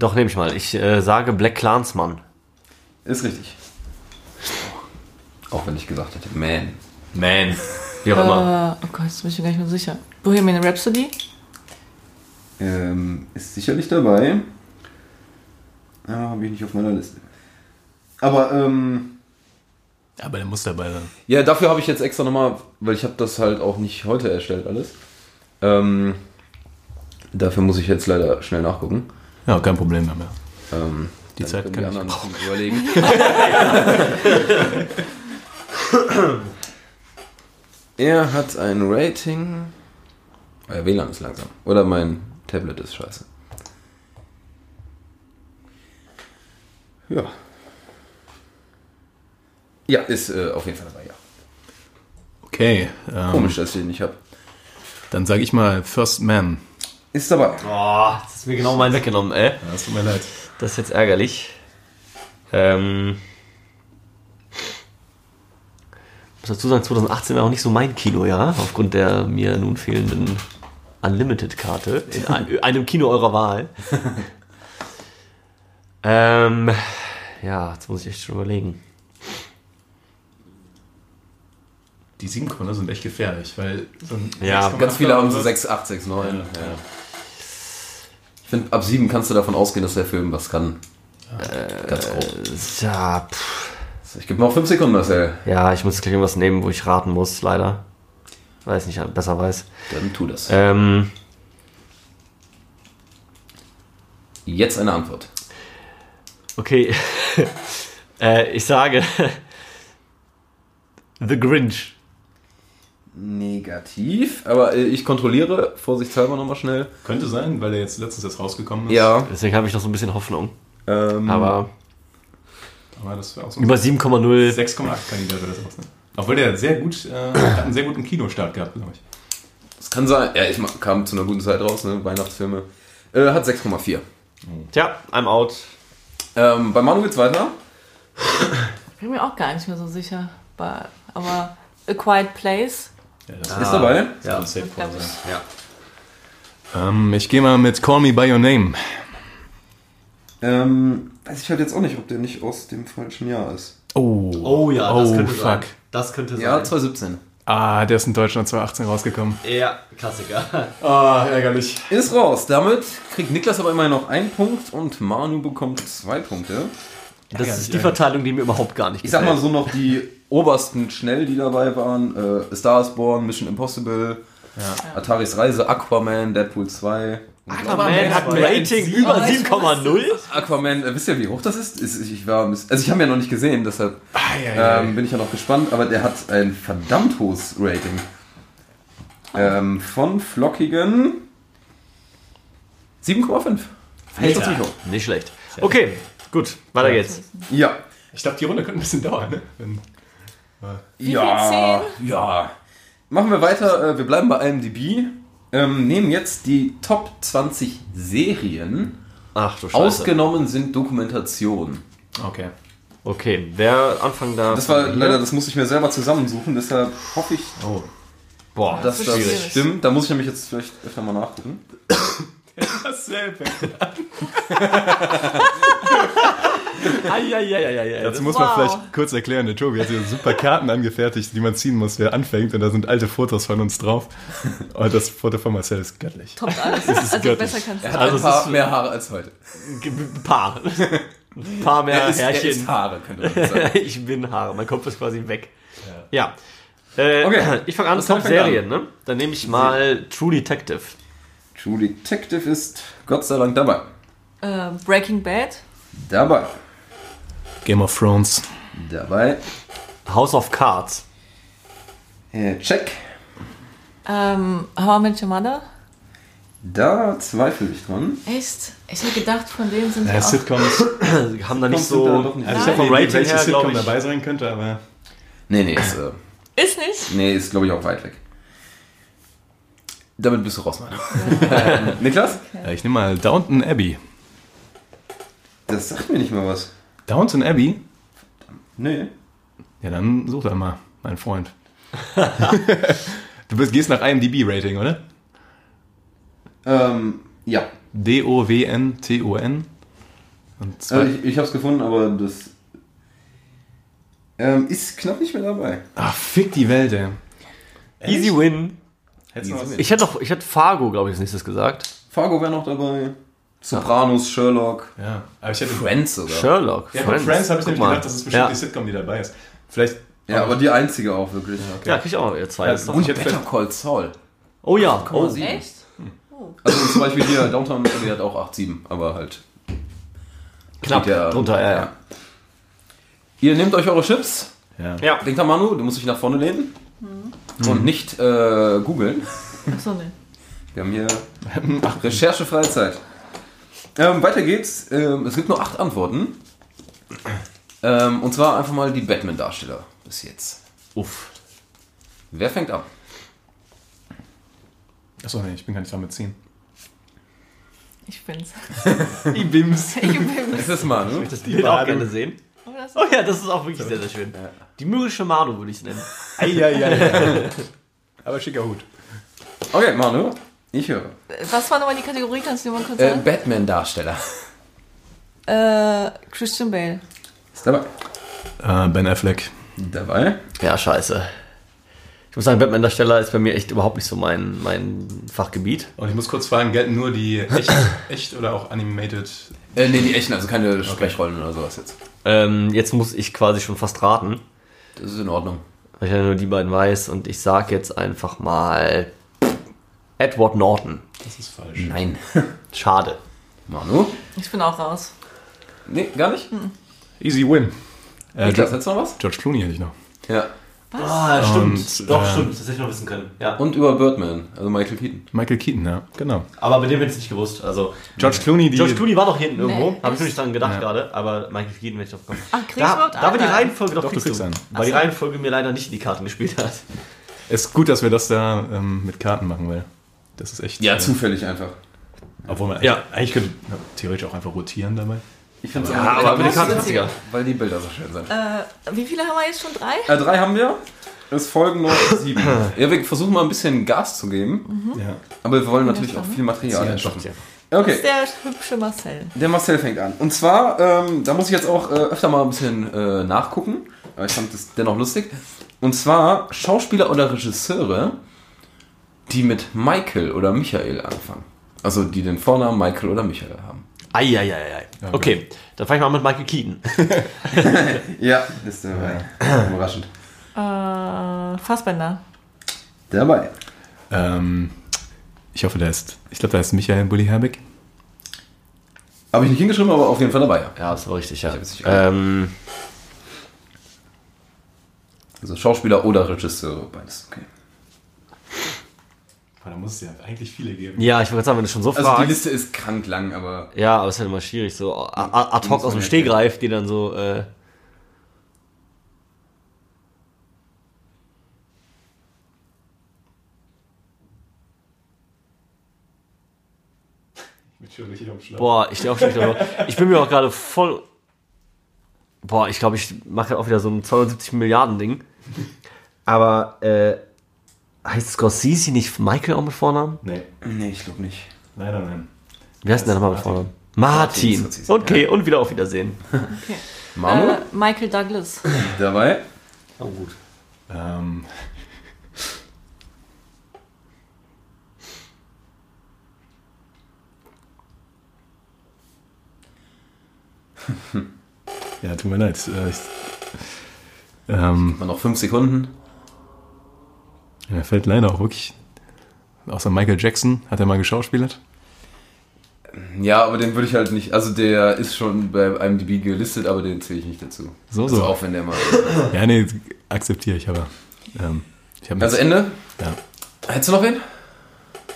S1: Doch, nehme ich mal. Ich äh, sage Black Clansman.
S3: Ist richtig. Auch wenn ich gesagt hätte, man.
S1: Man. Wie auch
S4: Äh,
S1: immer.
S4: oh Gott, jetzt bin ich mir gar nicht mehr sicher. Bohemian Rhapsody.
S3: Ähm, ist sicherlich dabei. Ja, habe ich nicht auf meiner Liste. Aber, ähm.
S2: Aber der muss dabei sein.
S3: Ja, dafür habe ich jetzt extra nochmal, weil ich habe das halt auch nicht heute erstellt alles. Ähm, dafür muss ich jetzt leider schnell nachgucken.
S2: Ja, kein Problem mehr.
S3: Ähm,
S2: Die
S3: dann
S2: Zeit
S3: können
S2: kann
S3: die
S2: ich
S3: anderen ich überlegen. er hat ein Rating. Euer WLAN ist langsam. Oder mein Tablet ist scheiße. Ja. Ja, ist äh, auf jeden Fall dabei, ja.
S2: Okay, ähm,
S3: Komisch, dass ich den nicht habe.
S2: dann sage ich mal First Man.
S3: Ist dabei.
S1: Boah, das ist mir genau mein weggenommen, ey.
S2: Ja, es tut mir leid.
S1: Das ist jetzt ärgerlich. Ähm. Ich muss dazu sagen, 2018 war auch nicht so mein Kino, ja, aufgrund der mir nun fehlenden Unlimited-Karte in ein- einem Kino eurer Wahl. ähm, ja, jetzt muss ich echt schon überlegen.
S2: Die Siebenkorner sind echt gefährlich, weil so ein
S1: Ja,
S2: 6,8
S3: Ganz viele haben so
S2: wird-
S3: 6, 8, 6, 9.
S2: Ja,
S3: Ja. Ich finde, ab 7 kannst du davon ausgehen, dass der Film was kann. Äh, Ganz grob.
S1: Ja, pff.
S3: Ich gebe noch 5 Sekunden, Marcel.
S1: ja ich muss gleich irgendwas nehmen, wo ich raten muss, leider. Weil ich nicht besser weiß.
S3: Dann tu das.
S1: Ähm,
S3: Jetzt eine Antwort.
S1: okay. äh, ich sage The Grinch.
S3: Negativ, aber äh, ich kontrolliere vorsichtshalber nochmal schnell.
S2: Könnte sein, weil der jetzt letztens jetzt rausgekommen ist.
S3: Ja,
S1: Deswegen habe ich noch so ein bisschen Hoffnung.
S5: Mhm.
S3: ähm,
S1: Aber
S2: Aber das wäre auch so ein
S1: über 7,0.
S2: 6,8 Kandidat wäre das auch. Ne? Obwohl der sehr gut, äh, hat einen sehr guten Kinostart gehabt, glaube ich.
S3: es kann sein. Ja, ich ma- kam zu einer guten Zeit raus, ne? Weihnachtsfilme. Äh, hat 6,4.
S1: Tja, I'm out.
S3: Ähm, bei Manu geht's weiter.
S4: Bin mir auch gar nicht mehr so sicher. Bei, aber A Quiet Place.
S2: Ja, das
S3: Ist dabei.
S5: Ja.
S2: ist safe
S4: glaub
S2: vor
S4: ich.
S2: sein.
S3: Ja.
S2: Ähm, ich gehe mal mit Call Me By Your Name.
S3: Ähm, weiß ich halt jetzt auch nicht, ob der nicht aus dem falschen Jahr ist.
S2: Oh,
S5: Oh ja, das könnte
S2: fuck.
S5: sein. Das könnte
S3: Ja,
S5: sein.
S3: 2017.
S2: Ah, der ist in Deutschland 2018 rausgekommen.
S5: Ja, Klassiker.
S2: Ah, ärgerlich.
S3: Ist raus. Damit kriegt Niklas aber immerhin noch einen Punkt und Manu bekommt zwei Punkte.
S1: Das ist die Verteilung, die mir überhaupt gar nicht
S3: Ich sag mal so noch die obersten schnell, die dabei waren. Äh, A Star is Born, Mission Impossible, Ataris Reise, Aquaman, Deadpool 2.
S1: Aquaman hat ein Rating über 7,0.
S3: Aquaman, äh, wisst ihr, wie hoch das ist? ist ich war, ein bisschen- also ich habe ihn ja noch nicht gesehen, deshalb ähm, bin ich ja noch gespannt, aber der hat ein verdammt hohes Rating. Ähm, von flockigen 7,5. Fällt doch ziemlich hoch.
S1: Nicht schlecht. Okay, gut, weiter geht's.
S3: Ja.
S2: Ich glaube, die Runde könnte ein bisschen dauern, ne? Wenn,
S3: Ja, ja. Machen wir weiter. äh, Wir bleiben bei IMDb. Ähm, nehmen jetzt die Top 20 Serien.
S1: Ach du Scheiße.
S3: Ausgenommen sind Dokumentationen.
S2: okay.
S1: okay, wer anfangen darf.
S3: Das war leider, das muss ich mir selber zusammensuchen, deshalb hoffe ich,
S2: Oh.
S1: Boah,
S3: dass
S4: Das
S3: das,
S4: ist schwierig.
S3: stimmt. Da muss ich nämlich jetzt vielleicht öfter mal nachgucken.
S2: Das perfekt.
S1: Eieieiei.
S2: Dazu muss
S4: Wow.
S2: man vielleicht kurz erklären, der Tobi hat hier super Karten angefertigt, die man ziehen muss, wer anfängt. Und da sind alte Fotos von uns drauf. Und das Foto von Marcel ist göttlich.
S4: Toppt alles.
S2: Das ist
S4: Also
S2: göttlich.
S4: besser kannst du.
S3: Er hat
S1: Also
S3: ein
S1: es
S3: paar
S1: ist-
S3: mehr Haare als heute.
S1: Ein paar. Ein paar mehr
S3: Er ist, er ist
S1: Härchen.
S3: Haare, könnte man sagen.
S1: ich bin Haare, mein Kopf ist quasi weg. Ja. Äh,
S3: Okay.
S1: Ich fange an,
S3: Was fängt
S1: Top-Serien, ne? Dann nehme ich mal True Detective.
S3: True Detective ist Gott sei Dank dabei.
S4: Äh, Breaking Bad.
S3: Dabei.
S2: Game of Thrones.
S3: Dabei.
S1: House of Cards.
S3: Äh, Check.
S4: Ähm, How I Met Your Mother.
S3: Da zweifle ich dran.
S4: Echt? Ich hätte gedacht, von denen sind
S2: Ja,
S4: ja, auch.
S2: Sitcoms.
S1: Also, Haben da nicht
S3: sind da
S1: so.
S3: doch nicht.
S2: Also ich
S4: Nein.
S2: habe vom Rating her,
S1: glaub
S2: Sitcom
S1: ich-
S2: dabei sein könnte, aber
S3: Nee, nee, ist, äh,
S4: Ist nicht.
S3: nee, ist glaube ich auch weit weg. Damit bist du raus, Mann. Niklas?
S2: Ja, ich nehme mal Downton Abbey.
S3: Das sagt mir nicht mal was.
S2: Downton Abbey?
S3: Nee.
S2: Ja, dann such doch mal, mein Freund. du bist, gehst nach IMDb-Rating, oder?
S3: Ähm, ja.
S2: D-O-W-N-T-O-N. Und zwei.
S3: Also ich, ich hab's gefunden, aber das ähm, ist knapp nicht mehr dabei.
S2: Ach, Ah, fick die Welt, ey.
S1: Easy Win.
S2: Hättest
S3: noch was-
S1: Ich hätte doch, ich hätte Fargo, glaube ich, als nächstes gesagt.
S3: Fargo wäre noch dabei. Sopranos, Sherlock.
S2: Ja, aber ich hätte
S3: Friends sogar.
S1: Sherlock.
S2: Ja, Friends, Friends habe ich
S1: Guck
S2: nämlich
S1: mal.
S2: gedacht, das ist bestimmt
S1: ja.
S2: die Sitcom, die dabei ist. Vielleicht.
S3: Ja, aber die einzige auch wirklich.
S1: Ja, krieg ich auch mal zwei.
S2: Also, ich hätte vielleicht
S3: Call Saul.
S1: oh ja. Oh,
S3: 8,7.
S4: Echt?
S3: Also zum Beispiel hier Downtown Abbey hat auch 8,7, aber halt.
S1: knapp
S3: steht ja-
S1: drunter, ja, ja.
S3: Ihr nehmt euch eure Chips.
S2: ja.
S1: Ja.
S3: Denkt an Manu, du musst dich nach vorne lehnen. Und nicht äh, googeln.
S4: Achso, nee.
S3: Wir haben hier recherchefreie Zeit. Ähm, weiter geht's. Ähm, es gibt nur acht Antworten. Ähm, und zwar einfach mal die Batman-Darsteller bis jetzt.
S1: Uff.
S3: Wer fängt an?
S2: Achso, nee, ich bin gar nicht damit ziehen.
S4: Ich bin's.
S1: Ich bims.
S4: Ich bin's.
S3: Es ist Manu.
S1: Das Bild auch
S2: Badung.
S1: gerne sehen. Oh ja, das ist auch wirklich sehr, sehr schön. Die mürrische Manu würde ich es nennen.
S2: Eieiei. aber schicker Hut.
S3: Okay, Manu.
S6: Ich höre.
S4: Was war nochmal die Kategorie? Kannst du mir mal kurz
S3: Äh,
S4: sagen?
S3: Batman-Darsteller.
S4: Äh, Christian Bale.
S6: Ist dabei.
S2: Äh, ben Affleck.
S6: Dabei.
S7: Ja, scheiße.
S1: Ich muss sagen, Batman-Darsteller ist bei mir echt überhaupt nicht so mein, mein Fachgebiet.
S2: Und ich muss kurz fragen, gelten nur die echt, echt oder auch animated?
S3: Äh, nee, die echten, also keine Sprechrollen oder sowas jetzt.
S1: Ähm, jetzt muss ich quasi schon fast raten,
S3: Das ist in Ordnung.
S1: weil ich ja nur die beiden weiß. Und ich sag jetzt einfach mal Edward Norton.
S2: Das ist falsch.
S3: Nein.
S1: Schade.
S3: Manu?
S4: Ich bin auch raus.
S3: Nee, gar nicht?
S2: Easy win. Äh,
S3: Niklas,
S2: Ge-
S3: hättest Äh, du noch was?
S2: George Clooney hätte ich noch.
S3: Ja.
S1: Ah,
S2: stimmt. Und, Doch, ähm, stimmt.
S1: Das hätte ich noch wissen können. Ja.
S3: Und über Birdman, also Michael Keaton.
S2: Michael Keaton, ja, genau.
S1: Aber bei dem hätte ich es nicht gewusst. Also,
S2: George Clooney, die.
S1: George Clooney war doch hier hinten irgendwo.
S4: Nee.
S1: Habe ich noch nicht dran gedacht
S2: Ja.
S1: gerade. Aber Michael Keaton werde ich drauf kommen.
S4: Ach, kriegst du
S1: Da,
S4: überhaupt
S1: da war die
S4: einen?
S1: Reihenfolge doch,
S2: Doch, du
S1: kriegst
S2: kriegst
S1: du.
S2: einen.
S1: Weil die Reihenfolge mir leider nicht in die Karten gespielt hat.
S2: Ist gut, dass wir das da ähm, mit Karten machen, weil das ist echt.
S3: Ja,
S2: äh,
S3: zufällig einfach.
S2: Obwohl man.
S1: Ja.
S2: Eigentlich könnte ja, theoretisch auch einfach rotieren dabei.
S3: Ich finde
S1: Ja, aber mit den Karten ist
S3: witziger.
S1: witziger.
S3: Weil die Bilder so schön sind.
S4: Äh, wie viele haben wir jetzt schon? Drei?
S3: Äh, drei haben wir. Es folgen noch sieben. ja, wir versuchen mal ein bisschen Gas zu geben,
S1: Mhm.
S2: Ja.
S3: aber wir wollen natürlich auch viel Material
S2: schafft
S3: erschaffen.
S2: ihr.
S4: Das
S3: Okay,
S4: ist der hübsche Marcel.
S3: der Marcel fängt an. Und zwar, ähm, da muss ich jetzt auch äh, öfter mal ein bisschen äh, nachgucken, aber ich fand das dennoch lustig. Und zwar Schauspieler oder Regisseure, die mit Michael oder Michael anfangen. Also die den Vornamen Michael oder Michael haben.
S1: Eieiei. Okay, dann fange ich mal an mit Michael Keaton.
S3: Ja, ist dabei. Überraschend.
S4: Äh, Fassbender.
S3: Dabei.
S2: Ähm, ich hoffe, der ist. Ich glaube, der ist Michael Bulli Herbig.
S3: Habe ich nicht hingeschrieben, aber auf jeden Fall dabei, ja.
S1: Ja, das war richtig, ja.
S3: hab's nicht
S1: Ähm,
S3: Also Schauspieler oder Regisseure, beides. Okay.
S2: Da muss es ja eigentlich viele geben.
S1: ja, ich wollte gerade sagen, wenn du schon so
S3: Also die
S1: fragst.
S3: Liste ist krank lang, aber
S1: Ja, aber es ist halt immer schwierig, so a- a- ad
S3: Muss
S1: hoc
S3: man
S1: aus dem
S3: ja
S1: Stehgreif, die dann so. Äh,
S2: Mit schon richtig am Schlauch.
S1: boah, ich stehe auch schlecht drauf. Ich bin mir auch gerade voll. Boah, ich glaube, ich mache halt auch wieder so ein 270 Milliarden Ding. Aber äh, heißt Scorsese nicht Michael auch mit Vornamen?
S2: Nee,
S3: nee, ich glaube nicht.
S2: leider nein.
S1: Wie heißt denn der nochmal mit Vornamen? Martin.
S3: Martin Scorsese,
S1: Okay, und wieder auf Wiedersehen.
S3: Manu
S4: Äh, Michael Douglas.
S3: dabei.
S1: Oh, gut.
S2: Ähm, ja, tut mir leid. Äh, ich, ähm,
S3: Mal noch fünf Sekunden.
S2: mir fällt leider auch wirklich. Außer Michael Jackson hat er mal geschauspielert.
S3: Ja, aber den würde ich halt nicht. Also der ist schon bei IMDb gelistet, aber den zähle ich nicht dazu.
S2: So,
S3: also
S2: so.
S3: auch wenn der mal.
S2: Ja, nee, akzeptiere ich, aber. Ähm, ich hab
S3: Also
S2: jetzt-
S3: Ende.
S2: Ja.
S3: Hättest du noch wen?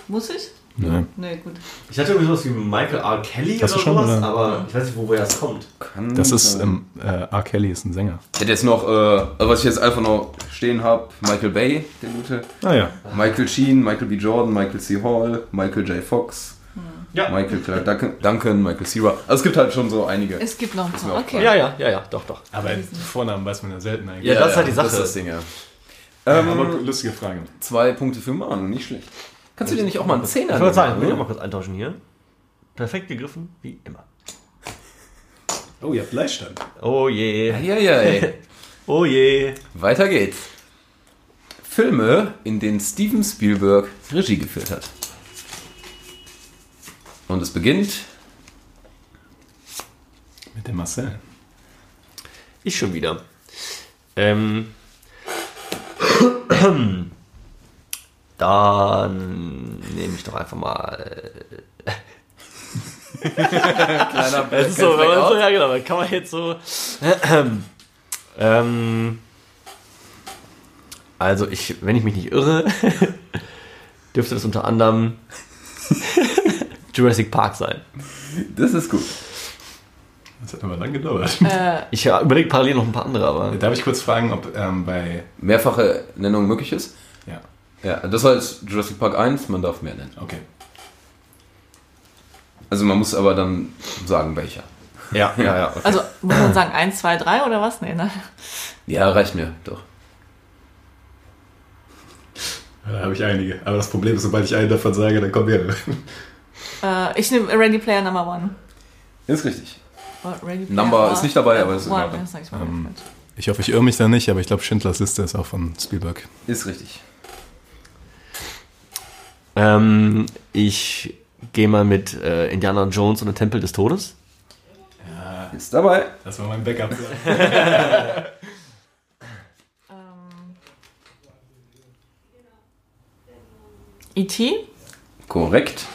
S4: Muss ich?
S2: ne.
S4: Nee, gut.
S1: Ich hatte irgendwie sowas wie Michael R. Kelly
S2: Hast du schon, oder?
S1: aber ich weiß nicht, woher das kommt.
S3: Kann
S2: Das ist,
S3: sein.
S2: ähm, äh, R. Kelly ist ein Sänger.
S3: Ich hätte jetzt noch, äh, also was ich jetzt einfach noch stehen habe, Michael Bay, der gute.
S2: Ah ja.
S3: Michael Sheen, Michael B. Jordan, Michael C. Hall, Michael J. Fox,
S1: Ja.
S3: Michael Clark Duncan, Duncan, Michael Cera. Also es gibt halt schon so einige.
S4: Es gibt noch ein
S3: mir
S4: paar.
S3: auch
S4: Okay.
S1: Ja, ja, ja, ja, doch, doch.
S2: Aber Vornamen weiß man ja selten eigentlich.
S1: Ja, das ist halt die
S3: Das
S1: Sache.
S3: ist das Ding, ja. Ähm,
S2: aber lustige Frage.
S3: Zwei Punkte für Manu, nicht schlecht. Kannst du dir nicht auch mal einen Zehner
S1: Ich wollte
S3: nehmen,
S1: sagen, will ich
S3: Manu?
S1: auch mal kurz eintauschen hier. Perfekt gegriffen, wie immer.
S2: Oh, ihr habt Gleichstand.
S1: Oh je,
S3: Ja, ja, ey.
S1: oh je.
S3: Weiter geht's. Filme, in denen Steven Spielberg Regie geführt hat. Und es beginnt.
S2: Mit dem Marcel.
S1: Ich schon wieder. Ähm. Dann nehme ich doch einfach mal.
S3: Kleiner
S1: Es ist so, wenn man so, ja genau, dann kann man jetzt so. ähm, also ich, wenn ich mich nicht irre, dürfte das unter anderem Jurassic Park sein.
S3: Das ist gut.
S2: Das hat aber lang gedauert.
S4: Äh,
S1: Ich überlege parallel noch ein paar andere, aber.
S2: Darf ich kurz fragen, ob ähm, bei.
S3: Mehrfache Nennung möglich ist.
S2: Ja,
S3: Ja, das war jetzt Jurassic Park 1, man darf mehr nennen.
S2: okay.
S3: Also man muss aber dann sagen, welcher.
S1: Ja, ja, ja. Okay.
S4: Also muss man sagen, eins, zwei, drei oder was? Nee, ne?
S3: Ja, reicht mir, doch.
S2: Da habe ich einige. Aber das Problem ist, sobald ich einen davon sage, dann kommen mehrere.
S4: Äh, ich nehme Ready Player Number One.
S3: Ist richtig.
S4: Oh, Ready Player
S3: Number ist nicht dabei, aber es ist in
S4: One,
S3: Ordnung. Ähm.
S4: das sag ich mal.
S2: Ich hoffe, ich irre mich da nicht, aber ich glaube, Schindlers Liste ist auch von Spielberg.
S3: Ist richtig.
S1: Ähm, ich gehe mal mit äh, Indiana Jones und dem Tempel des Todes.
S3: Ist dabei.
S2: Das war mein Backup.
S4: Ähm, E E.T.?
S3: Korrekt.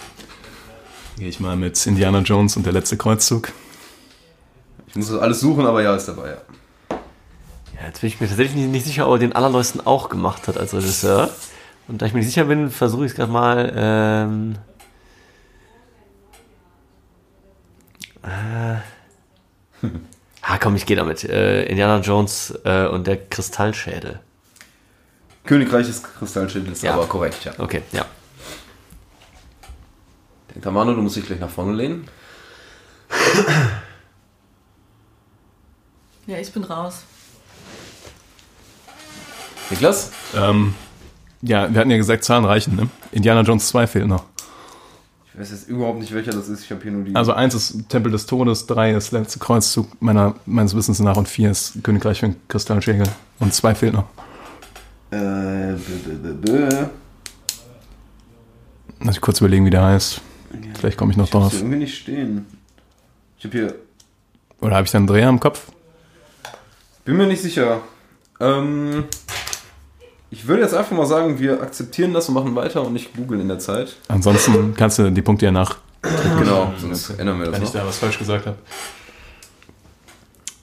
S2: Gehe ich mal mit Indiana Jones und der letzte Kreuzzug.
S3: Ich muss das alles suchen, aber ja, ist dabei. Ja.
S1: Ja, jetzt bin ich mir tatsächlich nicht, nicht sicher, ob er den allerneuesten auch gemacht hat als Regisseur. Und da ich mir nicht sicher bin, versuche ich es gerade mal. Ähm, äh, ah, komm, ich gehe damit. Äh, Indiana Jones äh, und der Kristallschädel.
S3: Königreich des Kristallschädels,
S1: Ja.
S3: aber korrekt, ja.
S1: Okay, ja.
S3: Tamano, du musst dich gleich nach vorne lehnen.
S4: Ja, ich bin raus.
S3: Niklas?
S2: Ähm, ja, wir hatten ja gesagt, Zahlen reichen, ne? Indiana Jones 2 fehlt noch.
S3: Ich weiß jetzt überhaupt nicht, welcher das ist. Ich habe hier nur die.
S2: Also eins ist Tempel des Todes, drei ist letzte Kreuzzug meiner, meines Wissens nach und vier ist Königreich für den Kristallschädel. Und zwei fehlt noch.
S3: Äh, b -b -b -b.
S2: Lass ich kurz überlegen, wie der heißt. Vielleicht komme ich noch
S3: Ich hab's
S2: drauf.
S3: hier irgendwie nicht stehen. Ich habe hier.
S2: Oder habe ich dann einen Dreher im Kopf?
S3: Bin mir nicht sicher. Ähm. Ich würde jetzt einfach mal sagen, wir akzeptieren das und machen weiter und nicht googeln in der Zeit.
S2: Ansonsten kannst du die Punkte ja nach.
S3: Genau, sonst ändern wir das noch.
S2: da was falsch gesagt habe.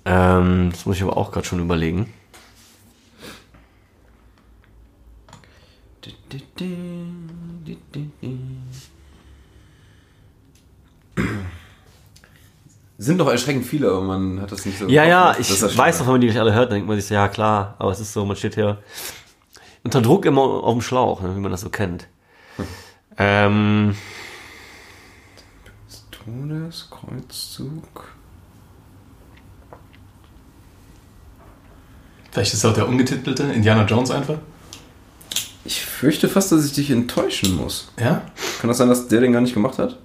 S1: Ähm, das muss ich aber auch gerade schon überlegen.
S3: Sind doch erschreckend viele, aber man hat das nicht so. im
S1: Ja,
S3: Kopf.
S1: ja,
S3: Das
S1: ich
S3: ist das
S1: weiß noch,
S3: Schöne.
S1: wenn man die nicht alle hört, dann denkt man sich so, ja klar, aber es ist so, man steht hier unter Druck immer auf dem Schlauch, ne, wie man das so kennt.
S3: Hm.
S1: ähm,
S3: Todeskreuzzug.
S2: Vielleicht ist auch der ungetitelte Indiana Jones einfach.
S3: Ich fürchte fast, dass ich dich enttäuschen muss.
S2: Ja?
S3: Kann das sein, dass der den gar nicht gemacht hat?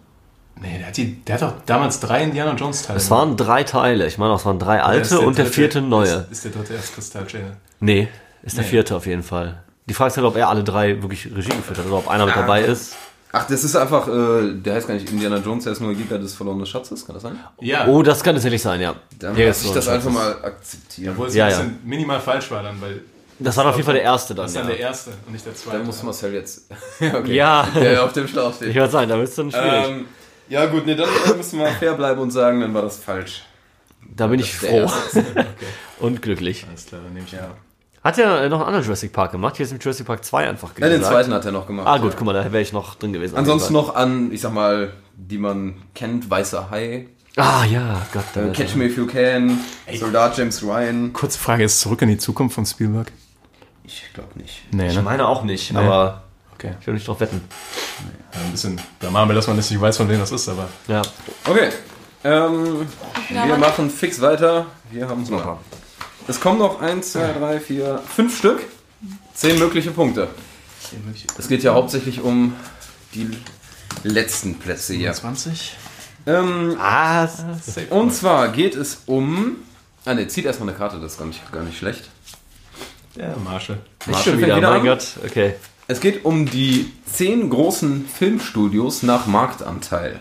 S2: Nee, der hat, die, der hat doch damals drei Indiana Jones Teile.
S1: es waren drei Teile, ich meine, auch, es waren drei alte und der vierte neue.
S2: Ist, der dritte erst Kristallschädel.
S1: Nee, ist der
S2: Nee.
S1: vierte auf jeden Fall. Die Frage ist halt, ob er alle drei wirklich Regie geführt hat oder ob einer mit
S3: Ah.
S1: dabei ist.
S3: Ach, das ist einfach, äh, der heißt gar nicht Indiana Jones, der ist nur Jäger des verlorenen Schatzes, kann das sein?
S2: Ja.
S1: Oh, das kann tatsächlich sein, ja.
S3: Dann
S1: Ja,
S3: lass
S1: ist
S3: ich
S1: so
S3: das
S1: ein
S3: einfach mal akzeptieren.
S2: Obwohl es
S1: Ja,
S2: ein
S1: ja.
S2: bisschen minimal falsch war dann, weil
S1: Das war auf jeden Fall der erste dann.
S2: das ist dann
S1: Ja,
S2: der erste und nicht der zweite.
S3: Dann muss Marcel jetzt. ja, okay.
S1: ja.
S3: Der auf dem Schlauch
S1: ich
S3: steht.
S1: würde sagen, da wird es dann schwierig.
S3: Ähm, ja, gut, nee, dann äh, müssen wir fair bleiben und sagen, dann war das falsch.
S1: da bin ich
S3: der
S1: froh
S3: erste
S1: und glücklich.
S2: Alles klar, dann nehme ich ja.
S1: Hat er äh, noch einen anderen Jurassic Park gemacht? Hier ist im Jurassic Park 2 einfach
S3: Ja,
S1: gesagt.
S3: den zweiten hat er noch gemacht.
S1: Ah gut,
S3: ja.
S1: guck mal, da wäre ich noch drin gewesen.
S3: Ansonsten noch an, ich sag mal, die man kennt: Weißer Hai,
S1: Ah ja, Gott.
S3: äh,
S1: Alter.
S3: Catch Me If You Can, Soldat James Ryan.
S2: Kurze Frage, ist zurück in die Zukunft von Spielberg?
S3: Ich glaube nicht.
S2: Nee, ne?
S1: Ich meine auch nicht, aber
S2: Okay.
S1: ich will nicht drauf wetten.
S2: Ja, ein bisschen blamabel, dass man jetzt nicht weiß, von wem das ist, aber
S1: Ja.
S3: Okay. Ähm,
S4: haben
S3: wir
S4: wir?
S3: machen fix weiter. Wir haben noch. Es kommen noch 1, 2, 3, 4, 5 Stück. 10 mögliche Punkte. Es geht ja hauptsächlich um die letzten Plätze hier.
S2: 20.
S3: Ähm,
S1: Ah,
S3: und zwar geht es um. Ah ne, zieht erstmal eine Karte, das ist gar nicht, gar nicht schlecht.
S2: Ja, Marshall.
S1: nicht
S3: Marshall
S1: schon
S3: fängt
S1: wieder,
S3: wieder
S1: mein
S3: an.
S1: Gott. Okay.
S3: Es geht um die 10 großen Filmstudios nach Marktanteil.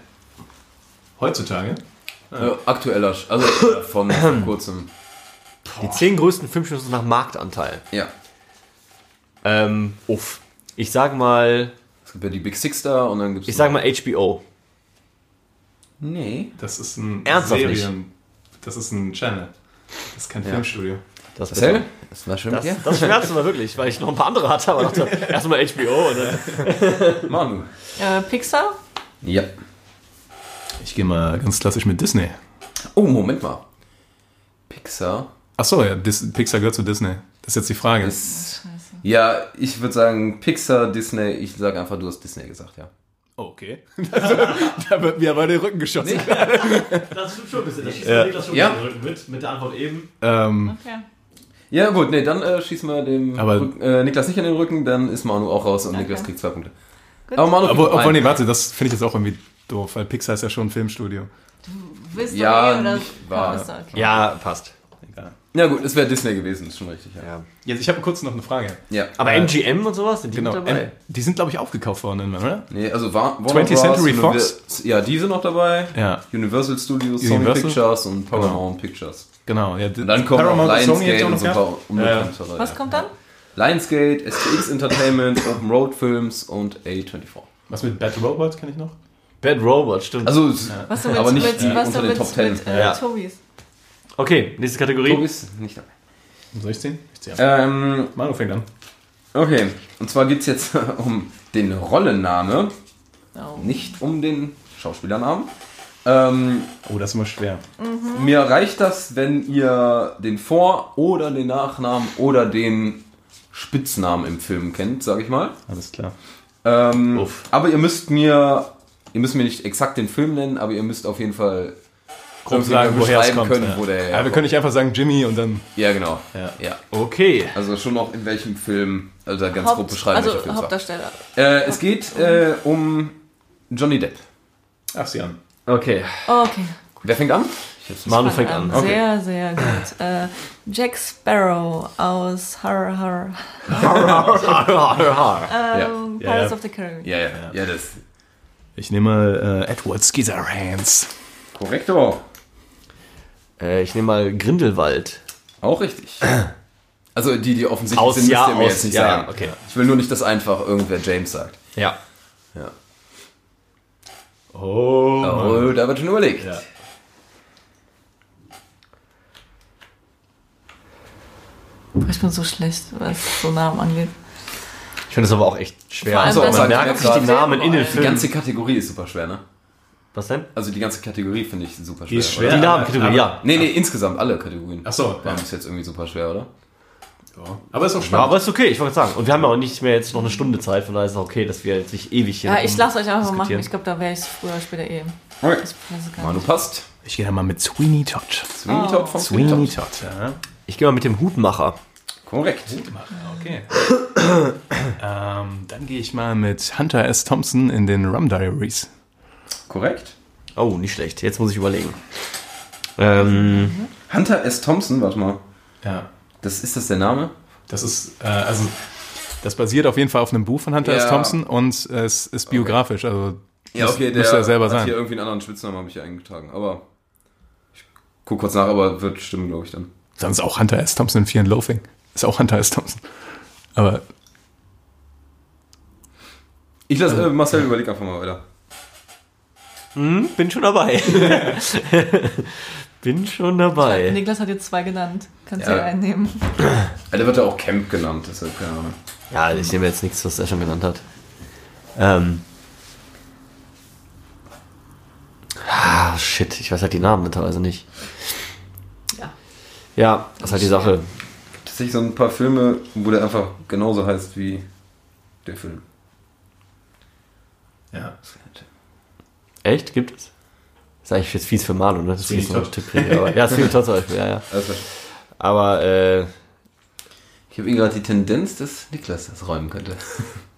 S2: Heutzutage?
S3: Äh, aktueller, Sch- also von vor kurzem.
S1: Die zehn größten Filmstudios nach Marktanteil.
S3: Ja.
S1: Ähm, uff. Ich sag mal,
S3: Es gibt ja die Big Six da und dann gibt es.
S1: ich sag mal HBO.
S3: Nee.
S2: Das ist ein
S1: Ernsthaft
S2: Serien. Das ist ein Channel. Das ist kein Filmstudio.
S1: Das,
S3: Marcel? Das war schön mit
S1: Das,
S3: dir.
S1: das schmerzt immer wirklich, weil ich noch ein paar andere hatte, aber dachte, erstmal HBO und dann.
S3: Manu.
S4: Äh, Pixar?
S3: Ja.
S2: Ich gehe mal ganz klassisch mit Disney.
S3: Oh, Moment mal. Pixar
S2: Achso, ja, Dis Pixar gehört zu Disney. Das ist jetzt die Frage.
S3: ist. Ja, ich würde sagen Pixar, Disney. Ich sage einfach, du hast Disney gesagt, ja.
S2: Oh, okay. da wird mir aber der Rücken geschossen.
S1: Das stimmt schon ein bisschen. Das schießt ja. Niklas schon
S3: Ja.
S1: mit, mit der Antwort eben.
S2: Ähm,
S4: Okay.
S3: Ja, gut, nee, dann äh, schießen wir dem
S2: Aber-
S3: Rück- äh, Niklas nicht in den Rücken, dann ist Manu auch raus und
S4: Danke.
S3: Niklas kriegt zwei Punkte. Aber Manu kriegt
S2: Obwohl,
S3: noch
S2: obwohl,
S3: einen.
S2: nee, warte, das finde ich jetzt auch irgendwie doof, weil Pixar ist ja schon ein Filmstudio.
S4: Wisst ihr
S3: Ja,
S4: eh, oder
S3: nicht wahr.
S4: Kann man das sagen?
S1: Ja, passt.
S3: Ja, gut, es wäre Disney gewesen, ist schon richtig. Ja.
S2: Jetzt, ich habe kurz noch eine Frage.
S3: ja.
S1: Aber MGM und sowas sind die
S2: Genau,
S1: mit dabei?
S2: ähm, die sind, glaube ich, aufgekauft worden irgendwann, oder?
S3: Nee, also war, Warner
S2: 20th Century
S3: Bros.,
S2: Fox?
S3: Univer- Ja, die sind noch dabei.
S2: Ja,
S3: Universal Studios,
S2: Universal?
S3: Sony Pictures und Paramount Pictures.
S2: genau. Ja,
S3: Und dann kommt
S2: Paramount
S3: noch
S2: und Sony jetzt
S3: Lionsgate
S2: auch
S3: und
S2: noch
S3: so ein
S2: gehabt?
S3: paar unbekannte dabei,
S4: Was
S3: ja.
S4: kommt dann?
S3: Lionsgate, STX Entertainment, Open Road Films und A24.
S2: Was mit Bad Robot kenne ich noch?
S1: Bad Robot, stimmt.
S3: Also, es-
S4: Was du mit,
S3: aber nicht
S4: mit,
S3: die
S4: was
S3: unter
S4: du mit,
S3: den Top Ten.
S4: mit äh,
S1: Ja.
S4: Tobis?
S1: Okay, nächste Kategorie.
S3: Also- Tobi ist nicht dabei.
S2: Soll ich ziehen? Um Ich ziehe.
S3: Ähm,
S2: Manu fängt an.
S3: okay, und zwar geht es jetzt um den Rollenname,
S4: Oh.
S3: nicht um den Schauspielernamen. Ähm,
S2: Oh, das ist immer schwer.
S3: Mir reicht das, wenn ihr den Vor- oder den Nachnamen oder den Spitznamen im Film kennt, sag ich mal.
S2: Alles klar.
S3: Ähm, aber ihr müsst mir, ihr müsst mir nicht exakt den Film nennen, aber ihr müsst auf jeden Fall
S2: Grob
S3: irgendwie
S2: sagen, woher es
S3: beschreiben
S2: kommt.
S3: können,
S2: ja.
S3: wo der
S2: ja, wir können nicht einfach sagen Jimmy und dann.
S3: ja genau,
S2: Ja.
S3: ja.
S1: Okay.
S3: Also schon auch in welchem Film, also da ganz grob
S4: Haupt,
S3: beschreiben, welcher
S4: also
S3: Film es war.
S4: Hauptdarsteller.
S3: Äh, es geht äh, um Johnny Depp.
S2: Ach, sie an.
S1: Okay.
S4: Oh, Okay.
S3: Wer fängt an?
S1: Manu fängt an.
S3: Okay.
S4: Sehr, sehr gut. Äh, Jack Sparrow aus Har Har ähm,
S2: Ja, ja.
S4: Pirates of the Caribbean.
S3: Ja, ja, ja, das.
S2: Ich nehme mal äh, Edward Scissorhands.
S3: Korrektor.
S1: Äh, ich nehme mal Grindelwald.
S3: Auch richtig. Also die, die offensichtlich
S1: Aus,
S3: sind,
S1: ja,
S3: müsst ihr mir
S1: aus,
S3: jetzt nicht
S1: ja,
S3: sagen.
S1: okay.
S3: Ich will nur nicht, dass einfach irgendwer James sagt.
S1: Ja.
S2: Oh.
S3: Oh, da wird schon überlegt.
S2: Ja.
S4: Boah, Ich bin so schlecht, was so Namen angeht.
S1: Ich finde das aber auch echt schwer.
S4: Vor allem,
S1: Also,
S4: weil
S1: man
S3: man
S1: merkt
S3: merkt
S1: sich die
S3: gerade-
S1: Namen in den
S3: Die
S1: Filmen.
S3: ganze Kategorie ist super schwer, ne?
S1: Was denn?
S3: Also die ganze Kategorie finde ich super schwer.
S2: Die ist schwer.
S1: Die
S2: Ja,
S1: Namenkategorie, ja.
S3: Oder? Nee, nee, insgesamt alle Kategorien.
S2: Ach so, ja.
S3: Waren bis jetzt irgendwie super schwer, oder?
S2: Aber ist auch
S1: Ja,
S2: spannend.
S1: aber ist okay, ich wollte sagen. Und wir haben ja auch nicht mehr jetzt noch eine Stunde Zeit, von daher ist es okay, dass wir jetzt nicht ewig hier.
S4: Ja, ich
S1: rum-
S4: lasse euch einfach mal machen.
S1: diskutieren.
S4: Ich glaube, da wäre ich früher oder später eh.
S3: Okay.
S4: Ich weiß es gar
S3: Manu
S4: nicht.
S3: passt.
S2: Ich gehe da mal mit Sweeney Todd.
S3: Sweeney
S4: Oh.
S3: Todd vom
S2: Sweeney
S3: Sweeney Todd.
S2: Todd, ja.
S1: Ich gehe mal mit dem Hutmacher.
S3: Korrekt.
S2: Okay. ähm, dann gehe ich mal mit Hunter S. Thompson in den Rum Diaries.
S3: Korrekt.
S1: Oh, nicht schlecht. Jetzt muss ich überlegen. Ähm,
S3: Hunter S. Thompson, warte mal.
S2: Ja.
S3: Das ist das der Name?
S2: Das ist, äh, also, das basiert auf jeden Fall auf einem Buch von Hunter
S3: Ja.
S2: S. Thompson und es ist biografisch, also muss- müsste er selber
S3: hat
S2: sein.
S3: hier irgendwie einen anderen Spitznamen, habe ich hier eingetragen. Aber ich guck kurz nach, aber wird stimmen, glaube ich, dann.
S2: Dann ist auch Hunter S. Thompson in Fear and Loathing. Ist auch Hunter S. Thompson. Aber
S3: Ich lasse äh, Marcel überleg einfach mal weiter.
S1: bin schon dabei. bin schon dabei.
S4: Niklas hat jetzt zwei genannt. Kannst du
S3: Ja.
S4: ja einnehmen.
S3: Ja, der wird ja auch Camp genannt, deshalb keine Ahnung.
S1: Ja, ich nehme jetzt nichts, was er schon genannt hat. Ähm. Ah, shit. Ich weiß halt die Namen mittlerweile nicht.
S4: Ja.
S1: Ja, das ist halt die Sache.
S3: Tatsächlich so ein paar Filme, wo der einfach genauso heißt wie der Film.
S2: ja.
S1: Echt? Gibt es? ist eigentlich jetzt fies für Marlon, ne? Das
S2: Sweeney
S1: ist noch ein
S2: Todd.
S1: Tipp kriege, aber, Ja, Sweeney Todd zum Beispiel, ja, ja.
S3: Also,
S1: Aber, äh,
S3: ich habe gerade die Tendenz, dass Niklas das räumen könnte.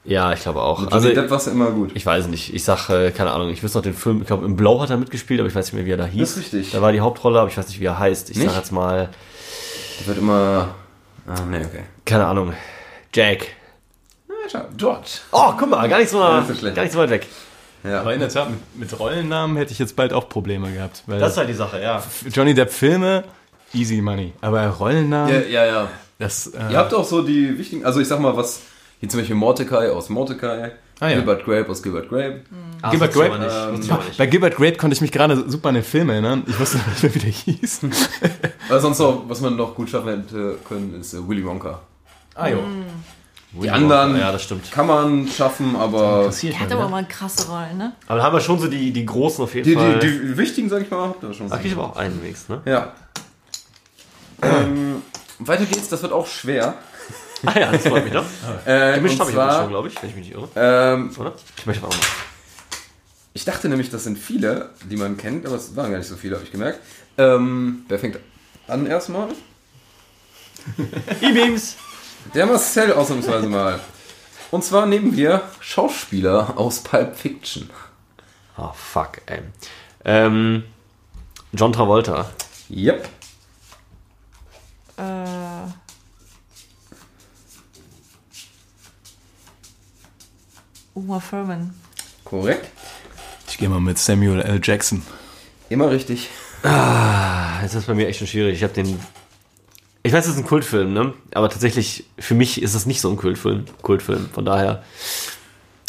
S1: ja, ich glaube auch.
S3: Also,
S1: Also,
S3: Depp war immer gut.
S1: ich weiß nicht. Ich sag, äh, keine Ahnung, ich wüsste noch den Film, ich glaube, im Blow hat er mitgespielt, aber ich weiß nicht mehr, wie er da hieß.
S3: Das ist richtig.
S1: Da war die Hauptrolle, aber ich weiß nicht, wie er heißt. Ich
S3: Nicht?
S1: sag jetzt mal,
S3: Der wird immer. Ah, nee, okay.
S1: keine Ahnung, Jack.
S3: George.
S1: Oh, guck mal, gar nicht so, nah,
S3: Das ist so schlecht.
S1: gar nicht so weit weg.
S2: Aber in der Tat, mit, mit Rollennamen hätte ich jetzt bald auch Probleme gehabt. Weil
S1: Das ist halt die Sache, ja.
S2: Johnny Depp Filme, easy money. Aber Rollennamen,
S3: Ja, ja, ja.
S2: das... Äh,
S3: Ihr habt auch so die wichtigen, also ich sag mal, was hier zum Beispiel Mordecai aus Mordecai,
S2: Ah, ja.
S3: Gilbert Grape aus Gilbert Grape.
S2: Gilbert
S1: wusste ich aber
S2: Grape,
S1: nicht, wusste ich aber nicht.
S2: Ah, Bei Gilbert Grape konnte ich mich gerade super an den Film erinnern. Ich wusste nicht mehr, wie der hieß.
S3: Oder Äh, sonst noch, was man noch gut schaffen hätte können, ist äh, Willy Wonka.
S2: ah, jo.
S1: Die
S3: anderen-
S1: Ja, das stimmt.
S3: Kann man schaffen, aber
S2: Passiert
S4: Der hat aber mal krasse Rollen, ne?
S1: Aber da haben wir schon so die, die großen auf jeden
S3: die, die,
S1: Fall.
S3: die wichtigen, sag ich mal, habt ihr schon.
S1: Ach, ich aber auch einen Wegs, ne?
S3: Ja. ähm, weiter geht's, das wird auch schwer.
S1: Ah ja, das freut mich doch.
S3: Äh,
S1: Gemischt
S3: und
S1: habe ich
S3: zwar,
S1: aber schon, glaube ich, wenn ich mich nicht irre.
S3: ähm,
S1: Oder? Ich möchte auch mal.
S3: Ich dachte nämlich, das sind viele, die man kennt, aber es waren gar nicht so viele, habe ich gemerkt. Ähm, wer fängt an erstmal?
S8: E-Beams.
S3: Der Marcel ausnahmsweise mal. Und zwar nehmen wir Schauspieler aus Pulp Fiction.
S1: Oh, fuck, ey. Ähm, John Travolta.
S3: Yep.
S4: Äh, Uma Thurman.
S3: Korrekt.
S2: Ich gehe mal mit Samuel L. Jackson.
S3: Immer richtig.
S1: Also Das ist bei mir echt schon schwierig. Ich habe den. Ich weiß, es ist ein Kultfilm, ne? Aber tatsächlich, für mich ist es nicht so ein Kultfilm. Kultfilm. Von daher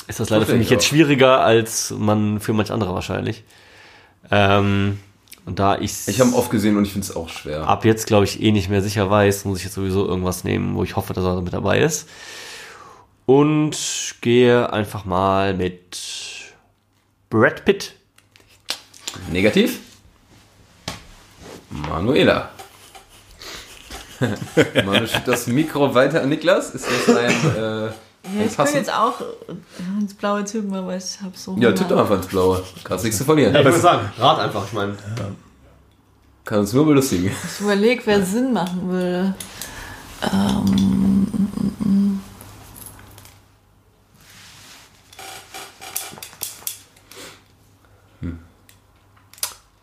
S1: ist das leider für
S3: Verstehe
S1: mich
S3: ich
S1: jetzt
S3: auch.
S1: schwieriger als man für manch andere wahrscheinlich. Ähm, und da ich
S3: Ich habe ihn oft gesehen und ich finde es auch schwer.
S1: ab jetzt, glaube ich, eh nicht mehr sicher weiß, muss ich jetzt sowieso irgendwas nehmen, wo ich hoffe, dass er mit dabei ist. Und gehe einfach mal mit Brad Pitt.
S3: Negativ? Manuela. Manu schiebt das Mikro weiter an Niklas. Ist das ein. Äh,
S4: Ja, ich bin
S3: passend?
S4: jetzt auch äh, ins blaue Typen, aber ich habe so.
S3: ja,
S4: Hunger.
S3: tipp doch einfach ins Blaue. Kannst nichts zu verlieren.
S1: ich würde sagen, rat einfach. Ich meine,
S3: Kann uns nur belustigen.
S4: Ich überlege, wer Sinn machen würde.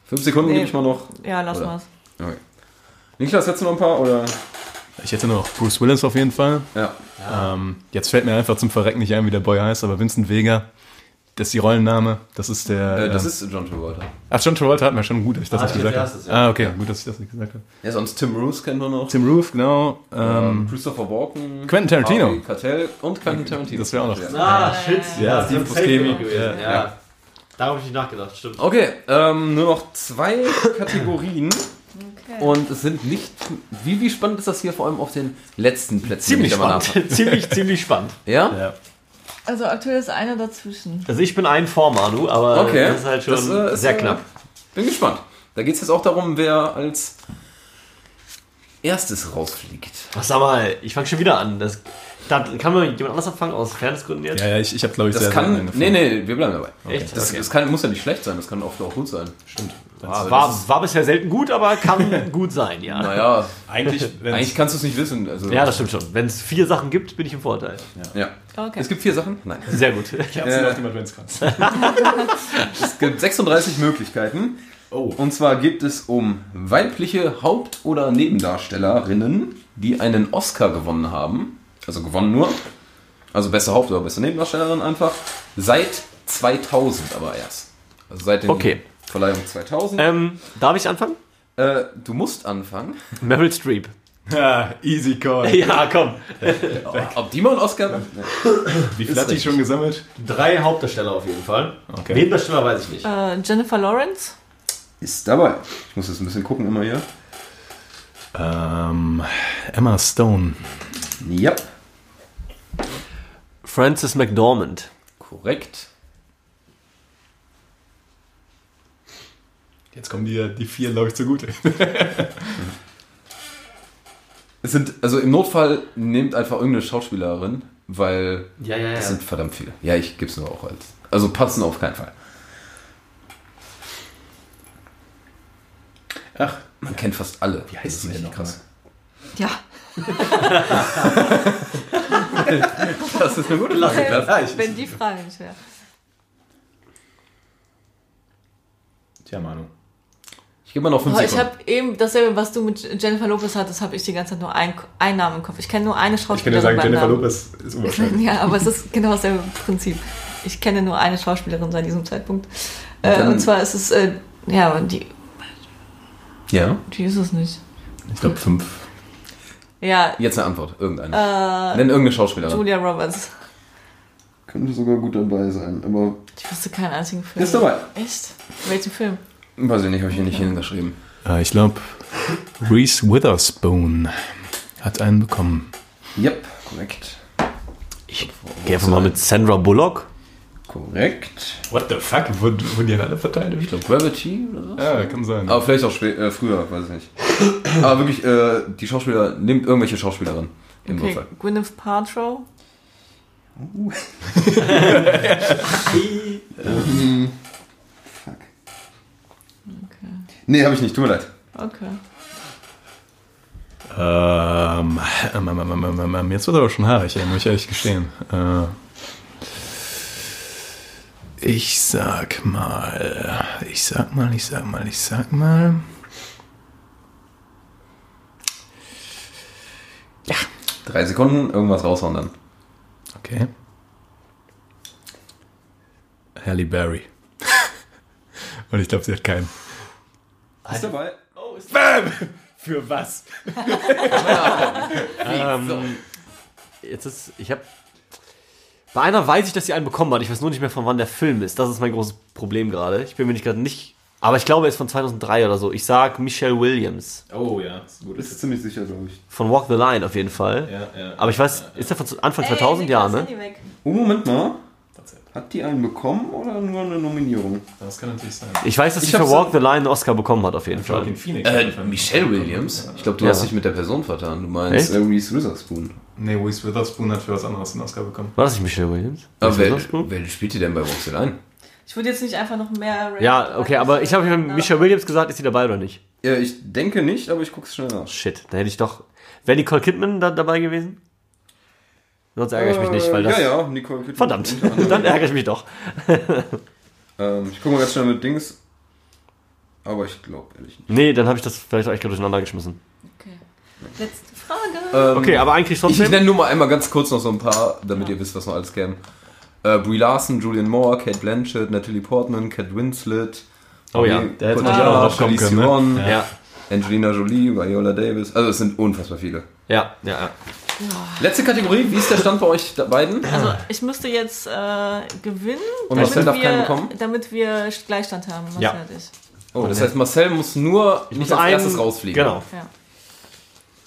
S3: Fünf Sekunden
S4: Nee.
S3: gebe ich mal noch.
S4: Ja, lass
S3: Oder?
S4: mal's.
S3: Okay. Niklas, hättest du noch ein paar? Oder?
S2: Ich hätte noch Bruce Willis auf jeden Fall.
S3: Ja.
S2: Ähm, jetzt fällt mir einfach zum Verrecken nicht ein, wie der Boy heißt, aber Vincent Vega, das ist die Rollenname. Das ist der.
S3: Äh, das
S2: ähm,
S3: ist John Travolta.
S2: ach, John Travolta hat mir schon gut, dass ich das nicht
S1: steht
S2: gesagt
S1: als
S2: habe.
S1: erstes, ja.
S2: Ah, okay, gut, dass ich das nicht gesagt habe.
S3: Ja, sonst Tim Roos kennt man noch.
S2: Tim Roof, genau. Ähm,
S3: Ähm, Christopher Walken.
S2: Quentin Tarantino.
S3: Harvey Keitel und Quentin Tarantino.
S2: Das wäre auch noch.
S1: Ah, shit.
S2: Ja,
S1: Steve
S3: Buscemi.
S1: gewesen. Ja. Da habe ich nicht nachgedacht, stimmt.
S3: Okay, ähm, nur noch zwei Kategorien.
S4: Okay.
S3: Und es sind nicht. Wie, wie spannend ist das hier vor allem auf den letzten Plätzen?
S1: Ziemlich
S3: die ich da mal
S1: spannend. ziemlich, ziemlich spannend.
S3: nachfrage? Ja?
S4: Also aktuell ist einer dazwischen.
S1: Also ich bin ein vor Manu, aber
S3: Okay.
S1: das ist halt schon
S3: Das, äh, ist,
S1: sehr
S3: äh,
S1: knapp.
S3: Bin gespannt. Da geht es jetzt auch darum, wer als erstes rausfliegt.
S1: Was sag mal, ich fange schon wieder an. Das, da kann man jemand anders anfangen, aus Fairnessgründen jetzt?
S2: Ja, ja, ich, ich habe, glaube ich,
S3: Das
S2: sehr sehr
S3: kann.
S2: angefangen.
S3: Nee, nee, wir bleiben dabei.
S1: Echt?
S3: Das,
S1: Okay.
S3: das kann, muss ja nicht schlecht sein, das kann oft auch gut sein. Stimmt.
S1: war, war, bisher selten gut, aber kann gut sein, ja.
S3: Naja,
S2: Eigentlich, wenn's-
S3: eigentlich kannst du es nicht wissen. Also,
S1: Ja, das stimmt schon. Wenn es vier Sachen gibt, bin ich im Vorteil.
S3: ja.
S4: Okay.
S3: Es gibt vier Sachen? Nein.
S1: Sehr gut.
S2: Kerzen auf dem Adventskranz.
S3: Es gibt 36 Möglichkeiten. Und zwar geht es um weibliche Haupt- oder Nebendarstellerinnen, die einen Oscar gewonnen haben. Also gewonnen nur. Also beste Haupt- oder beste Nebendarstellerin einfach. Seit 2000 aber erst. Also seit der
S1: Okay.
S3: Verleihung 2000.
S1: Ähm, darf ich anfangen?
S3: Äh, du musst anfangen.
S1: Meryl Streep.
S2: Ja, easy call.
S1: Ja, komm.
S3: Ob die mal einen Oscar...
S2: Wie viel hat die
S3: richtig.
S2: schon gesammelt?
S1: Drei Hauptdarsteller auf jeden Fall.
S2: Okay.
S1: Nebendarsteller weiß ich nicht.
S4: Äh, Jennifer Lawrence?
S3: Ist dabei. Ich muss jetzt ein bisschen gucken immer hier.
S2: Ähm, Emma Stone.
S3: Ja,
S1: Frances McDormand.
S3: korrekt.
S2: Jetzt kommen die, die vier, glaube ich, zugute.
S3: Es sind, also im Notfall nehmt einfach irgendeine Schauspielerin, weil
S1: Ja, ja,
S3: es sind verdammt viele. Ja, ich gebe es nur auch als. Also passen auf keinen Fall. Ach, man kennt fast alle. Wie heißt sie denn noch krass?
S4: Ja.
S3: Das ist eine gute Frage. Niklas.
S4: Wenn die Frage nicht wäre.
S2: Tja, Manu.
S3: Ich gebe mal noch fünf
S4: Oh, ich
S3: Sekunden.
S4: habe eben dasselbe, was du mit Jennifer Lopez hattest, habe ich die ganze Zeit nur einen, einen Namen im Kopf. Ich kenne nur eine
S2: Ich kann
S4: Schauspielerin.
S2: dir sagen,
S4: beim
S2: Jennifer
S4: Namen.
S2: Lopez ist unwahrscheinlich.
S4: Ja, aber es ist genau dasselbe Prinzip. Ich kenne nur eine Schauspielerin seit diesem Zeitpunkt. Äh,
S3: Dann-
S4: und zwar ist es, äh, ja, aber die,
S3: Ja.
S4: die ist es nicht.
S2: Ich glaube, fünf.
S4: Ja,
S3: Jetzt eine Antwort, irgendeine.
S4: äh,
S3: Nenn irgendeine Schauspielerin.
S4: Julia Roberts.
S3: Könnte sogar gut dabei sein, aber.
S4: Ich wusste keinen einzigen Film.
S3: Ist dabei.
S4: Echt? Welchen Film?
S3: Weiß ich nicht, habe ich hier nicht hingeschrieben.
S2: Äh, ich glaube, Reese Witherspoon hat einen bekommen.
S3: Yep, korrekt.
S1: Ich gehe einfach mal mit Sandra Bullock.
S3: Korrekt.
S2: What the fuck? Wurden, wurden die an alle verteilt? Oh. Ich glaube.
S3: Gravity oder so?
S2: Ja, kann sein.
S3: Aber vielleicht auch spä- äh, früher, weiß ich nicht. Aber wirklich, äh, die Schauspieler, nimmt irgendwelche Schauspielerin im
S4: Okay,
S3: Notfall.
S4: Gwyneth Paltrow. Okay.
S3: Nee, habe ich nicht, tut mir leid.
S4: Okay.
S2: Ähm, ähm, ähm, ähm, ähm, ähm, ähm, jetzt wird aber schon haarig, ey, muss ich ehrlich gestehen. Äh, ich sag mal, ich sag mal, ich sag mal, ich sag mal.
S3: Drei Sekunden, irgendwas raushauen dann.
S2: Okay. Halle Berry. Und ich glaube, sie hat keinen.
S3: Ist dabei?
S2: Für was?
S1: Ähm, jetzt ist, ich habe bei einer weiß ich, dass sie einen bekommen hat. Ich weiß nur nicht mehr, von wann der Film ist. Das ist mein großes Problem gerade. Ich bin mir nicht gerade nicht. Aber ich glaube, er ist von 2003 oder so. Ich sag Michelle Williams.
S2: Oh ja, ist gut.
S3: Das ist ziemlich sicher, glaube ich.
S1: Von Walk the Line auf jeden Fall.
S2: ja.
S1: Aber ich weiß, ist er von zu- Anfang 2000? Ja, ne?
S3: Oh, Moment mal. Hat die einen bekommen oder nur eine Nominierung?
S2: Das kann natürlich sein.
S1: Ich weiß, dass sie für
S3: hab's-
S1: Walk the Line einen Oscar bekommen hat, auf jeden Fall.
S2: Phoenix.
S3: Äh, Michelle Williams? Ich glaube, du
S1: Ja.
S3: hast dich mit der Person vertan. Du meinst
S1: Echt?
S3: äh, Reese Witherspoon.
S2: Nee, Reese Witherspoon hat für was anderes den Oscar bekommen.
S1: War das nicht Michelle Williams?
S3: Aber
S1: Michelle
S3: Ah, wer,
S1: Witherspoon?
S3: wer spielt die denn bei Walk the Line?
S4: Ich würde jetzt nicht einfach noch mehr. Ray
S1: Ja, okay, aber ich genau. habe Michelle Williams gesagt, ist sie dabei oder nicht?
S3: Ja, ich denke nicht, aber ich gucke es schnell nach.
S1: Shit, da hätte ich doch. Wäre Nicole Kidman da dabei gewesen? Sonst ärgere ich mich nicht, weil das.
S3: Äh, Ja, ja, Nicole Kidman.
S1: Verdammt, dann ärgere ich mich doch.
S3: Ähm, ich gucke mal ganz schnell mit Dings. Aber ich glaube ehrlich nicht.
S1: Nee, dann habe ich das vielleicht eigentlich durcheinander geschmissen.
S4: Okay. Letzte Frage.
S1: Okay, aber eigentlich
S3: Ähm, Ich,
S1: trotzdem.
S3: nenne nur mal einmal ganz kurz noch so ein paar, damit ihr wisst, was noch alles käme. Äh, Brie Larson, Julian Moore, Kate Blanchett, Natalie Portman, Cat Winslet.
S1: Oh ja,
S3: da hätte
S1: man
S3: auch
S1: auch
S2: noch
S3: noch
S2: drauf kommen können, ne?
S3: Theron,
S1: ja,
S3: Angelina Jolie, Viola Davis. Also es sind unfassbar viele.
S1: ja, ja, ja.
S3: Letzte Kategorie, wie ist der Stand bei euch da- beiden?
S4: Also ich müsste jetzt äh, gewinnen,
S3: Und Marcel darf keinen
S4: wir,
S3: bekommen?
S4: damit wir Gleichstand haben. halt Marcel
S1: Ja.
S4: und ich.
S3: Oh, das heißt, Marcel muss nur nicht als
S1: Ein-
S3: erstes rausfliegen.
S1: Genau.
S4: Ja.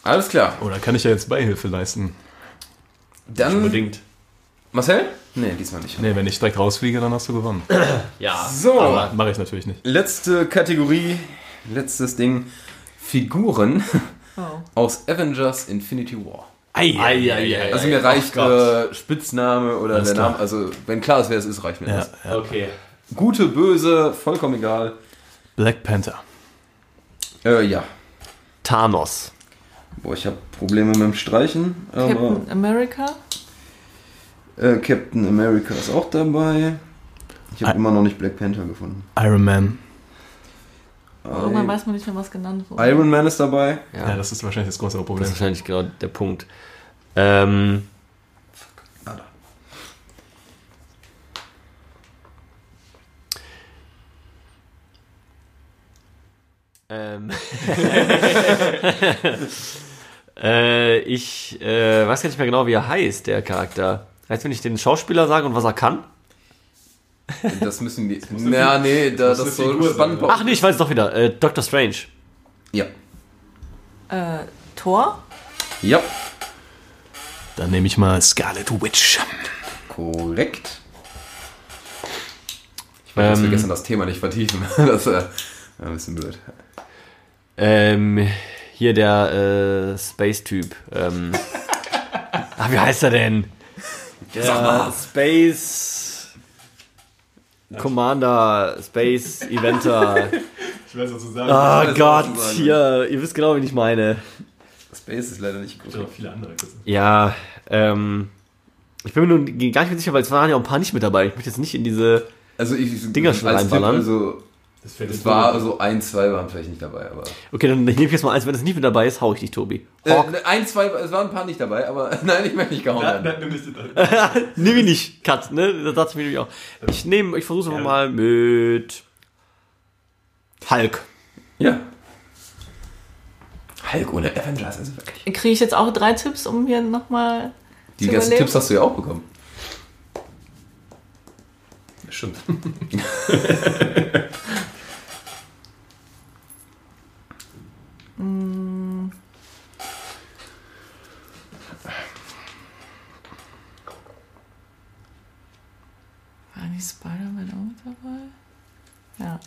S3: Alles klar.
S2: Oh, da kann ich ja jetzt Beihilfe leisten.
S3: Dann.
S1: Unbedingt.
S3: Marcel? Nee, diesmal nicht.
S2: Nee, wenn ich direkt rausfliege, dann hast du gewonnen.
S1: Ja.
S3: So.
S2: Aber mache ich natürlich nicht.
S3: Letzte Kategorie, letztes Ding. Figuren
S4: Oh.
S3: aus Avengers Infinity War.
S1: Ei, ei, ei, ei, Oh
S3: Also mir reicht äh, Spitzname oder
S2: Alles
S3: der
S2: klar.
S3: Name, also wenn klar ist, wer es ist, reicht mir
S2: Ja,
S3: das.
S2: ja.
S1: Okay.
S3: Gute, böse, vollkommen egal.
S2: Black Panther.
S3: Äh, ja.
S1: Thanos.
S3: Boah, ich habe Probleme mit dem Streichen, aber
S4: Captain America.
S3: äh, Captain America ist auch dabei. Ich habe immer noch nicht Black Panther gefunden.
S2: Iron Man.
S4: Irgendwann weiß Oh, man nicht mehr, was genannt wurde.
S3: Oh, Iron Man ist dabei.
S2: Ja, das ist wahrscheinlich das größere
S1: Das
S2: Problem.
S1: ist wahrscheinlich gerade der Punkt. Ähm, ähm, äh, ich äh, weiß gar nicht mehr genau, wie er heißt, der Charakter. Heißt, wenn ich den Schauspieler sage und was er kann?
S3: Das müssen die. Na, nee, da,
S2: muss
S3: das
S2: eine
S3: ist so
S2: Figur sein,
S3: spannend.
S2: ne?
S3: bei-
S1: Ach nee, ich weiß es doch wieder. Äh, Dr. Strange.
S3: Ja.
S4: Äh, Thor.
S3: Ja.
S2: Dann nehme ich mal Scarlet Witch.
S3: Korrekt.
S1: Ich
S3: Dass wir
S1: ähm,
S3: gestern das Thema nicht vertiefen. Das äh, ja, ein bisschen blöd.
S1: ähm, hier der äh, Space-Typ. Ähm, ach, wie heißt er denn? Der Space Commander, Space Eventer.
S2: Ich weiß, was du sagst.
S1: Ah
S3: weiß, was
S1: Gott,
S3: du sagen
S1: hier, ihr wisst genau, wen ich meine.
S3: Space ist leider nicht
S2: Ich
S3: korrekt.
S2: hab viele andere
S1: Ja, ähm, ich bin mir nun gar nicht mehr sicher, weil es waren ja auch ein paar nicht mit dabei. Ich möchte jetzt nicht in diese.
S3: Also ich
S1: Dinger schnell
S3: als Tipp,
S1: reinballern.
S3: Also
S2: Das fällt
S3: es war so ein, zwei waren vielleicht nicht dabei, aber
S1: Okay, dann nehme ich jetzt mal eins, wenn es nicht mit dabei ist, hau ich dich, Tobi.
S3: äh,
S1: Hawk,
S3: ne, ein, zwei, es waren ein paar nicht dabei, aber nein, ich möchte nicht gehauen
S2: ne.
S3: werden.
S1: Nimm ihn nicht, Cut, ne? Das dachte ich mir nämlich auch. Ich nehme, ich versuche einfach mal mit Hulk.
S3: Ja. Hulk ohne Avengers, also wirklich.
S4: Kriege ich jetzt auch drei Tipps, um hier nochmal
S3: Die
S4: zu
S3: ganzen
S4: überleben?
S3: Tipps hast du ja auch bekommen.
S2: Stimmt.
S4: War nicht Spider-Man auch mit dabei? Ja.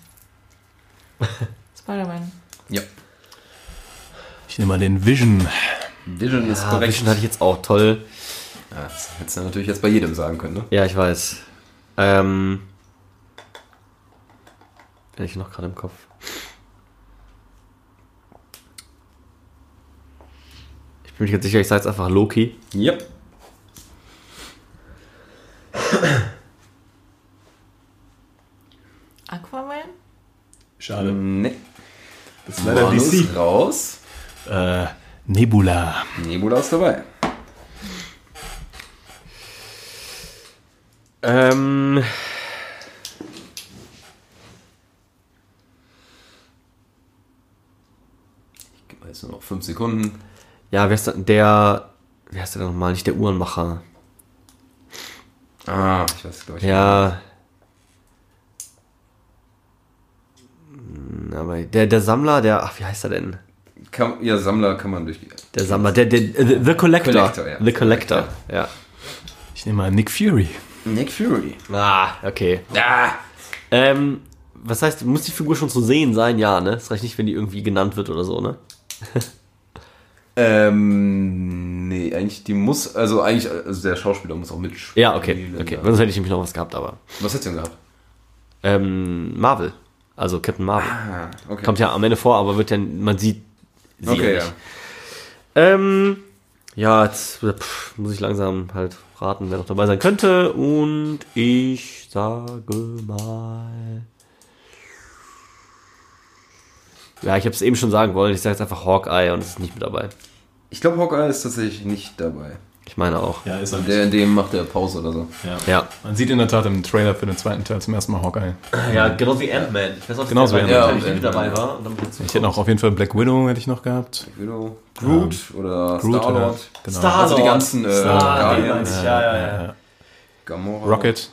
S4: Spider-Man.
S3: Ja.
S2: Ich nehme mal den Vision.
S3: Vision ist
S1: Ah,
S3: korrekt.
S1: Vision hatte ich jetzt auch, toll.
S3: Ja, das hättest du natürlich jetzt bei jedem sagen können, ne?
S1: Ja, ich weiß. Ähm. Bin ich noch gerade im Kopf. Ich bin mir nicht ganz sicher, ich sage jetzt einfach Loki.
S3: Yep.
S4: Aquaman?
S2: Schade.
S3: Nee.
S2: Das ist leider
S3: Thanos
S2: DC.
S3: raus.
S2: Äh, Nebula.
S3: Nebula ist dabei.
S1: Ähm.
S3: Gib mir jetzt nur noch 5 Sekunden.
S1: Ja, wer ist denn der. Wer ist denn nochmal? Nicht der Uhrenmacher.
S3: Ah, ich weiß, glaube ich.
S1: Ja. Hm, Aber der, der Sammler, der. Ach, wie heißt er denn?
S3: Kann, ja, Sammler kann man durchgehen.
S1: Der Sammler, der, der, the, the Collector.
S3: Collector, ja.
S1: The Collector, ja.
S2: Ich nehme mal Nick Fury.
S3: Nick Fury.
S1: Ah, okay.
S3: Ah,
S1: Ähm, was heißt, muss die Figur schon zu sehen sein? Ja, ne? Es reicht nicht, wenn die irgendwie genannt wird oder so, ne?
S3: Ähm, nee, eigentlich, die muss, also eigentlich, also der Schauspieler muss auch mitspielen.
S1: Ja, okay, okay.
S3: Ja.
S1: Sonst hätte ich nämlich noch was gehabt, aber.
S3: Was hättest du denn gehabt?
S1: Ähm, Marvel. Also Captain Marvel.
S3: Ah, okay.
S1: Kommt ja am Ende vor, aber wird ja, man sieht sie
S3: okay,
S1: ja
S3: ja.
S1: nicht. Ähm, ja, jetzt pff, muss ich langsam halt raten, wer noch dabei sein könnte. Und ich sage mal. Ja, ich habe es eben schon sagen wollen. Ich sage jetzt einfach Hawkeye und es ist nicht mit dabei.
S3: Ich glaube, Hawkeye ist tatsächlich nicht dabei.
S1: Ich meine auch.
S2: Ja, ist er.
S3: Der, dem macht er Pause oder so.
S1: Ja.
S2: Man sieht in der Tat im Trailer für den zweiten Teil zum ersten Mal Hawkeye.
S1: Ja, genau wie Ant-Man. Ich weiß auch,
S2: Genauso
S1: dabei,
S2: Genau wie
S1: ja,
S2: Ant-Man.
S1: nicht mit dabei war. Und dann
S2: Ich hätte noch auf jeden Fall Black Widow hätte ich noch gehabt.
S3: Widow, Groot oder
S2: Groot,
S3: Star-Lord.
S2: ja, genau.
S3: Also die ganzen äh, Guardians.
S1: ja, ja, ja.
S3: Gamora.
S2: Rocket.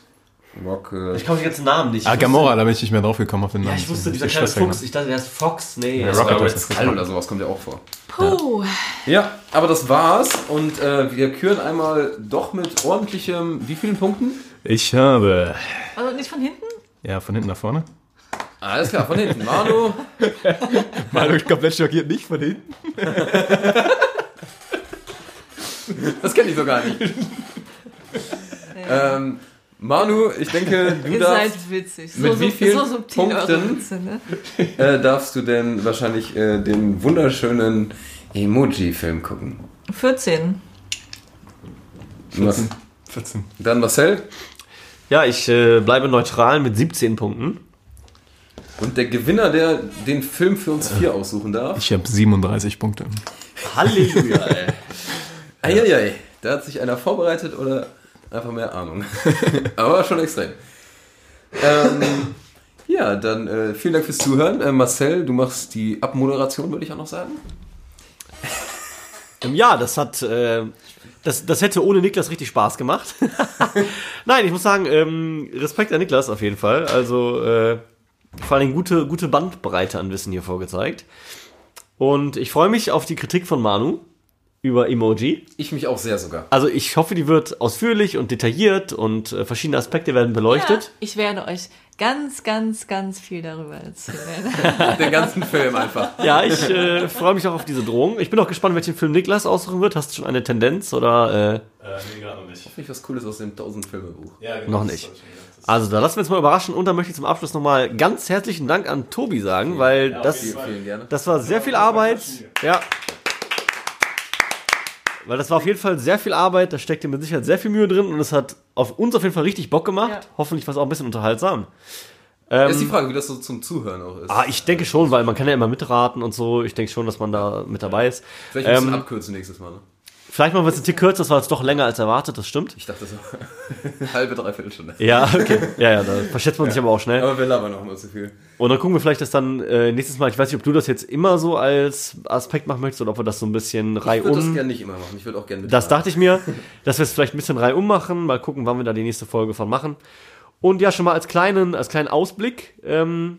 S1: Ich
S3: Rocket.
S1: kann die ganzen Namen nicht.
S2: Ah, Gamora, da bin ich nicht mehr drauf gekommen auf den Namen.
S1: Ja, ich wusste, dieser
S2: Die
S1: kleine
S2: Schwester,
S1: Fuchs. Ich dachte, der ist Fox. Nee,
S2: Ja,
S1: das
S2: Rocket
S1: war
S2: heißt
S1: Red
S2: das
S1: Skull.
S3: Hall oder sowas kommt ja auch vor.
S4: Puh.
S3: Ja, aber das war's. Und äh, wir küren einmal doch mit ordentlichem, wie vielen Punkten?
S2: genau. Ich habe.
S4: Also nicht von hinten?
S2: Ja, von hinten nach vorne.
S3: Alles klar, von hinten. Manu,
S2: Mal komplett schockiert, nicht von hinten.
S3: Das kenne ich so gar nicht. ähm, Manu, ich denke, du
S4: Ihr
S3: darfst,
S4: seid halt witzig. So,
S3: Mit
S4: sub-
S3: wie vielen
S4: so subtil eure
S3: Punkten?
S4: Witze, ne?
S3: äh, darfst du denn wahrscheinlich äh, den wunderschönen Emoji-Film gucken.
S4: 14.
S3: Was,
S2: 14.
S3: dann Marcel
S1: Ja, ich äh, bleibe neutral mit 17 Punkten.
S3: und der Gewinner, der den Film für uns vier aussuchen darf.
S2: Ich habe 37 Punkte.
S1: Halleluja, ey.
S3: Eieiei, da hat sich einer vorbereitet oder einfach mehr Ahnung. Aber schon extrem. Ähm, ja, dann äh, vielen Dank fürs Zuhören. Äh, Marcel, du machst die Abmoderation, würde ich auch noch sagen.
S1: Ähm, Ja, das hat. Äh, das, das hätte ohne Niklas richtig Spaß gemacht. Nein, ich muss sagen, ähm, Respekt an Niklas auf jeden Fall. Also äh, vor allem gute, gute Bandbreite an Wissen hier vorgezeigt. Und ich freue mich auf die Kritik von Manu über Emoji.
S3: Ich mich auch sehr sogar.
S1: Also ich hoffe, die wird ausführlich und detailliert und äh, verschiedene Aspekte werden
S4: Ja,
S1: beleuchtet.
S4: ich werde euch ganz, ganz, ganz viel darüber erzählen.
S3: Den ganzen Film einfach.
S1: Ja, ich äh, freue mich auch auf diese Drohung. Ich bin auch gespannt, welchen Film Niklas aussuchen wird. Hast du schon eine Tendenz oder äh,
S2: Äh, nee, gerade noch nicht.
S3: Finde ich was Cooles aus dem 1000-Filme-Buch.
S2: Ja,
S1: Noch das nicht. hab Also, da lassen wir uns mal überraschen und dann möchte ich zum Abschluss nochmal ganz herzlichen Dank an Tobi sagen, weil das,
S3: Vielen gerne.
S1: das war sehr viel Arbeit. Ja. Weil das war auf jeden Fall sehr viel Arbeit, da steckte mit Sicherheit sehr viel Mühe drin und es hat auf uns auf jeden Fall richtig Bock gemacht.
S4: Ja.
S1: Hoffentlich war es auch ein bisschen unterhaltsam. Ähm,
S3: ist die Frage, wie das so zum Zuhören auch ist.
S1: Ah, ich denke schon, weil man kann ja immer mitraten und so. Ich denke schon, dass man da mit dabei ist.
S3: Vielleicht ein bisschen
S1: ähm,
S3: abkürzen nächstes Mal. Ne?
S1: Vielleicht machen wir es einen Tick kürzer, das war jetzt doch länger als erwartet, das stimmt.
S3: Ich dachte so. halbe, dreiviertel Stunde.
S1: Ja, okay. Ja, ja, da verschätzt man sich aber auch schnell.
S3: Aber wir labern auch mal zu viel.
S1: Und dann gucken wir vielleicht, dass dann äh, nächstes Mal, ich weiß nicht, ob du das jetzt immer so als Aspekt machen möchtest oder ob wir das so ein bisschen
S3: Ich würde das
S1: reihum.
S3: gerne nicht immer machen. Ich würde auch gerne mit.
S1: um. Das dachte ich mir, dass wir es vielleicht ein bisschen reihum machen, mal gucken, wann wir da die nächste Folge von machen. Und ja, schon mal als kleinen, als kleinen Ausblick. Ähm,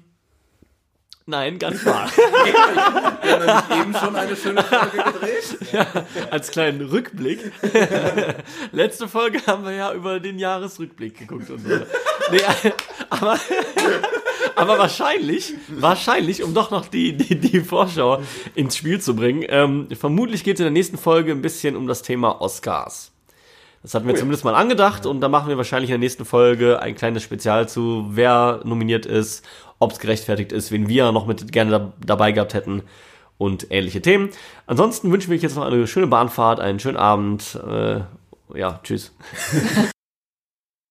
S1: nein, ganz wahr.
S3: eben schon eine schöne Folge gedreht.
S1: als kleinen Rückblick. Letzte Folge haben wir ja über den Jahresrückblick geguckt und so. Nee, aber, aber wahrscheinlich, wahrscheinlich, um doch noch die, die, die Vorschau ins Spiel zu bringen, ähm, vermutlich geht es in der nächsten Folge ein bisschen um das Thema Oscars. Das hatten wir zumindest mal angedacht und da machen wir wahrscheinlich in der nächsten Folge ein kleines Spezial zu, wer nominiert ist, ob es gerechtfertigt ist, wen wir noch mit gerne dab- dabei gehabt hätten und ähnliche Themen. Ansonsten wünschen wir euch jetzt noch eine schöne Bahnfahrt, einen schönen Abend. Äh, ja, tschüss.